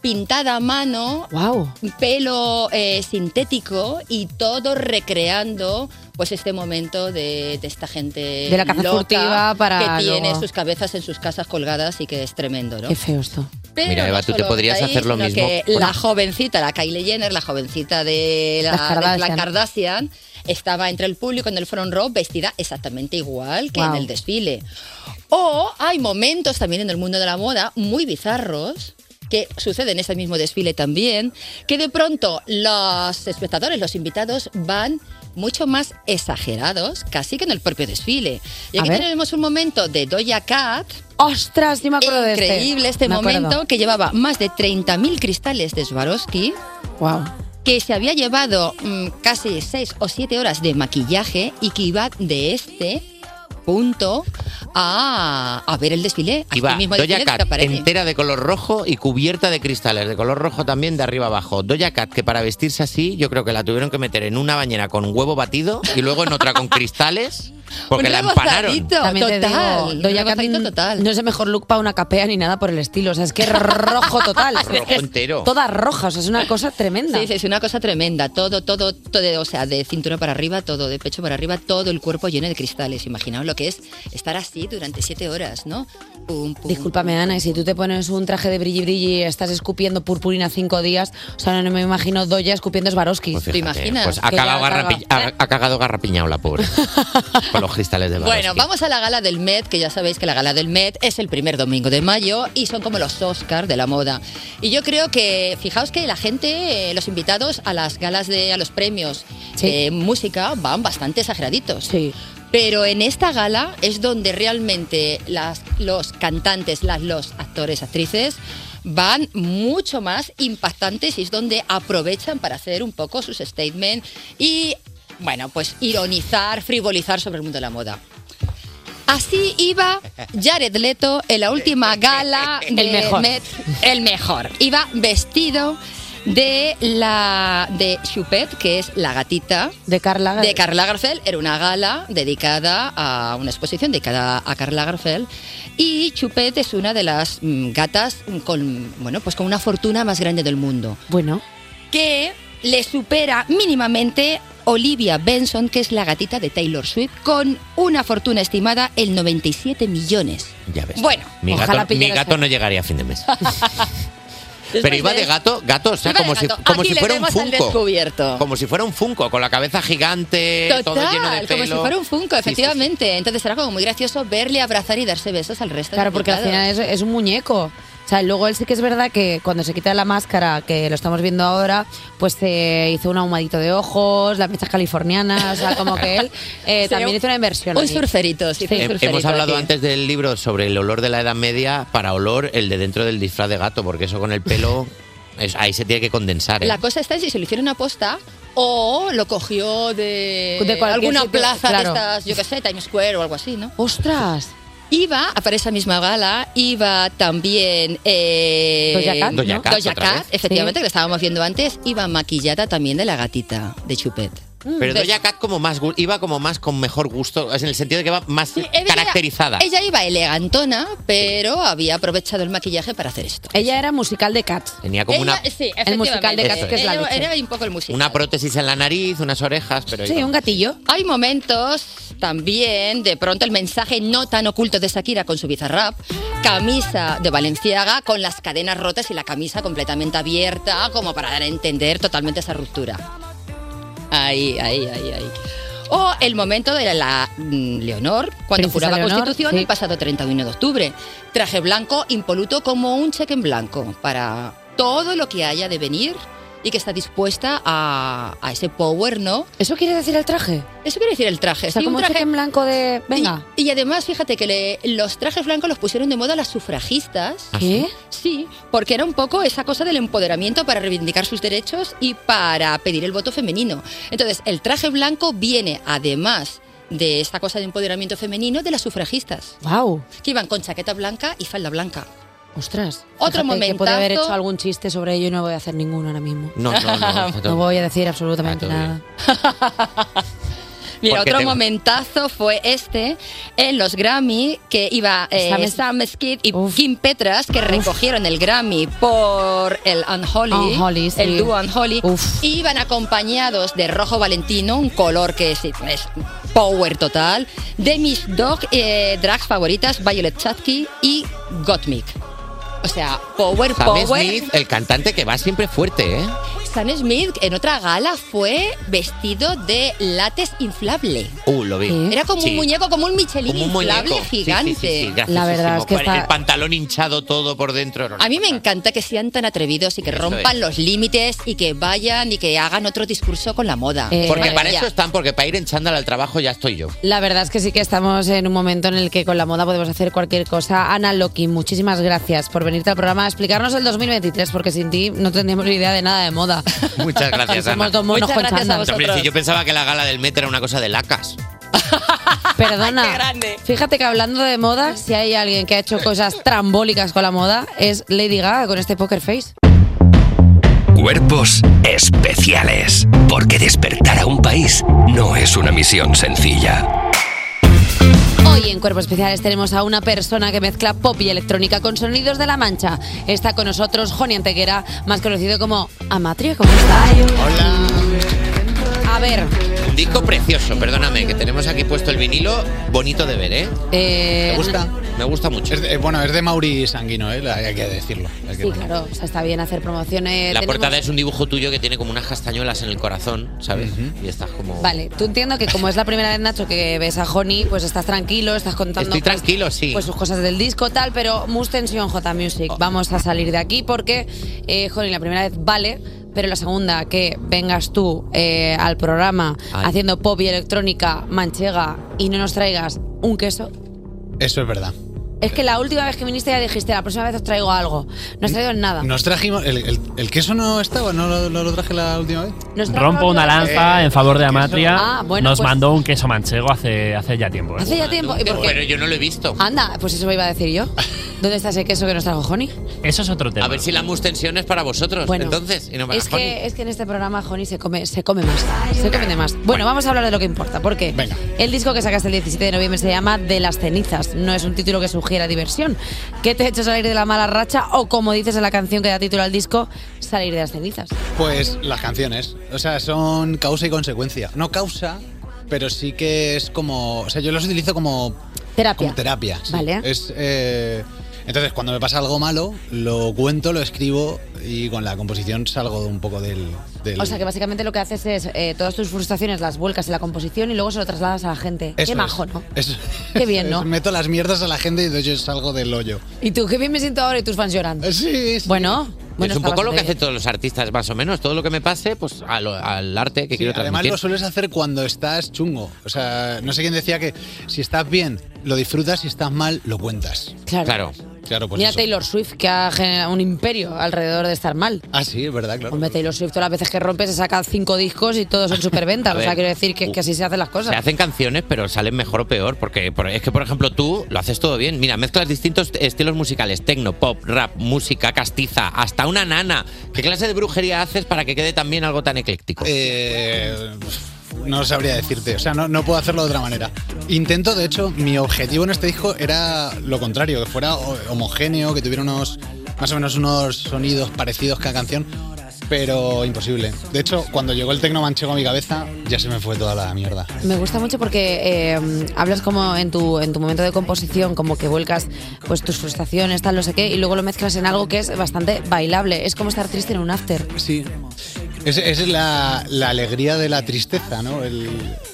Speaker 6: pintada a mano,
Speaker 3: Wow.
Speaker 6: pelo eh, sintético y todo recreando pues este momento de, de esta gente
Speaker 3: De la caza
Speaker 6: loca
Speaker 3: furtiva para
Speaker 6: que tiene
Speaker 3: luego.
Speaker 6: sus cabezas en sus casas colgadas y que es tremendo, ¿no?
Speaker 3: Qué feo esto.
Speaker 6: Pero
Speaker 4: Mira, Eva,
Speaker 6: no
Speaker 4: tú te
Speaker 6: solo
Speaker 4: podrías
Speaker 6: estáis,
Speaker 4: hacer lo
Speaker 6: sino
Speaker 4: mismo.
Speaker 6: que
Speaker 4: Bueno.
Speaker 6: la jovencita, la Kylie Jenner, la jovencita de la,
Speaker 3: Las
Speaker 6: de la
Speaker 3: Kardashian.
Speaker 6: Kardashian, estaba entre el público en el front row vestida exactamente igual que en
Speaker 3: Guau.
Speaker 6: el desfile. O hay momentos también en el mundo de la moda muy bizarros que suceden en ese mismo desfile también, que de pronto los espectadores, los invitados van mucho más exagerados, casi que en el propio desfile. Y
Speaker 3: A
Speaker 6: aquí
Speaker 3: ver.
Speaker 6: tenemos un momento de Doja Cat,
Speaker 3: Ostras, yo me acuerdo de este.
Speaker 6: increíble este
Speaker 3: Me acuerdo.
Speaker 6: momento que llevaba más de 30.000 cristales de Swarovski.
Speaker 3: Wow.
Speaker 6: Que se había llevado mm, casi 6 o 7 horas de maquillaje y que iba de este apunto a, a ver el desfile. Aquí
Speaker 4: Iba
Speaker 6: mismo el
Speaker 4: Doja
Speaker 6: desfile
Speaker 4: Cat
Speaker 6: que aparece.
Speaker 4: entera de color rojo y cubierta de cristales de color rojo también de arriba abajo. Doja Cat que para vestirse así yo creo que la tuvieron que meter en una bañera con huevo batido y luego en otra con cristales porque
Speaker 6: Un
Speaker 4: la
Speaker 6: nuevo
Speaker 4: empanaron.
Speaker 6: zarito, total, un
Speaker 3: Doña Carmen no es el mejor look para una capea ni nada por el estilo. O sea, es que es rojo total.
Speaker 4: Rojo Ah, entero.
Speaker 3: Toda roja, o sea, es una cosa tremenda.
Speaker 6: Sí, sí, es una cosa tremenda. Todo, todo, todo, o sea, de cintura para arriba, todo, de pecho para arriba, todo el cuerpo lleno de cristales. Imaginaos lo que es estar así durante siete horas, ¿no? Pum, pum.
Speaker 3: Discúlpame, Ana, y si tú te pones un traje de brilli brilli y estás escupiendo purpurina cinco días, o sea, no me imagino Doya escupiendo Swarovski.
Speaker 4: Fíjate, Pues ha
Speaker 3: Que ya
Speaker 4: cagado,
Speaker 3: caga.
Speaker 4: garrapi- ha- ha cagado garrapiñao la pobre. con los cristales de barro.
Speaker 6: Bueno, vamos a la gala del Met, que ya sabéis que la gala del Met es el primer domingo de mayo y son como los Oscars de la moda. Y yo creo que, fijaos que la gente, eh, los invitados a las galas de, a los premios de música van bastante exageraditos. Pero en esta gala es donde realmente las, los cantantes, las, los actores, actrices van mucho más impactantes y es donde aprovechan para hacer un poco sus statements y, bueno, pues ironizar, frivolizar sobre el mundo de la moda. Así iba Jared Leto en la última gala
Speaker 10: El
Speaker 6: de
Speaker 10: mejor.
Speaker 6: Met- Eh, el mejor. Iba vestido de la de Choupette, que es la gatita
Speaker 3: de Carla
Speaker 6: de Carla Garfeld. Era una gala dedicada a una exposición dedicada a Carla Garfeld y Choupette es una de las mm, gatas con bueno, pues con una fortuna más grande del mundo
Speaker 3: Bueno.
Speaker 6: que le supera mínimamente Olivia Benson, que es la gatita de Taylor Swift, con una fortuna estimada en 97 millones.
Speaker 4: Ya ves.
Speaker 6: Bueno,
Speaker 4: mi
Speaker 6: ojalá
Speaker 4: gato, mi
Speaker 6: pillara
Speaker 4: gato
Speaker 6: esa.
Speaker 4: no llegaría a fin de mes. Pero iba de gato, gato, o sea,
Speaker 6: Iba de
Speaker 4: como si,
Speaker 6: gato.
Speaker 4: como
Speaker 6: Aquí
Speaker 4: si
Speaker 6: le
Speaker 4: fuera un
Speaker 6: vemos al
Speaker 4: Funko.
Speaker 6: descubierto.
Speaker 4: Como si fuera un Funko, con la cabeza gigante, todo lleno de
Speaker 6: Total,
Speaker 4: pelo.
Speaker 6: como si fuera un Funko, efectivamente. Entonces era como muy gracioso verle abrazar y darse besos al resto. de
Speaker 3: Claro, porque al
Speaker 6: invitados.
Speaker 3: final es, es un muñeco. O sea, luego él sí que es verdad que cuando se quita la máscara, que lo estamos viendo ahora, pues se hizo un ahumadito de ojos, las mechas californianas, o sea, como que él eh,
Speaker 6: Sí,
Speaker 3: también
Speaker 6: un-
Speaker 3: hizo una inversión.
Speaker 6: un
Speaker 3: ahí.
Speaker 6: surferito, sí,
Speaker 4: Hem- Eh, Hemos hablado antes del libro sobre el olor de la Edad Media para olor el de dentro del disfraz de gato, porque eso con el pelo es- ahí se tiene que condensar. ¿eh?
Speaker 6: La cosa está en si se lo hicieron aposta o lo cogió
Speaker 3: De
Speaker 6: de,
Speaker 3: cualquier
Speaker 6: alguna
Speaker 3: sitio,
Speaker 6: plaza
Speaker 3: claro.
Speaker 6: de estas, yo qué sé, Times Square o algo así, ¿no?
Speaker 3: ¡Ostras!
Speaker 6: Iba, para esa misma gala, iba también... Eh,
Speaker 3: Doja Cat, ¿no?
Speaker 6: Doja Cat,
Speaker 3: Doja Cat, otra vez.
Speaker 6: efectivamente,
Speaker 3: Sí.
Speaker 6: que lo estábamos viendo antes, iba maquillada también de la gatita de Chupet.
Speaker 3: Mm.
Speaker 4: Pero Doja Cat como más gu- iba como más con mejor gusto, es en el sentido de que va más
Speaker 6: Ella-
Speaker 4: caracterizada.
Speaker 6: Ella iba elegantona, pero había aprovechado el maquillaje para hacer esto.
Speaker 3: Ella era musical de Cats.
Speaker 4: Tenía como una,
Speaker 6: Ella- sí,
Speaker 3: El musical de
Speaker 6: efectivamente.
Speaker 3: Cats, que es la
Speaker 6: Ella-
Speaker 3: leche.
Speaker 6: Era un poco el musical.
Speaker 4: una prótesis en la nariz, unas orejas, pero iba-
Speaker 3: gatillo.
Speaker 6: Hay momentos también, de pronto el mensaje no tan oculto de Shakira con su bizarrap, camisa de Valenciaga con las cadenas rotas y la camisa completamente abierta, como para dar a entender totalmente esa ruptura. Ahí, ahí, ahí, ahí. O el momento de la mm, Leonor, cuando
Speaker 3: Princesa
Speaker 6: juraba
Speaker 3: Leonor,
Speaker 6: Constitución
Speaker 3: sí.
Speaker 6: el pasado 31 de octubre. Traje blanco, impoluto, como un cheque en blanco para todo lo que haya de venir y que está dispuesta a, a ese power, ¿no?
Speaker 3: ¿Eso quiere decir el traje?
Speaker 6: Eso quiere decir el traje.
Speaker 3: O sea,
Speaker 6: Sí,
Speaker 3: como
Speaker 6: un
Speaker 3: un
Speaker 6: traje
Speaker 3: cheque en blanco de... Venga.
Speaker 6: y, y además, fíjate que le- los trajes blancos los pusieron de moda las sufragistas.
Speaker 3: ¿Qué?
Speaker 6: Sí, porque era un poco esa cosa del empoderamiento para reivindicar sus derechos y para pedir el voto femenino. Entonces, el traje blanco viene además de esta cosa de empoderamiento femenino de las sufragistas,
Speaker 3: ¡Wow!
Speaker 6: que iban con chaqueta blanca y falda blanca.
Speaker 3: Ostras.
Speaker 6: Otro
Speaker 3: Fíjate Que podía haber
Speaker 6: momentazo.
Speaker 3: hecho algún chiste sobre ello y no voy a hacer ninguno ahora mismo.
Speaker 4: No, no, no, está todo
Speaker 3: No voy a decir absolutamente
Speaker 4: Está todo
Speaker 3: nada.
Speaker 6: Mira,
Speaker 4: Porque
Speaker 6: otro
Speaker 4: te-
Speaker 6: momentazo fue este en los Grammy que iba eh,
Speaker 3: Sam
Speaker 6: Sam,
Speaker 3: Es-
Speaker 6: Smith y Kim Petras que recogieron el Grammy por el Unholy,
Speaker 3: Unholy, sí.
Speaker 6: el dúo Unholy. y Iban acompañados de rojo valentino, un color que es, es power total, de mis dog eh, drags favoritas Violet Chachki y Gottmik. O sea, power,
Speaker 4: Sam
Speaker 6: power.
Speaker 4: Smith, eh. el cantante que va siempre fuerte, ¿eh?
Speaker 6: Sam Smith en otra gala fue vestido de látex inflable.
Speaker 4: Uh, lo vi.
Speaker 6: Era como un
Speaker 4: Sí.
Speaker 6: muñeco, como un Michelin
Speaker 4: Como un
Speaker 6: inflable
Speaker 4: muñeco. Sí, sí, sí,
Speaker 6: gigante.
Speaker 4: sí, graciosísimo. Con El pantalón hinchado todo por dentro. era una-
Speaker 6: A mí me encanta que sean tan atrevidos y que
Speaker 4: Eso
Speaker 6: rompan
Speaker 4: es.
Speaker 6: los límites y que vayan y que hagan otro discurso con la moda.
Speaker 3: Eh,
Speaker 4: Porque para
Speaker 6: Ya.
Speaker 4: eso están, porque para ir en chándal al trabajo ya estoy yo.
Speaker 3: La verdad es que sí que estamos en un momento en el que con la moda podemos hacer cualquier cosa. Ana Loki, muchísimas gracias por venirte al programa a explicarnos el 2023, porque sin ti no tendríamos ni idea de nada de moda.
Speaker 4: Muchas gracias,
Speaker 3: Somos
Speaker 4: Ana.
Speaker 3: dos monos Muchas con gracias a chándal. vosotros.
Speaker 4: Hombre, si yo pensaba que la gala del metro era una cosa de lacas.
Speaker 3: Perdona. Fíjate que hablando de moda, si hay alguien que ha hecho cosas trambólicas con la moda, es Lady Gaga con este poker face.
Speaker 1: Cuerpos especiales. Porque despertar a un país no es una misión sencilla.
Speaker 3: Hoy en Cuerpos Especiales tenemos a una persona que mezcla pop y electrónica con sonidos de la mancha. Está con nosotros Joni Antequera, más conocido como Amatria. ¿Cómo estás? Hola. A ver,
Speaker 4: Un disco precioso, perdóname, que tenemos aquí puesto el vinilo. Bonito de ver, ¿eh?
Speaker 3: eh,
Speaker 4: Me gusta, me gusta mucho.
Speaker 7: bueno, es de Mauri Sanguino, ¿eh? La- hay que decirlo. hay
Speaker 3: Sí,
Speaker 7: que ponerlo.
Speaker 3: claro, o sea, está bien hacer promociones.
Speaker 4: La
Speaker 3: Tenemos-
Speaker 4: portada es un dibujo tuyo que tiene como unas castañuelas en el corazón, ¿sabes? Y estás como...
Speaker 3: Vale, tú entiendo que como es la primera vez, Nacho, que ves a Joni, pues estás tranquilo, estás contando
Speaker 4: Estoy
Speaker 3: pues,
Speaker 4: tranquilo, sí. Oh.
Speaker 3: pues sus cosas del disco, tal, pero mus tensión J Music. Vamos a salir de aquí porque, eh, Joni, la primera vez vale, pero la segunda, que vengas tú eh, al programa
Speaker 7: Ay.
Speaker 3: haciendo pop y electrónica manchega y no nos traigas un queso.
Speaker 7: Eso es verdad.
Speaker 3: Es que la última vez que viniste ya dijiste, la próxima vez os traigo algo. No os traigo nada.
Speaker 7: Nos trajimos. ¿El, el- el queso no estaba? ¿No lo, no lo traje la última vez?
Speaker 3: Nos traigo
Speaker 5: Rompo una
Speaker 3: algo.
Speaker 5: lanza
Speaker 4: Eh,
Speaker 5: en favor de Amatria.
Speaker 3: Ah, bueno,
Speaker 5: Nos
Speaker 3: pues-
Speaker 5: mandó un queso manchego hace, hace ya tiempo. ¿eh?
Speaker 3: Hace ya tiempo. ¿Y por qué?
Speaker 4: Pero yo no lo he visto.
Speaker 3: Anda, pues eso me iba a decir yo. ¿Dónde está ese queso que nos trajo Joni?
Speaker 5: Eso es otro tema.
Speaker 4: A ver si la mustensión es para vosotros, entonces, y no para
Speaker 3: es,
Speaker 4: Juan.
Speaker 3: que, es que en este programa, Joni, se come, se come más. Se come de más. Bueno, vamos a hablar de lo que importa, porque el disco que sacaste el 17 de noviembre se llama De las cenizas. No es un título que sugiera diversión. ¿Qué te ha hecho salir de la mala racha? O como dices en la canción que da título al disco, salir de las cenizas.
Speaker 7: Pues las canciones. O sea, son causa y consecuencia. No causa, pero sí que es como. O sea, yo los utilizo como.
Speaker 3: Terapia.
Speaker 7: Como terapia. sí.
Speaker 3: Vale.
Speaker 7: Es, eh, entonces, cuando me pasa algo malo, lo cuento, lo escribo y con la composición salgo un poco del. del-
Speaker 3: O sea que básicamente lo que haces es eh, todas tus frustraciones las vuelcas en la composición y luego se lo trasladas a la gente.
Speaker 7: Eso
Speaker 3: qué
Speaker 7: es.
Speaker 3: majo, ¿no?
Speaker 7: Eso-
Speaker 3: Qué bien,
Speaker 7: eso es.
Speaker 3: ¿no?
Speaker 7: Meto las mierdas a la gente y entonces yo salgo del hoyo.
Speaker 3: Y tú, qué bien me siento ahora y tus fans llorando.
Speaker 7: Sí,
Speaker 3: Bueno, bueno.
Speaker 4: Eh, es un
Speaker 3: está
Speaker 4: poco lo que
Speaker 3: bastante
Speaker 4: hacen todos los artistas, más o menos. Todo lo que me pase, pues a lo- al arte que quiero transmitir.
Speaker 7: Además lo sueles hacer cuando estás chungo. O sea, no sé quién decía que si estás bien, lo disfrutas, si estás mal, lo cuentas.
Speaker 3: Claro.
Speaker 7: Claro, pues
Speaker 3: Mira
Speaker 7: eso.
Speaker 3: Taylor Swift, que ha generado un imperio alrededor de estar mal.
Speaker 7: Ah, sí, es verdad, claro.
Speaker 3: Hombre, Taylor Swift, todas las veces que rompe se saca cinco discos y todos son superventas.
Speaker 4: A
Speaker 3: o sea,
Speaker 4: ver.
Speaker 3: quiero decir que, que así se hacen las cosas.
Speaker 4: Se hacen canciones, pero salen mejor o peor. Porque por- es que, por ejemplo, tú lo haces todo bien. Mira, mezclas distintos estilos musicales: tecno, pop, rap, música, castiza, hasta una nana. ¿Qué clase de brujería haces para que quede también algo tan ecléctico?
Speaker 7: Eh, no sabría decirte, o sea, no, no puedo hacerlo de otra manera. Intento, de hecho, mi objetivo en este disco era lo contrario, que fuera ho- homogéneo, que tuviera unos, más o menos unos sonidos parecidos cada canción, pero imposible. De hecho, cuando llegó el tecno manchego a mi cabeza, ya se me fue toda la mierda.
Speaker 3: Me gusta mucho porque eh, hablas como en tu, en tu momento de composición, como que vuelcas pues tus frustraciones, tal, no sé qué, y luego lo mezclas en algo que es bastante bailable. Es como estar triste en un after.
Speaker 7: Sí. Es, es la, la alegría de la tristeza, ¿no? El,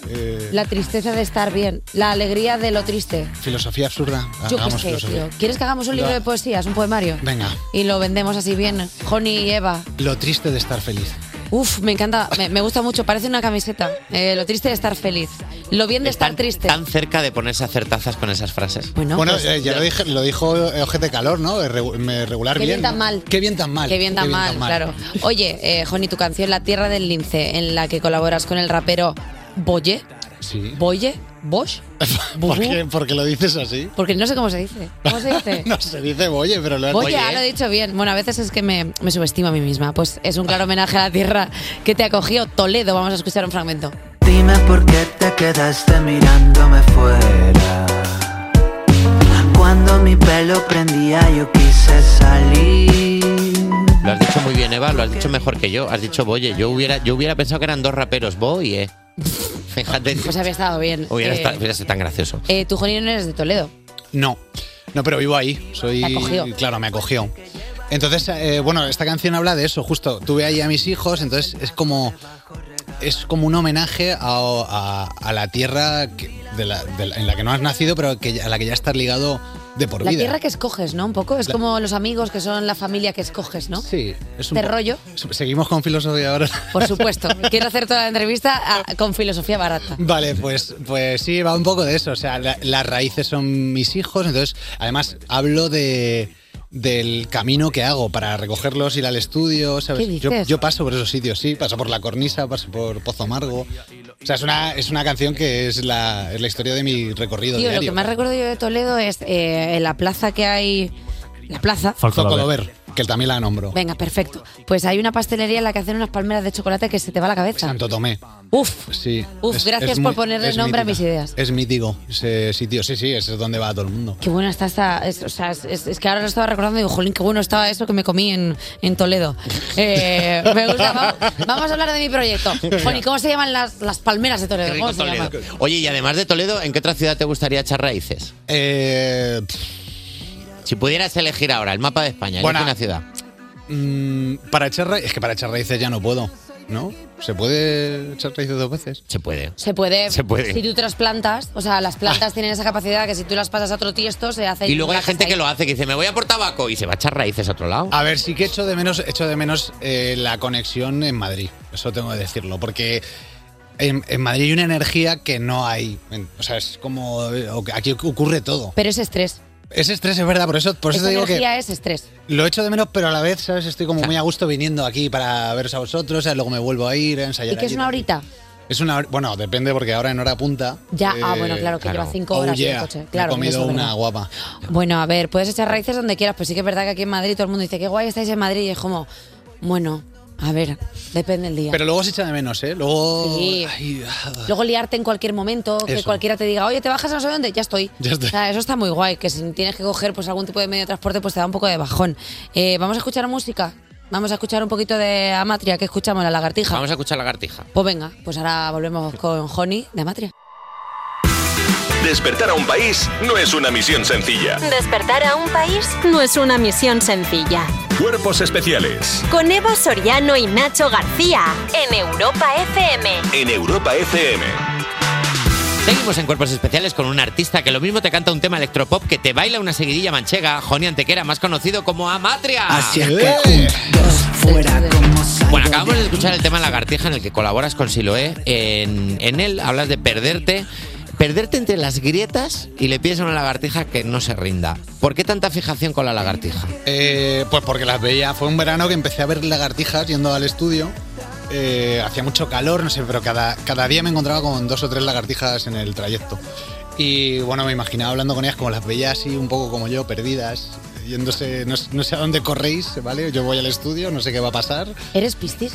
Speaker 7: eh,
Speaker 3: La tristeza de estar bien, la alegría de lo triste.
Speaker 7: filosofía absurda.
Speaker 3: Yo qué
Speaker 7: Hagamos
Speaker 3: sé,
Speaker 7: filosofía.
Speaker 3: tío. ¿Quieres que hagamos un libro de poesías, un poemario?
Speaker 7: Venga,
Speaker 3: Y lo vendemos así bien, Honey y Eva.
Speaker 7: lo triste de estar feliz.
Speaker 3: Uf, me encanta, me, me gusta mucho, parece una camiseta. Eh, lo triste de estar feliz, lo bien de estar triste.
Speaker 4: Tan cerca de ponerse a hacer tazas con esas frases.
Speaker 3: Bueno, pues-
Speaker 7: bueno, eh, ya lo, dije, lo dijo Ojete Calor, ¿no? Eh, regu- me- Regular
Speaker 3: Qué bien tan mal.
Speaker 7: Qué bien tan mal.
Speaker 3: Qué bien tan mal, claro. Oye, eh, Joni, tu canción La Tierra del Lince, en la que colaboras con el rapero Boye.
Speaker 7: Sí.
Speaker 3: ¿Boye? ¿Bosch?
Speaker 7: ¿Por qué, por qué lo dices así?
Speaker 3: Porque no sé cómo se dice. ¿Cómo se dice?
Speaker 7: No se dice Boye, pero lo he
Speaker 3: Boye, ah, lo he dicho bien. Bueno, a veces es que me, me subestimo a mí misma. Pues es un claro homenaje a la tierra que te acogió Toledo. Vamos a escuchar un fragmento.
Speaker 13: Dime por qué te quedaste mirándome fuera. Cuando mi pelo prendía yo quise salir.
Speaker 4: Lo has dicho muy bien, Eva, lo has dicho mejor que yo. Has dicho, oye, yo hubiera, yo hubiera pensado que eran dos raperos, voy, eh. Fíjate.
Speaker 3: Pues había estado bien.
Speaker 4: Hubiera,
Speaker 3: Eh,
Speaker 4: esta- hubiera sido tan gracioso.
Speaker 3: eh, tú, Joni, no eres de Toledo.
Speaker 7: No, no, pero vivo ahí. Soy,
Speaker 3: Te acogió.
Speaker 7: claro, me acogió. Entonces, eh, bueno, esta canción habla de eso, justo. Tuve ahí a mis hijos, entonces es como es como un homenaje a, a- a la tierra que- de la- de la- en la que no has nacido, pero que, ya- a la que ya estás ligado de por
Speaker 3: La
Speaker 7: vida.
Speaker 3: tierra que escoges, ¿no? Un poco. Es
Speaker 7: La-
Speaker 3: como los amigos que son la familia que escoges, ¿no?
Speaker 7: Sí, es un
Speaker 3: De
Speaker 7: po-
Speaker 3: rollo.
Speaker 7: Seguimos con filosofía ahora.
Speaker 3: Por supuesto. Quiero hacer toda la entrevista a- con filosofía barata.
Speaker 7: Vale, pues, pues sí, va un poco de eso. O sea, la- las raíces son mis hijos, entonces, además, hablo de, del camino que hago para recogerlos, ir al estudio, ¿sabes?
Speaker 3: ¿Qué
Speaker 7: Yo,
Speaker 3: dices?
Speaker 7: yo paso por esos sitios, sí, paso por la cornisa, paso por Pozo Amargo. O sea, es una, es una canción que es la, es la historia de mi recorrido
Speaker 3: Tío, lo
Speaker 7: diario.
Speaker 3: que más recuerdo yo de Toledo es eh, en la plaza que hay. La plaza.
Speaker 7: Zocolover, que también la nombro.
Speaker 3: Venga, perfecto. Pues hay una pastelería en la que hacen unas palmeras de chocolate que se te va la cabeza.
Speaker 7: Santo Tomé.
Speaker 3: Uf,
Speaker 7: Sí.
Speaker 3: Uf, gracias por ponerle
Speaker 7: es
Speaker 3: nombre a
Speaker 7: mítica.
Speaker 3: mis ideas.
Speaker 7: Es mítico ese sitio, sí, sí, ese es donde va todo el mundo.
Speaker 3: Qué bueno está esta. es- o sea, es, es- es que ahora lo estaba recordando y digo, jolín, qué bueno estaba eso que me comí en, en Toledo. Eh, me gusta. Vamos, vamos a hablar de mi proyecto. Jolín, ¿cómo se llaman las, las palmeras de Toledo? ¿Cómo se llaman?
Speaker 4: Oye, y además de Toledo, ¿en qué otra ciudad te gustaría echar raíces?
Speaker 3: Eh,
Speaker 4: si pudieras elegir ahora el mapa de España,
Speaker 7: Bueno,
Speaker 4: elige una ciudad.
Speaker 7: Mm, para echar raíces, es que para echar raíces ya no puedo, ¿no? ¿Se puede echar raíces dos veces?
Speaker 4: Se puede.
Speaker 3: Se puede,
Speaker 7: Se puede.
Speaker 3: Si tú trasplantas, o sea, las plantas tienen esa capacidad que si tú las pasas a otro tiesto se hace.
Speaker 4: Y luego hay gente que lo hace, que dice, me voy a por tabaco y se va a echar raíces a otro lado.
Speaker 7: A ver, sí que echo de menos, echo de menos eh, la conexión en Madrid, eso tengo que decirlo, porque en, en Madrid hay una energía que no hay, en- o sea, es como, o que aquí ocurre todo.
Speaker 3: Pero es estrés.
Speaker 7: Ese estrés es verdad, por eso, por eso
Speaker 3: Esa
Speaker 7: te digo que
Speaker 3: energía es estrés.
Speaker 7: lo echo de menos, pero a la vez, ¿sabes? Estoy como muy a gusto viniendo aquí para veros a vosotros, ¿sabes? luego me vuelvo a ir a ensayar.
Speaker 3: ¿Y qué es
Speaker 7: allí.
Speaker 3: una horita?
Speaker 7: Es una hor- bueno, depende porque ahora en hora punta. eh,
Speaker 3: Ya, ah, bueno, claro, que lleva cinco
Speaker 7: oh
Speaker 3: horas en
Speaker 7: yeah,
Speaker 3: el coche,
Speaker 7: me
Speaker 3: claro,
Speaker 7: he comido
Speaker 3: eso,
Speaker 7: una
Speaker 3: ¿verdad?
Speaker 7: guapa.
Speaker 3: Bueno, a ver, puedes echar raíces donde quieras, pero sí que es verdad que aquí en Madrid todo el mundo dice, qué guay estáis en Madrid. Y es como, bueno, a ver, depende del día.
Speaker 7: Pero luego se echa de menos, ¿eh? Luego.
Speaker 3: Sí.
Speaker 7: Ay, ah.
Speaker 3: Luego liarte en cualquier momento, que
Speaker 7: Eso.
Speaker 3: cualquiera te diga, oye, te bajas a no sé dónde, ya estoy.
Speaker 7: Ya estoy.
Speaker 3: O sea, eso está muy guay, que si tienes que coger pues algún tipo de medio de transporte, pues te da un poco de bajón. Eh, vamos a escuchar música. Vamos a escuchar un poquito de Amatria, que escuchamos la lagartija.
Speaker 4: Vamos a escuchar lagartija.
Speaker 3: Pues venga, pues ahora volvemos con Honey de Amatria.
Speaker 8: Despertar a un país no es una misión sencilla.
Speaker 2: Despertar a un país no es una misión sencilla.
Speaker 8: Cuerpos especiales
Speaker 2: Con Evo Soriano y Nacho García en Europa FM.
Speaker 8: en Europa FM.
Speaker 4: Seguimos en Cuerpos Especiales con un artista que lo mismo te canta un tema electropop que te baila una seguidilla manchega, Joni Antequera, más conocido como Amatria.
Speaker 13: Así es que un, dos, fuera como salgo
Speaker 4: Bueno, acabamos
Speaker 13: de
Speaker 4: de escuchar el tema Lagartija en el que colaboras con Siloé. En, en él hablas de perderte, perderte entre las grietas y le pides a una lagartija que no se rinda. ¿Por qué tanta fijación con la lagartija?
Speaker 7: Eh, pues porque las veía. Fue un verano que empecé a ver lagartijas yendo al estudio. Eh, hacía mucho calor, no sé, pero cada, cada día me encontraba con dos o tres lagartijas en el trayecto. Y bueno, me imaginaba hablando con ellas como las veía así, un poco como yo, perdidas, yéndose, no, no sé a dónde corréis, ¿vale? Yo voy al estudio, no sé qué va a pasar.
Speaker 3: ¿Eres piscis?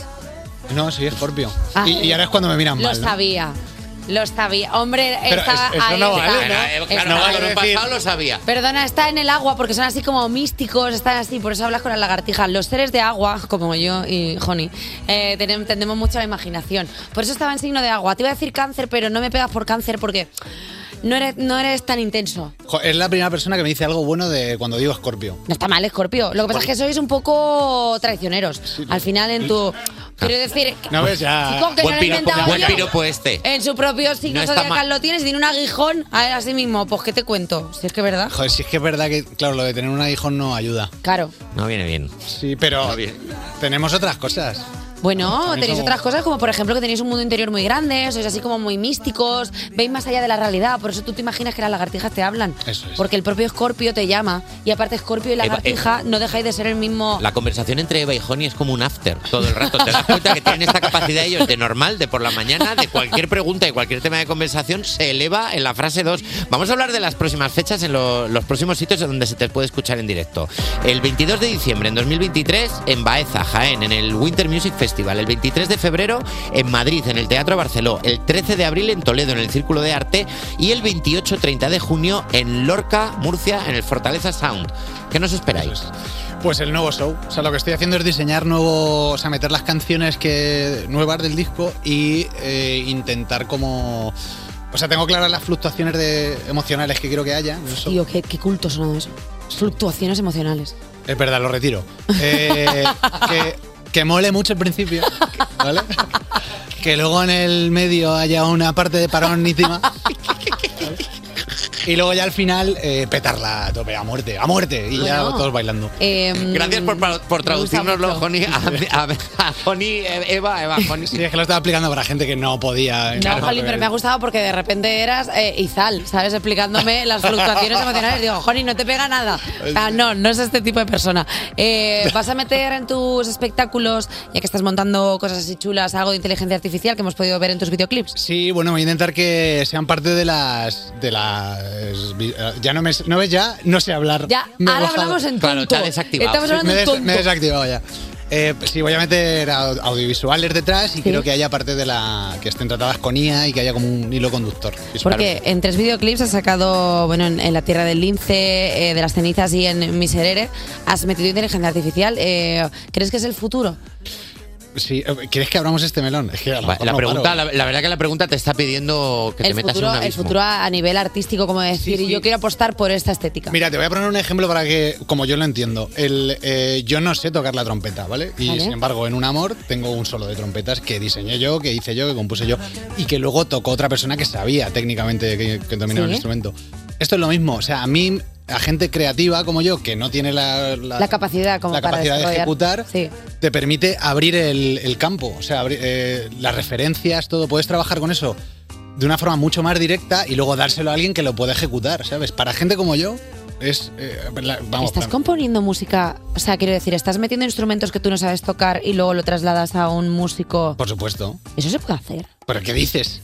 Speaker 7: No, soy escorpio.
Speaker 3: Ah.
Speaker 7: y, y ahora es cuando me miran
Speaker 3: Lo
Speaker 7: mal. ¿no?
Speaker 3: sabía, lo sabía. Hombre,
Speaker 7: Pero
Speaker 3: estaba
Speaker 7: es- eso
Speaker 3: ahí.
Speaker 7: no
Speaker 3: está.
Speaker 7: vale, ¿no?
Speaker 4: eh, Claro,
Speaker 7: Eso no
Speaker 4: claro,
Speaker 7: vale
Speaker 4: en un
Speaker 7: decir-
Speaker 4: pasado lo sabía.
Speaker 3: Perdona, está en el agua porque son así como místicos, están así, por eso hablas con las lagartijas. Los seres de agua, como yo y Joni, eh, tenem- tendemos mucho a la imaginación. Por eso estaba en signo de agua. Te iba a decir cáncer, pero no me pegas por cáncer porque no eres, no eres tan intenso.
Speaker 7: Jo, Es la primera persona que me dice algo bueno de cuando digo escorpio.
Speaker 3: No está mal, Escorpio. Lo que pasa es que sois un poco traicioneros. Al final en tu... Quiero decir...
Speaker 7: No ves ya.
Speaker 3: Chico, que no lo he inventado
Speaker 4: buen
Speaker 3: yo.
Speaker 4: piropo este.
Speaker 3: En su propio signo
Speaker 4: No está
Speaker 3: zodiacal
Speaker 4: mal.
Speaker 3: lo tienes, tiene un aguijón a él así mismo. Pues, ¿qué te cuento? Si es que es verdad.
Speaker 7: Joder, si es que es verdad que, claro, lo de tener un aguijón no ayuda.
Speaker 3: Claro.
Speaker 4: No viene bien.
Speaker 7: Sí, pero tenemos otras cosas.
Speaker 3: Bueno,
Speaker 7: También
Speaker 3: tenéis
Speaker 7: como-
Speaker 3: otras cosas como por ejemplo que tenéis un mundo interior muy grande, sois así como muy místicos, veis más allá de la realidad, por eso tú te imaginas que las lagartijas te hablan.
Speaker 4: Eso es.
Speaker 3: Porque el propio Escorpio te llama y aparte Escorpio y lagartija no dejáis de ser el mismo...
Speaker 4: La conversación entre Eva y Joni es como un after todo el rato. Te das cuenta que tienen esta capacidad ellos de normal, de por la mañana, de cualquier pregunta y cualquier tema de conversación se eleva en la frase 2. Vamos a hablar de las próximas fechas en lo- los próximos sitios en donde se te puede escuchar en directo. El 22 de diciembre en 2023 en Baeza, Jaén, en el Winter Music Festival. El 23 de febrero en Madrid, en el Teatro Barceló. El 13 de abril en Toledo, en el Círculo de Arte. Y el 28-30 de junio en Lorca, Murcia, en el Fortaleza Sound. ¿Qué nos esperáis?
Speaker 7: Pues el nuevo show. O sea, lo que estoy haciendo es diseñar nuevo, o sea, meter las canciones que nuevas del disco y eh, intentar como... O sea, tengo claras las fluctuaciones de, emocionales que quiero que haya. Eso-
Speaker 3: Tío, qué, qué culto sonado eso. Fluctuaciones emocionales.
Speaker 7: Es verdad, lo retiro. Eh, que, que mole mucho al principio, ¿vale? Que luego en el medio haya una parte de parón encima. Y luego ya al final eh, petarla a tope, a muerte, a muerte. Y ya
Speaker 3: Bueno. Eh, em,
Speaker 7: todos bailando.
Speaker 4: Gracias por, pa- por traducirnoslo, Joni. A, a- a Joni, eh, Eva, Eva, Joni.
Speaker 7: Sí, es que lo estaba explicando para gente que no podía.
Speaker 3: No, Jolín, pero me ha gustado porque de repente eras eh, Izal, ¿sabes? Explicándome las fluctuaciones emocionales. Digo, Jolín, no te pega nada. O sea, no, no es este tipo de persona. Eh, ¿Vas a meter en tus espectáculos, ya que estás montando cosas así chulas, algo de inteligencia artificial que hemos podido ver en tus videoclips?
Speaker 7: Sí, bueno, voy a intentar que sean parte de las. de las. vi- Ya no me. ¿No ves ya? No sé hablar.
Speaker 3: Ya,
Speaker 7: Me he
Speaker 3: ahora
Speaker 7: bajado.
Speaker 3: hablamos en Claro, te ha tonto. desactivado. Estamos hablando
Speaker 7: me,
Speaker 3: en tonto.
Speaker 7: me he desactivado ya. Eh, sí, voy a meter au- audiovisuales detrás y quiero que haya parte de la. que estén tratadas con IA y que haya como un hilo conductor.
Speaker 3: Porque en tres videoclips has sacado, bueno, en, en La Tierra del Lince, eh, de las cenizas y en Miserere, has metido inteligencia artificial. Eh, ¿Crees que es el futuro?
Speaker 7: Sí, eh, ¿Quieres que abramos este melón? Es que a lo
Speaker 4: Va,
Speaker 7: mejor
Speaker 4: La
Speaker 7: no
Speaker 4: pregunta,
Speaker 7: paro. ¿eh?
Speaker 4: la, la verdad que la pregunta te está pidiendo que te
Speaker 3: El
Speaker 4: metas
Speaker 3: futuro,
Speaker 4: en un
Speaker 3: el
Speaker 4: abismo.
Speaker 3: futuro a a nivel artístico, como decir, y yo quiero apostar por esta estética.
Speaker 7: Mira, te voy a poner un ejemplo para que, como yo lo entiendo, el, eh, yo no sé tocar la trompeta, ¿vale? Y
Speaker 3: Vale.
Speaker 7: sin embargo, en Un Amor tengo un solo de trompetas que diseñé yo, que hice yo, que compuse yo, y que luego tocó otra persona que sabía técnicamente que, que dominaba
Speaker 3: Sí.
Speaker 7: el instrumento. Esto es lo mismo, o sea, a mí, a gente creativa como yo, que no tiene la, la-
Speaker 3: la capacidad como
Speaker 7: la
Speaker 3: para
Speaker 7: capacidad de
Speaker 3: desarrollar.
Speaker 7: ejecutar,
Speaker 3: Sí.
Speaker 7: te permite abrir el, el campo, o sea, abrir, eh, las referencias, todo, puedes trabajar con eso de una forma mucho más directa y luego dárselo a alguien que lo pueda ejecutar, ¿sabes? Para gente como yo es... eh, la- vamos,
Speaker 3: ¿Estás
Speaker 7: plan-
Speaker 3: componiendo música? O sea, quiero decir, ¿estás metiendo instrumentos que tú no sabes tocar y luego lo trasladas a un músico?
Speaker 7: por supuesto.
Speaker 3: Eso se puede hacer.
Speaker 7: ¿Pero qué dices?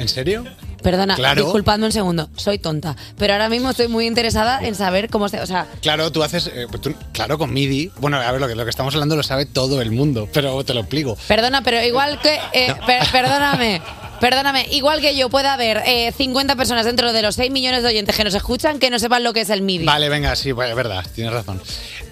Speaker 7: ¿En serio?
Speaker 3: Perdona,
Speaker 7: Claro.
Speaker 3: disculpadme un segundo, soy tonta. Pero ahora mismo estoy muy interesada en saber cómo se. O sea,
Speaker 7: Claro, tú haces... eh, tú- claro, con MIDI... Bueno, a ver, lo que, lo que estamos hablando lo sabe todo el mundo, pero te lo explico.
Speaker 3: perdona, pero igual que. eh, per- perdóname. Perdóname, igual que yo pueda haber eh, 50 personas dentro de los 6 millones de oyentes que nos escuchan que no sepan lo que es el MIDI.
Speaker 7: Vale, venga, sí, pues, es verdad, tienes razón.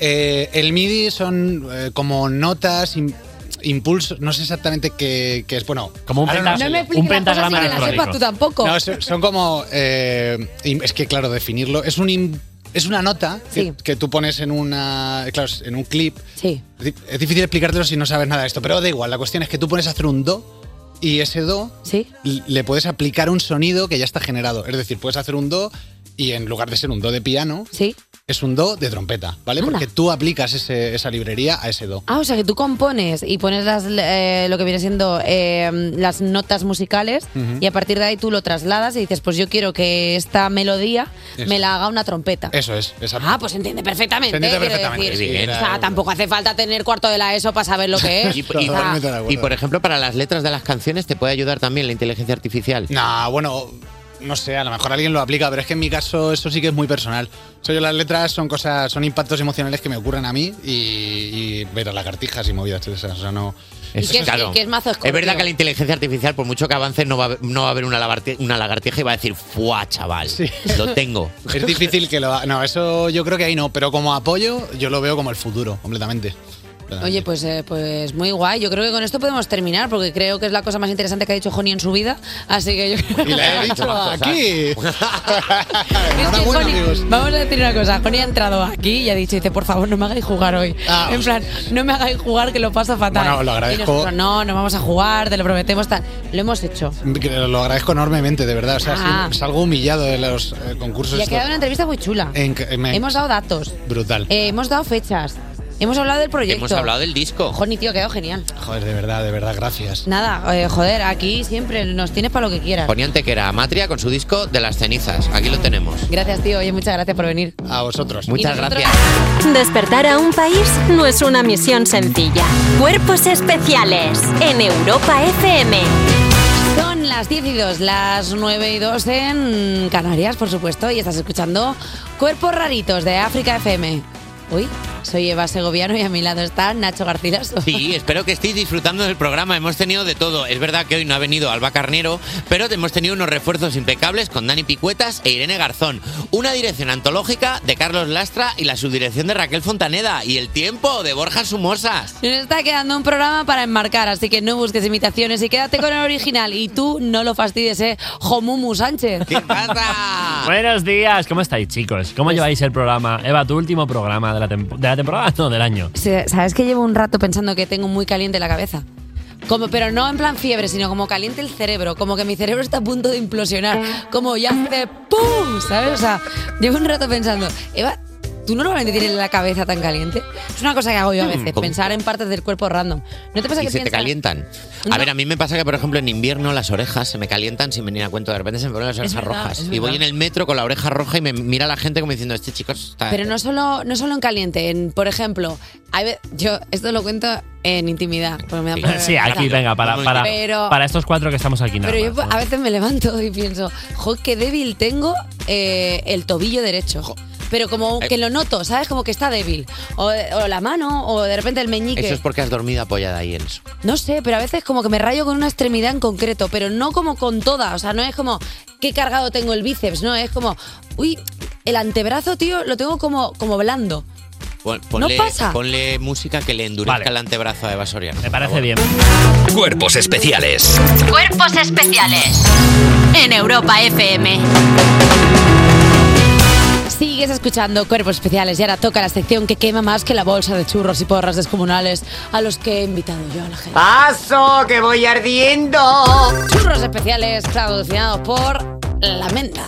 Speaker 7: Eh, el MIDI son eh, como notas, im- impulsos, no sé exactamente qué, qué es, bueno... Como
Speaker 5: un penta- No me expliques un las cosas pentagrama sin que las electrónico. sepas tú
Speaker 3: tampoco.
Speaker 7: No, son, son como... eh, im- es que, claro, definirlo, es un... im- es una nota que-
Speaker 3: Sí.
Speaker 7: que, tú pones en una claro, en un clip.
Speaker 3: Sí.
Speaker 7: Es di- es difícil explicártelo si no sabes nada de esto, pero da igual. La cuestión es que tú pones a hacer un do y ese do l- le puedes aplicar un sonido que ya está generado. Es decir, puedes hacer un do y en lugar de ser un do de piano, es un do de trompeta, ¿vale? Porque tú aplicas ese- esa librería a ese do.
Speaker 3: Ah, o sea que tú compones y pones las, eh, lo que viene siendo eh, las notas musicales
Speaker 7: Ujú.
Speaker 3: y a partir de ahí tú lo trasladas y dices, pues yo quiero que esta melodía
Speaker 7: Eso.
Speaker 3: me la haga una trompeta.
Speaker 7: Eso es, exacto.
Speaker 3: Ah, pues entiende perfectamente.
Speaker 7: Se entiende
Speaker 3: quiero
Speaker 7: perfectamente,
Speaker 3: decir.
Speaker 7: Eh, sí, era-
Speaker 3: o sea, tampoco hace falta tener cuarto de la ESO para saber lo que es.
Speaker 4: Y, y-
Speaker 3: O sea,
Speaker 4: y, por ejemplo, para las letras de las canciones te puede ayudar también la inteligencia artificial.
Speaker 7: Nah, bueno, no sé, a lo mejor alguien lo aplica, pero es que en mi caso eso sí que es muy personal. Soy yo las letras son cosas, son impactos emocionales que me ocurren a mí y, y ver a lagartijas y movidas de esas, o sea, no.
Speaker 4: Eso
Speaker 3: que es-
Speaker 4: claro.
Speaker 3: y que es mazo escorpio.
Speaker 4: verdad que la inteligencia artificial, por mucho que avance, no va, a haber- no va a haber una, lagarti- una lagartija y va a decir, ¡fuah, chaval! Lo tengo.
Speaker 7: Es difícil que lo ha- No, eso yo creo que ahí no, pero como apoyo yo lo veo como el futuro, completamente.
Speaker 3: Oye, pues, eh, pues muy guay. Yo creo que con esto podemos terminar porque creo que es la cosa más interesante que ha dicho Joni en su vida. Así que yo creo
Speaker 7: Y la he
Speaker 3: que-
Speaker 7: dicho aquí.
Speaker 3: Enhorabuena, Vamos a decir una cosa, Joni ha entrado aquí y ha dicho, dice, por favor, no me hagáis jugar hoy. en plan, no me hagáis jugar que lo paso fatal.
Speaker 7: Ah, Bueno, lo agradezco.
Speaker 3: Y nosotros, no, no vamos a jugar, te lo prometemos, tal. Lo hemos hecho.
Speaker 7: Que Lo agradezco enormemente, de verdad. O sea,
Speaker 3: Ah.
Speaker 7: sí, salgo humillado de los eh, concursos.
Speaker 3: Y ha quedado una entrevista muy chula.
Speaker 7: En que- Eh, me-
Speaker 3: Hemos dado datos,
Speaker 7: Brutal.
Speaker 3: eh, hemos dado fechas, hemos hablado del proyecto.
Speaker 7: Hemos hablado del disco.
Speaker 3: Joni, tío, ha quedado genial.
Speaker 7: Joder, de verdad, de verdad, gracias.
Speaker 3: Nada, eh, joder, aquí siempre nos tienes para lo que quieras.
Speaker 4: Poniente que era Amatria con su disco de las cenizas. Aquí lo tenemos.
Speaker 3: Gracias, tío. Oye, muchas gracias por venir.
Speaker 7: A vosotros.
Speaker 4: Muchas gracias.
Speaker 2: Despertar a un país no es una misión sencilla. Cuerpos especiales en Europa FM.
Speaker 3: Son las 10 y 2, las 9 y 2 en Canarias, por supuesto, y estás escuchando Cuerpos Raritos de África FM. Uy, soy Eva Segoviano y a mi lado está Nacho Garcilaso.
Speaker 4: Sí, espero que estéis disfrutando del programa. Hemos tenido de todo. Es verdad que hoy no ha venido Alba Carnero, pero hemos tenido unos refuerzos impecables con Dani Picuetas e Irene Garzón. Una dirección antológica de Carlos Lastra y la subdirección de Raquel Fontaneda. Y el tiempo de Borja Sumosas.
Speaker 3: Nos está quedando un programa para enmarcar, así que no busques imitaciones y quédate con el original. Y tú no lo fastidies, ¿eh? Jomumu Sánchez. Ah.
Speaker 5: Buenos días, ¿cómo estáis, chicos?
Speaker 3: Pues-
Speaker 5: ¿Cómo lleváis el programa? Eva, tu último programa de la, tem- de la temporada, no, del año.
Speaker 3: Se- ¿Sabes que llevo un rato pensando que tengo muy caliente la cabeza? Como, pero no en plan fiebre, sino como caliente el cerebro, como que mi cerebro está a punto de implosionar, como ya hace ¡pum! ¿Sabes? O sea, llevo un rato pensando, Eva, ¿tú normalmente tienes la cabeza tan caliente? Es una cosa que hago yo a
Speaker 5: Hmm,
Speaker 4: Mm,
Speaker 3: veces,
Speaker 4: ¿cómo?
Speaker 3: pensar en partes del cuerpo random. ¿No te pasa
Speaker 4: y
Speaker 3: que
Speaker 4: se te
Speaker 3: piensas-
Speaker 4: calientan. A ver, a mí me pasa que, por ejemplo, en invierno las orejas se me calientan sin venir a cuento. De repente se me ponen las orejas
Speaker 3: verdad,
Speaker 4: rojas.
Speaker 3: es
Speaker 4: Y voy
Speaker 3: verdad.
Speaker 4: en el metro con la oreja roja y me mira la gente como diciendo, este chico está...
Speaker 3: Pero no solo, no solo en caliente, en, por ejemplo, hay ve- yo esto lo cuento en intimidad, porque me da un poco de
Speaker 5: Sí, aquí,
Speaker 3: vergüenza.
Speaker 5: venga, para, para,
Speaker 3: Eh, Pero-
Speaker 5: para estos cuatro que estamos aquí. Nada
Speaker 3: Pero
Speaker 5: más.
Speaker 3: yo a veces me levanto y pienso, jo, qué débil tengo eh, el tobillo derecho. Pero como que lo noto, ¿sabes? Como que está débil. O, o la mano, o de repente el meñique.
Speaker 4: Eso es porque has dormido apoyada ahí, Enzo.
Speaker 3: No sé, pero a veces como que me rayo con una extremidad en concreto, pero no como con toda. O sea, no es como qué cargado tengo el bíceps, no, es como, uy, el antebrazo, tío, lo tengo como, como blando.
Speaker 4: Pon- ponle,
Speaker 3: pasa.
Speaker 4: ponle música que le endurezca el antebrazo a Eva Soriano. Me parece
Speaker 5: bien.
Speaker 1: Cuerpos especiales.
Speaker 2: Cuerpos especiales en Europa FM.
Speaker 3: Sigues escuchando Cuerpos Especiales y ahora toca la sección que quema más que la bolsa de churros y porras descomunales a los que he invitado yo a la gente.
Speaker 9: ¡Paso, que voy ardiendo!
Speaker 3: Churros especiales patrocinados por La Menta.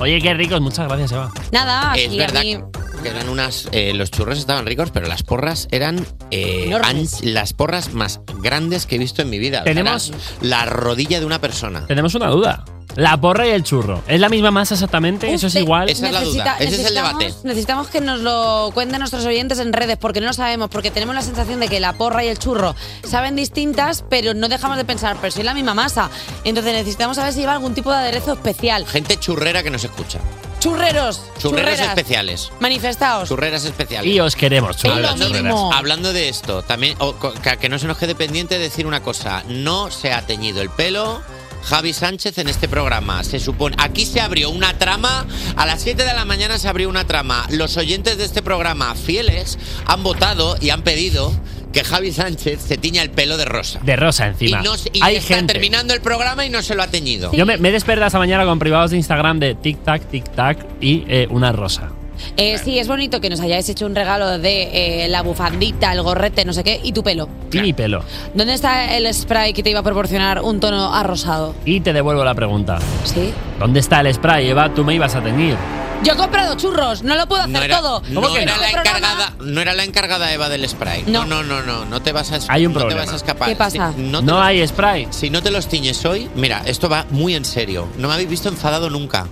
Speaker 5: Oye, qué ricos, muchas gracias, Eva.
Speaker 3: Nada,
Speaker 4: Es
Speaker 3: aquí a
Speaker 4: verdad
Speaker 3: mí...
Speaker 4: que eran unas... eh, los churros estaban ricos, pero las porras eran... eh,
Speaker 3: Enormes.
Speaker 4: anch- las porras más grandes que he visto en mi vida. O sea,
Speaker 5: Tenemos-
Speaker 4: eran La rodilla de una persona.
Speaker 5: Tenemos una duda. La porra y el churro. ¿Es la misma masa exactamente? ¿Eso es
Speaker 3: Uf,
Speaker 5: igual?
Speaker 3: necesita- necesitamos- Necesitamos que nos lo cuenten nuestros oyentes en redes porque no lo sabemos, porque tenemos la sensación de que la porra y el churro saben distintas, pero no dejamos de pensar, pero si es la misma masa. Entonces necesitamos saber si lleva algún tipo de aderezo especial.
Speaker 4: Gente churrera que nos escucha.
Speaker 3: Churreros.
Speaker 4: Churreros
Speaker 3: churreras,
Speaker 4: especiales.
Speaker 3: Manifestaos.
Speaker 4: Churreras especiales.
Speaker 5: Y os queremos, churros.
Speaker 4: Hablando de,
Speaker 5: churreras. Ah,
Speaker 4: hablando de esto, también o co- que, que no se nos quede pendiente decir una cosa. No se ha teñido el pelo Javi Sánchez en este programa. Se supone. Aquí se abrió una trama. A las 7 de la mañana se abrió una trama. Los oyentes de este programa, fieles, han votado y han pedido que Javi Sánchez se tiña el pelo de rosa.
Speaker 5: De rosa
Speaker 4: Y,
Speaker 5: encima.
Speaker 4: no se- y
Speaker 5: Hay
Speaker 4: está
Speaker 5: gente.
Speaker 4: terminando el programa y no se lo ha teñido.
Speaker 5: Yo me, me he despertado esta mañana con privados de Instagram de tic-tac, tic-tac y eh, una rosa.
Speaker 3: Eh, sí, es bonito que nos hayáis hecho un regalo de eh, la bufandita, el gorrete, no sé qué, y tu pelo.
Speaker 5: Y mi pelo.
Speaker 3: ¿Dónde está el spray que te iba a proporcionar un tono arrosado?
Speaker 5: Y te devuelvo la pregunta.
Speaker 3: ¿Sí?
Speaker 5: ¿Dónde está el spray, Eva? Tú me ibas a teñir.
Speaker 3: Yo he comprado churros, no lo puedo hacer
Speaker 4: No era,
Speaker 3: todo.
Speaker 4: no
Speaker 3: ¿Cómo que
Speaker 4: era
Speaker 3: no?
Speaker 4: la encargada, no era la encargada Eva del spray. No, no, no, no, no, te vas a es-
Speaker 5: Hay un
Speaker 4: no te
Speaker 5: problema.
Speaker 4: vas a escapar.
Speaker 3: ¿Qué pasa?
Speaker 4: no te los-
Speaker 5: hay spray.
Speaker 4: Si no te los tiñes hoy, mira, esto va muy en serio. No me habéis visto enfadado nunca.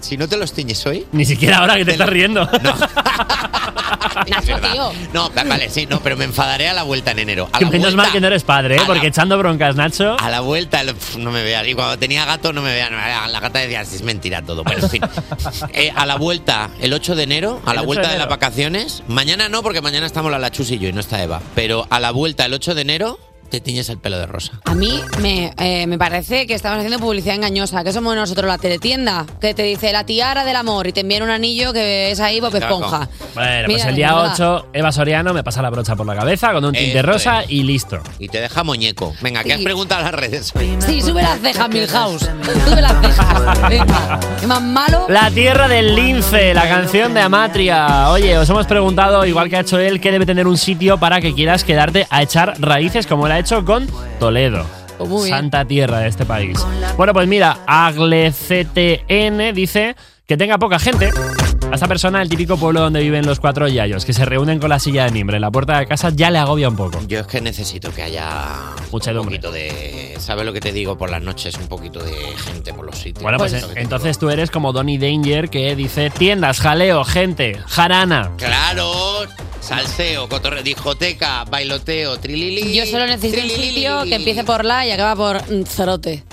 Speaker 4: Si no te los tiñes hoy,
Speaker 5: Ni siquiera ahora que te estás riendo.
Speaker 4: es verdad. No, va- vale, sí, no, pero me enfadaré a la vuelta en enero. A la
Speaker 5: Menos mal
Speaker 4: vuelta,
Speaker 5: que no eres padre, ¿eh? porque echando broncas, Nacho.
Speaker 4: a la vuelta el- pf, no me veas. Y cuando tenía gato no me veas. La gata decía, "Sí, es mentira todo. Bueno, en fin. Eh, a la vuelta, el 8 de enero, a
Speaker 5: El
Speaker 4: la
Speaker 5: 8
Speaker 4: vuelta
Speaker 5: de
Speaker 4: de, las
Speaker 5: enero.
Speaker 4: vacaciones. Mañana no, porque mañana estamos la Lachus y yo y no está Eva. Pero a la vuelta, el 8 de enero, te tiñes el pelo de rosa.
Speaker 3: A mí me, eh, me parece que estamos haciendo publicidad engañosa, que somos nosotros la teletienda, que te dice la tiara del amor y te envían un anillo que es ahí Bob Esponja.
Speaker 5: Bueno, pues
Speaker 3: Mira,
Speaker 5: el día
Speaker 3: menuda.
Speaker 5: 8, Eva Soriano me pasa la brocha por la cabeza con un tinte
Speaker 4: Eso
Speaker 5: rosa y listo.
Speaker 4: Y te deja muñeco. Venga, que has
Speaker 3: Sí.
Speaker 4: preguntado a las redes.
Speaker 3: Sí, sube las cejas, Milhouse. Sube las cejas. Venga. ¿Qué más malo?
Speaker 5: La tierra del lince, la canción de Amatria. Oye, os hemos preguntado, igual que ha hecho él, qué debe tener un sitio para que quieras quedarte a echar raíces, como él ha hecho con Toledo.
Speaker 3: Muy bien.
Speaker 5: Santa tierra de este país. Bueno, pues mira, AgleCTN dice que tenga poca gente. A esta persona, el típico pueblo donde viven los cuatro yayos, que se reúnen con la silla de mimbre en la puerta de casa, ya le agobia un poco.
Speaker 4: Yo es que necesito que haya un poquito de. ¿Sabes lo que te digo? Por las noches, un poquito de gente por los sitios.
Speaker 5: Bueno, pues
Speaker 4: Eso que te
Speaker 5: entonces tú eres como Donny Danger que dice tiendas, jaleo, gente, jarana.
Speaker 4: digo. Claro, salseo, cotorreo, discoteca, bailoteo, trilili.
Speaker 3: Yo solo necesito un sitio que empiece por la y acaba por mm, zorote.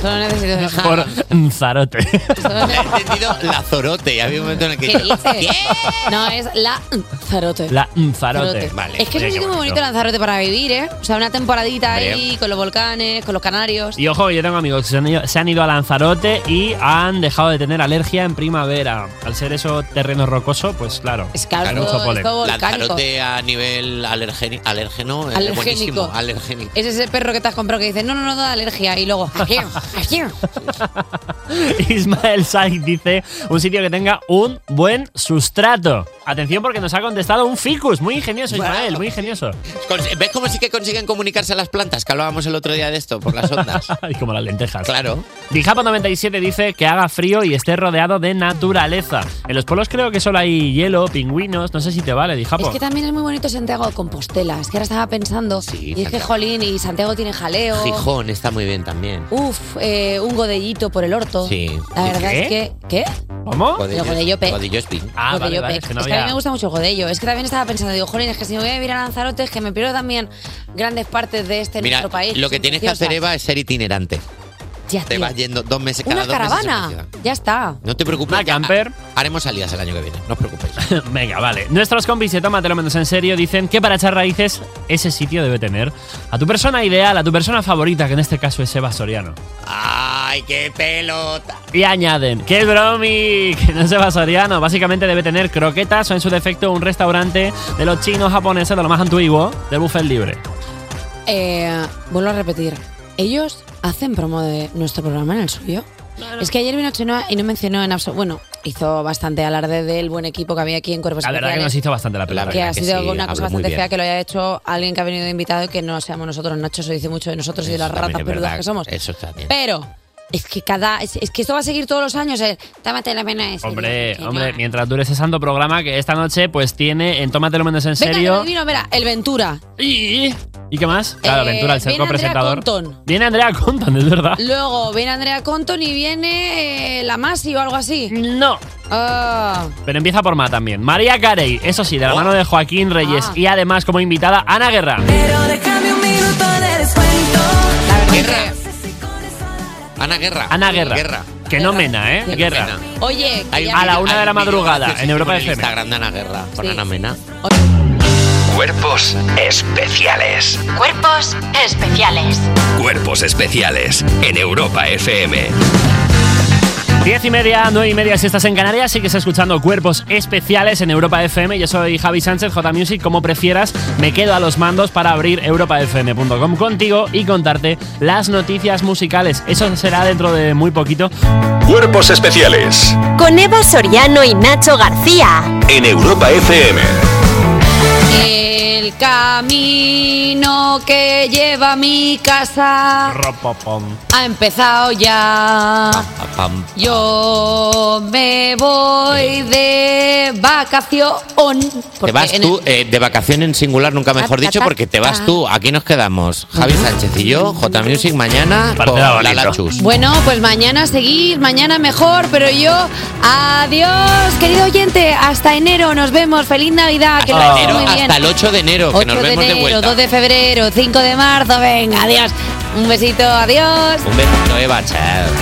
Speaker 3: solo necesito dejar.
Speaker 5: Por Zarote.
Speaker 4: He entendido la zorote. Había un momento en el que.
Speaker 3: ¿Qué dices? No, es la mm, zarote.
Speaker 5: La Zarote.
Speaker 3: es que es un sitio muy bonito Lanzarote para vivir, ¿eh? O sea, una temporadita
Speaker 5: Hombre.
Speaker 3: ahí con los volcanes, con los canarios.
Speaker 5: Y ojo, que yo tengo amigos que se han, ido, se han ido a Lanzarote y han dejado de tener alergia en primavera. Al ser eso terreno rocoso, pues claro.
Speaker 3: Es que algo-
Speaker 5: mucho polen.
Speaker 3: todo volcánico.
Speaker 4: Lanzarote a nivel alergen- alérgeno. es
Speaker 3: Alergénico.
Speaker 4: buenísimo, alergénico.
Speaker 3: Es ese perro que te has comprado que dice, no, no, no, da alergia. Y luego, "Ajiu, ajiu".
Speaker 5: Ismael Said dice un sitio que tenga un buen sustrato. Atención porque nos ha contestado un ficus. Muy ingenioso,
Speaker 4: Wow.
Speaker 5: Ismael, muy ingenioso.
Speaker 4: Cons- ¿Ves cómo sí que consiguen comunicarse las plantas? Que hablábamos el otro día de esto, por las ondas.
Speaker 5: y como las lentejas.
Speaker 4: Claro.
Speaker 5: Dijapa97 dice que haga frío y esté rodeado de naturaleza. En los polos creo que solo hay hielo, pingüinos. No sé si te vale, Dijapo.
Speaker 3: Es que también es muy bonito Santiago de Compostela. Es que ahora estaba pensando. y es que,
Speaker 4: Santiago.
Speaker 3: jolín, y Santiago tiene jaleo.
Speaker 4: Gijón está muy bien también.
Speaker 3: Uf, eh, un godellito por el orto.
Speaker 4: Sí.
Speaker 3: La verdad
Speaker 4: ¿Qué?
Speaker 3: es que. ¿Qué?
Speaker 5: ¿Cómo?
Speaker 3: El Godillo Pec.
Speaker 4: Godillo Spin.
Speaker 5: Ah, vale,
Speaker 3: Godello
Speaker 5: vale,
Speaker 3: Pec.
Speaker 5: es que no
Speaker 3: Es que a mí
Speaker 5: había-
Speaker 3: me gusta mucho el Godello. Es que también estaba pensando, digo, jolín, es que si me voy a vivir a Lanzarote, es que me pierdo también grandes partes de este
Speaker 4: Mira,
Speaker 3: nuestro país.
Speaker 4: lo que
Speaker 3: son
Speaker 4: tienes que
Speaker 3: preciosas.
Speaker 4: hacer, Eva, es ser itinerante.
Speaker 3: Ya,
Speaker 4: Te
Speaker 3: tío.
Speaker 4: vas yendo dos meses cada
Speaker 3: Una
Speaker 4: dos meses a una
Speaker 3: caravana.
Speaker 4: ciudad.
Speaker 3: Ya está.
Speaker 4: No te preocupes. ya, ha- haremos salidas el año que viene, no os preocupéis.
Speaker 5: Venga, vale. Nuestros compis de Tómatelo Menos en Serio dicen que para echar raíces ese sitio debe tener a tu persona ideal, a tu persona favorita, que en este caso es Eva Soriano.
Speaker 4: ¡Ay, qué pelota!
Speaker 5: Y añaden, ¡qué bromi! Que no es Eva Soriano. Básicamente debe tener croquetas o en su defecto un restaurante de los chinos japoneses, de lo más antiguo, del buffet libre.
Speaker 3: Eh, vuelvo a repetir. Ellos hacen promo de nuestro programa en el suyo. Es que ayer vino Chenoa y no mencionó en absoluto. Bueno, hizo bastante alarde del buen equipo que había aquí en Cuerpos
Speaker 5: La verdad que
Speaker 3: Especiales,
Speaker 5: nos hizo bastante la pelota.
Speaker 3: ¿eh? que ha sido una cosa bastante fea que lo haya hecho alguien que ha venido de invitado y que no seamos nosotros. Nacho eso dice mucho de nosotros y de las
Speaker 4: También
Speaker 3: ratas
Speaker 4: es
Speaker 3: peludas
Speaker 4: verdad,
Speaker 3: que somos.
Speaker 4: Eso está bien.
Speaker 3: Pero es que cada es, es que esto va a seguir todos los años. eh, tómate la pena de decirlo.
Speaker 5: Hombre,
Speaker 3: Que
Speaker 5: hombre, mientras dure ese santo programa que esta noche pues tiene en Tómatelo Menos en
Speaker 3: no. Venga, que
Speaker 5: Serio.
Speaker 3: me vino, mira, el Ventura.
Speaker 5: Y, ¿Y qué más? Claro,
Speaker 3: Eh,
Speaker 5: Ventura, el ser
Speaker 3: viene Andrea
Speaker 5: copresentador.
Speaker 3: Compton.
Speaker 5: Viene Andrea Compton, es verdad.
Speaker 3: Luego viene Andrea Conton y viene eh, la Masi o algo así.
Speaker 5: No.
Speaker 3: Ah.
Speaker 5: Pero empieza por Ma también. María Carey, eso sí, de la mano de Joaquín Reyes.
Speaker 3: Oh. Ah.
Speaker 5: Y además, como invitada, Ana Guerra.
Speaker 4: Ana Guerra.
Speaker 5: Ana Guerra. Que no mena, ¿eh?
Speaker 4: Que no
Speaker 5: Guerra.
Speaker 4: mena.
Speaker 3: Oye, que ya-
Speaker 5: a la una de la
Speaker 4: un vídeo
Speaker 5: madrugada
Speaker 4: gracioso
Speaker 5: en Europa
Speaker 4: en el
Speaker 5: FM.
Speaker 4: Instagram de Ana Guerra, con Ana Mena.
Speaker 1: Cuerpos especiales.
Speaker 2: Cuerpos especiales.
Speaker 1: Cuerpos especiales en Europa FM.
Speaker 5: Diez y media, nueve y media si estás en Canarias, sigues escuchando Cuerpos Especiales en Europa FM. Yo soy Javi Sánchez, J Music, como prefieras. Me quedo a los mandos para abrir europafm.com contigo y contarte las noticias musicales. Eso será dentro de muy poquito.
Speaker 8: Cuerpos especiales
Speaker 2: Con Eva Soriano y Nacho García.
Speaker 8: en Europa FM.
Speaker 3: El camino que lleva a mi casa
Speaker 5: Ropopom.
Speaker 3: ha empezado ya.
Speaker 4: Pam.
Speaker 3: Yo me voy de vacación.
Speaker 4: Te
Speaker 3: Porque
Speaker 4: vas
Speaker 3: en
Speaker 4: tú,
Speaker 3: el-
Speaker 4: eh, de vacación en singular, nunca mejor dicho, porque te vas tú. Aquí nos quedamos. Javi Sánchez y yo, J Music, mañana con Lala Chus.
Speaker 3: Bueno, pues mañana seguir, mañana mejor, pero yo adiós, querido oyente, hasta enero, nos vemos, feliz Navidad, que lo
Speaker 4: Hasta,
Speaker 3: pases
Speaker 4: enero,
Speaker 3: muy bien.
Speaker 4: hasta el 8 de enero, que
Speaker 3: 8
Speaker 4: nos
Speaker 3: de
Speaker 4: vemos de,
Speaker 3: enero,
Speaker 4: vuelta.
Speaker 3: 2 de febrero, 5 de marzo, venga, adiós. Un besito, adiós.
Speaker 4: Un besito, Eva. Chao.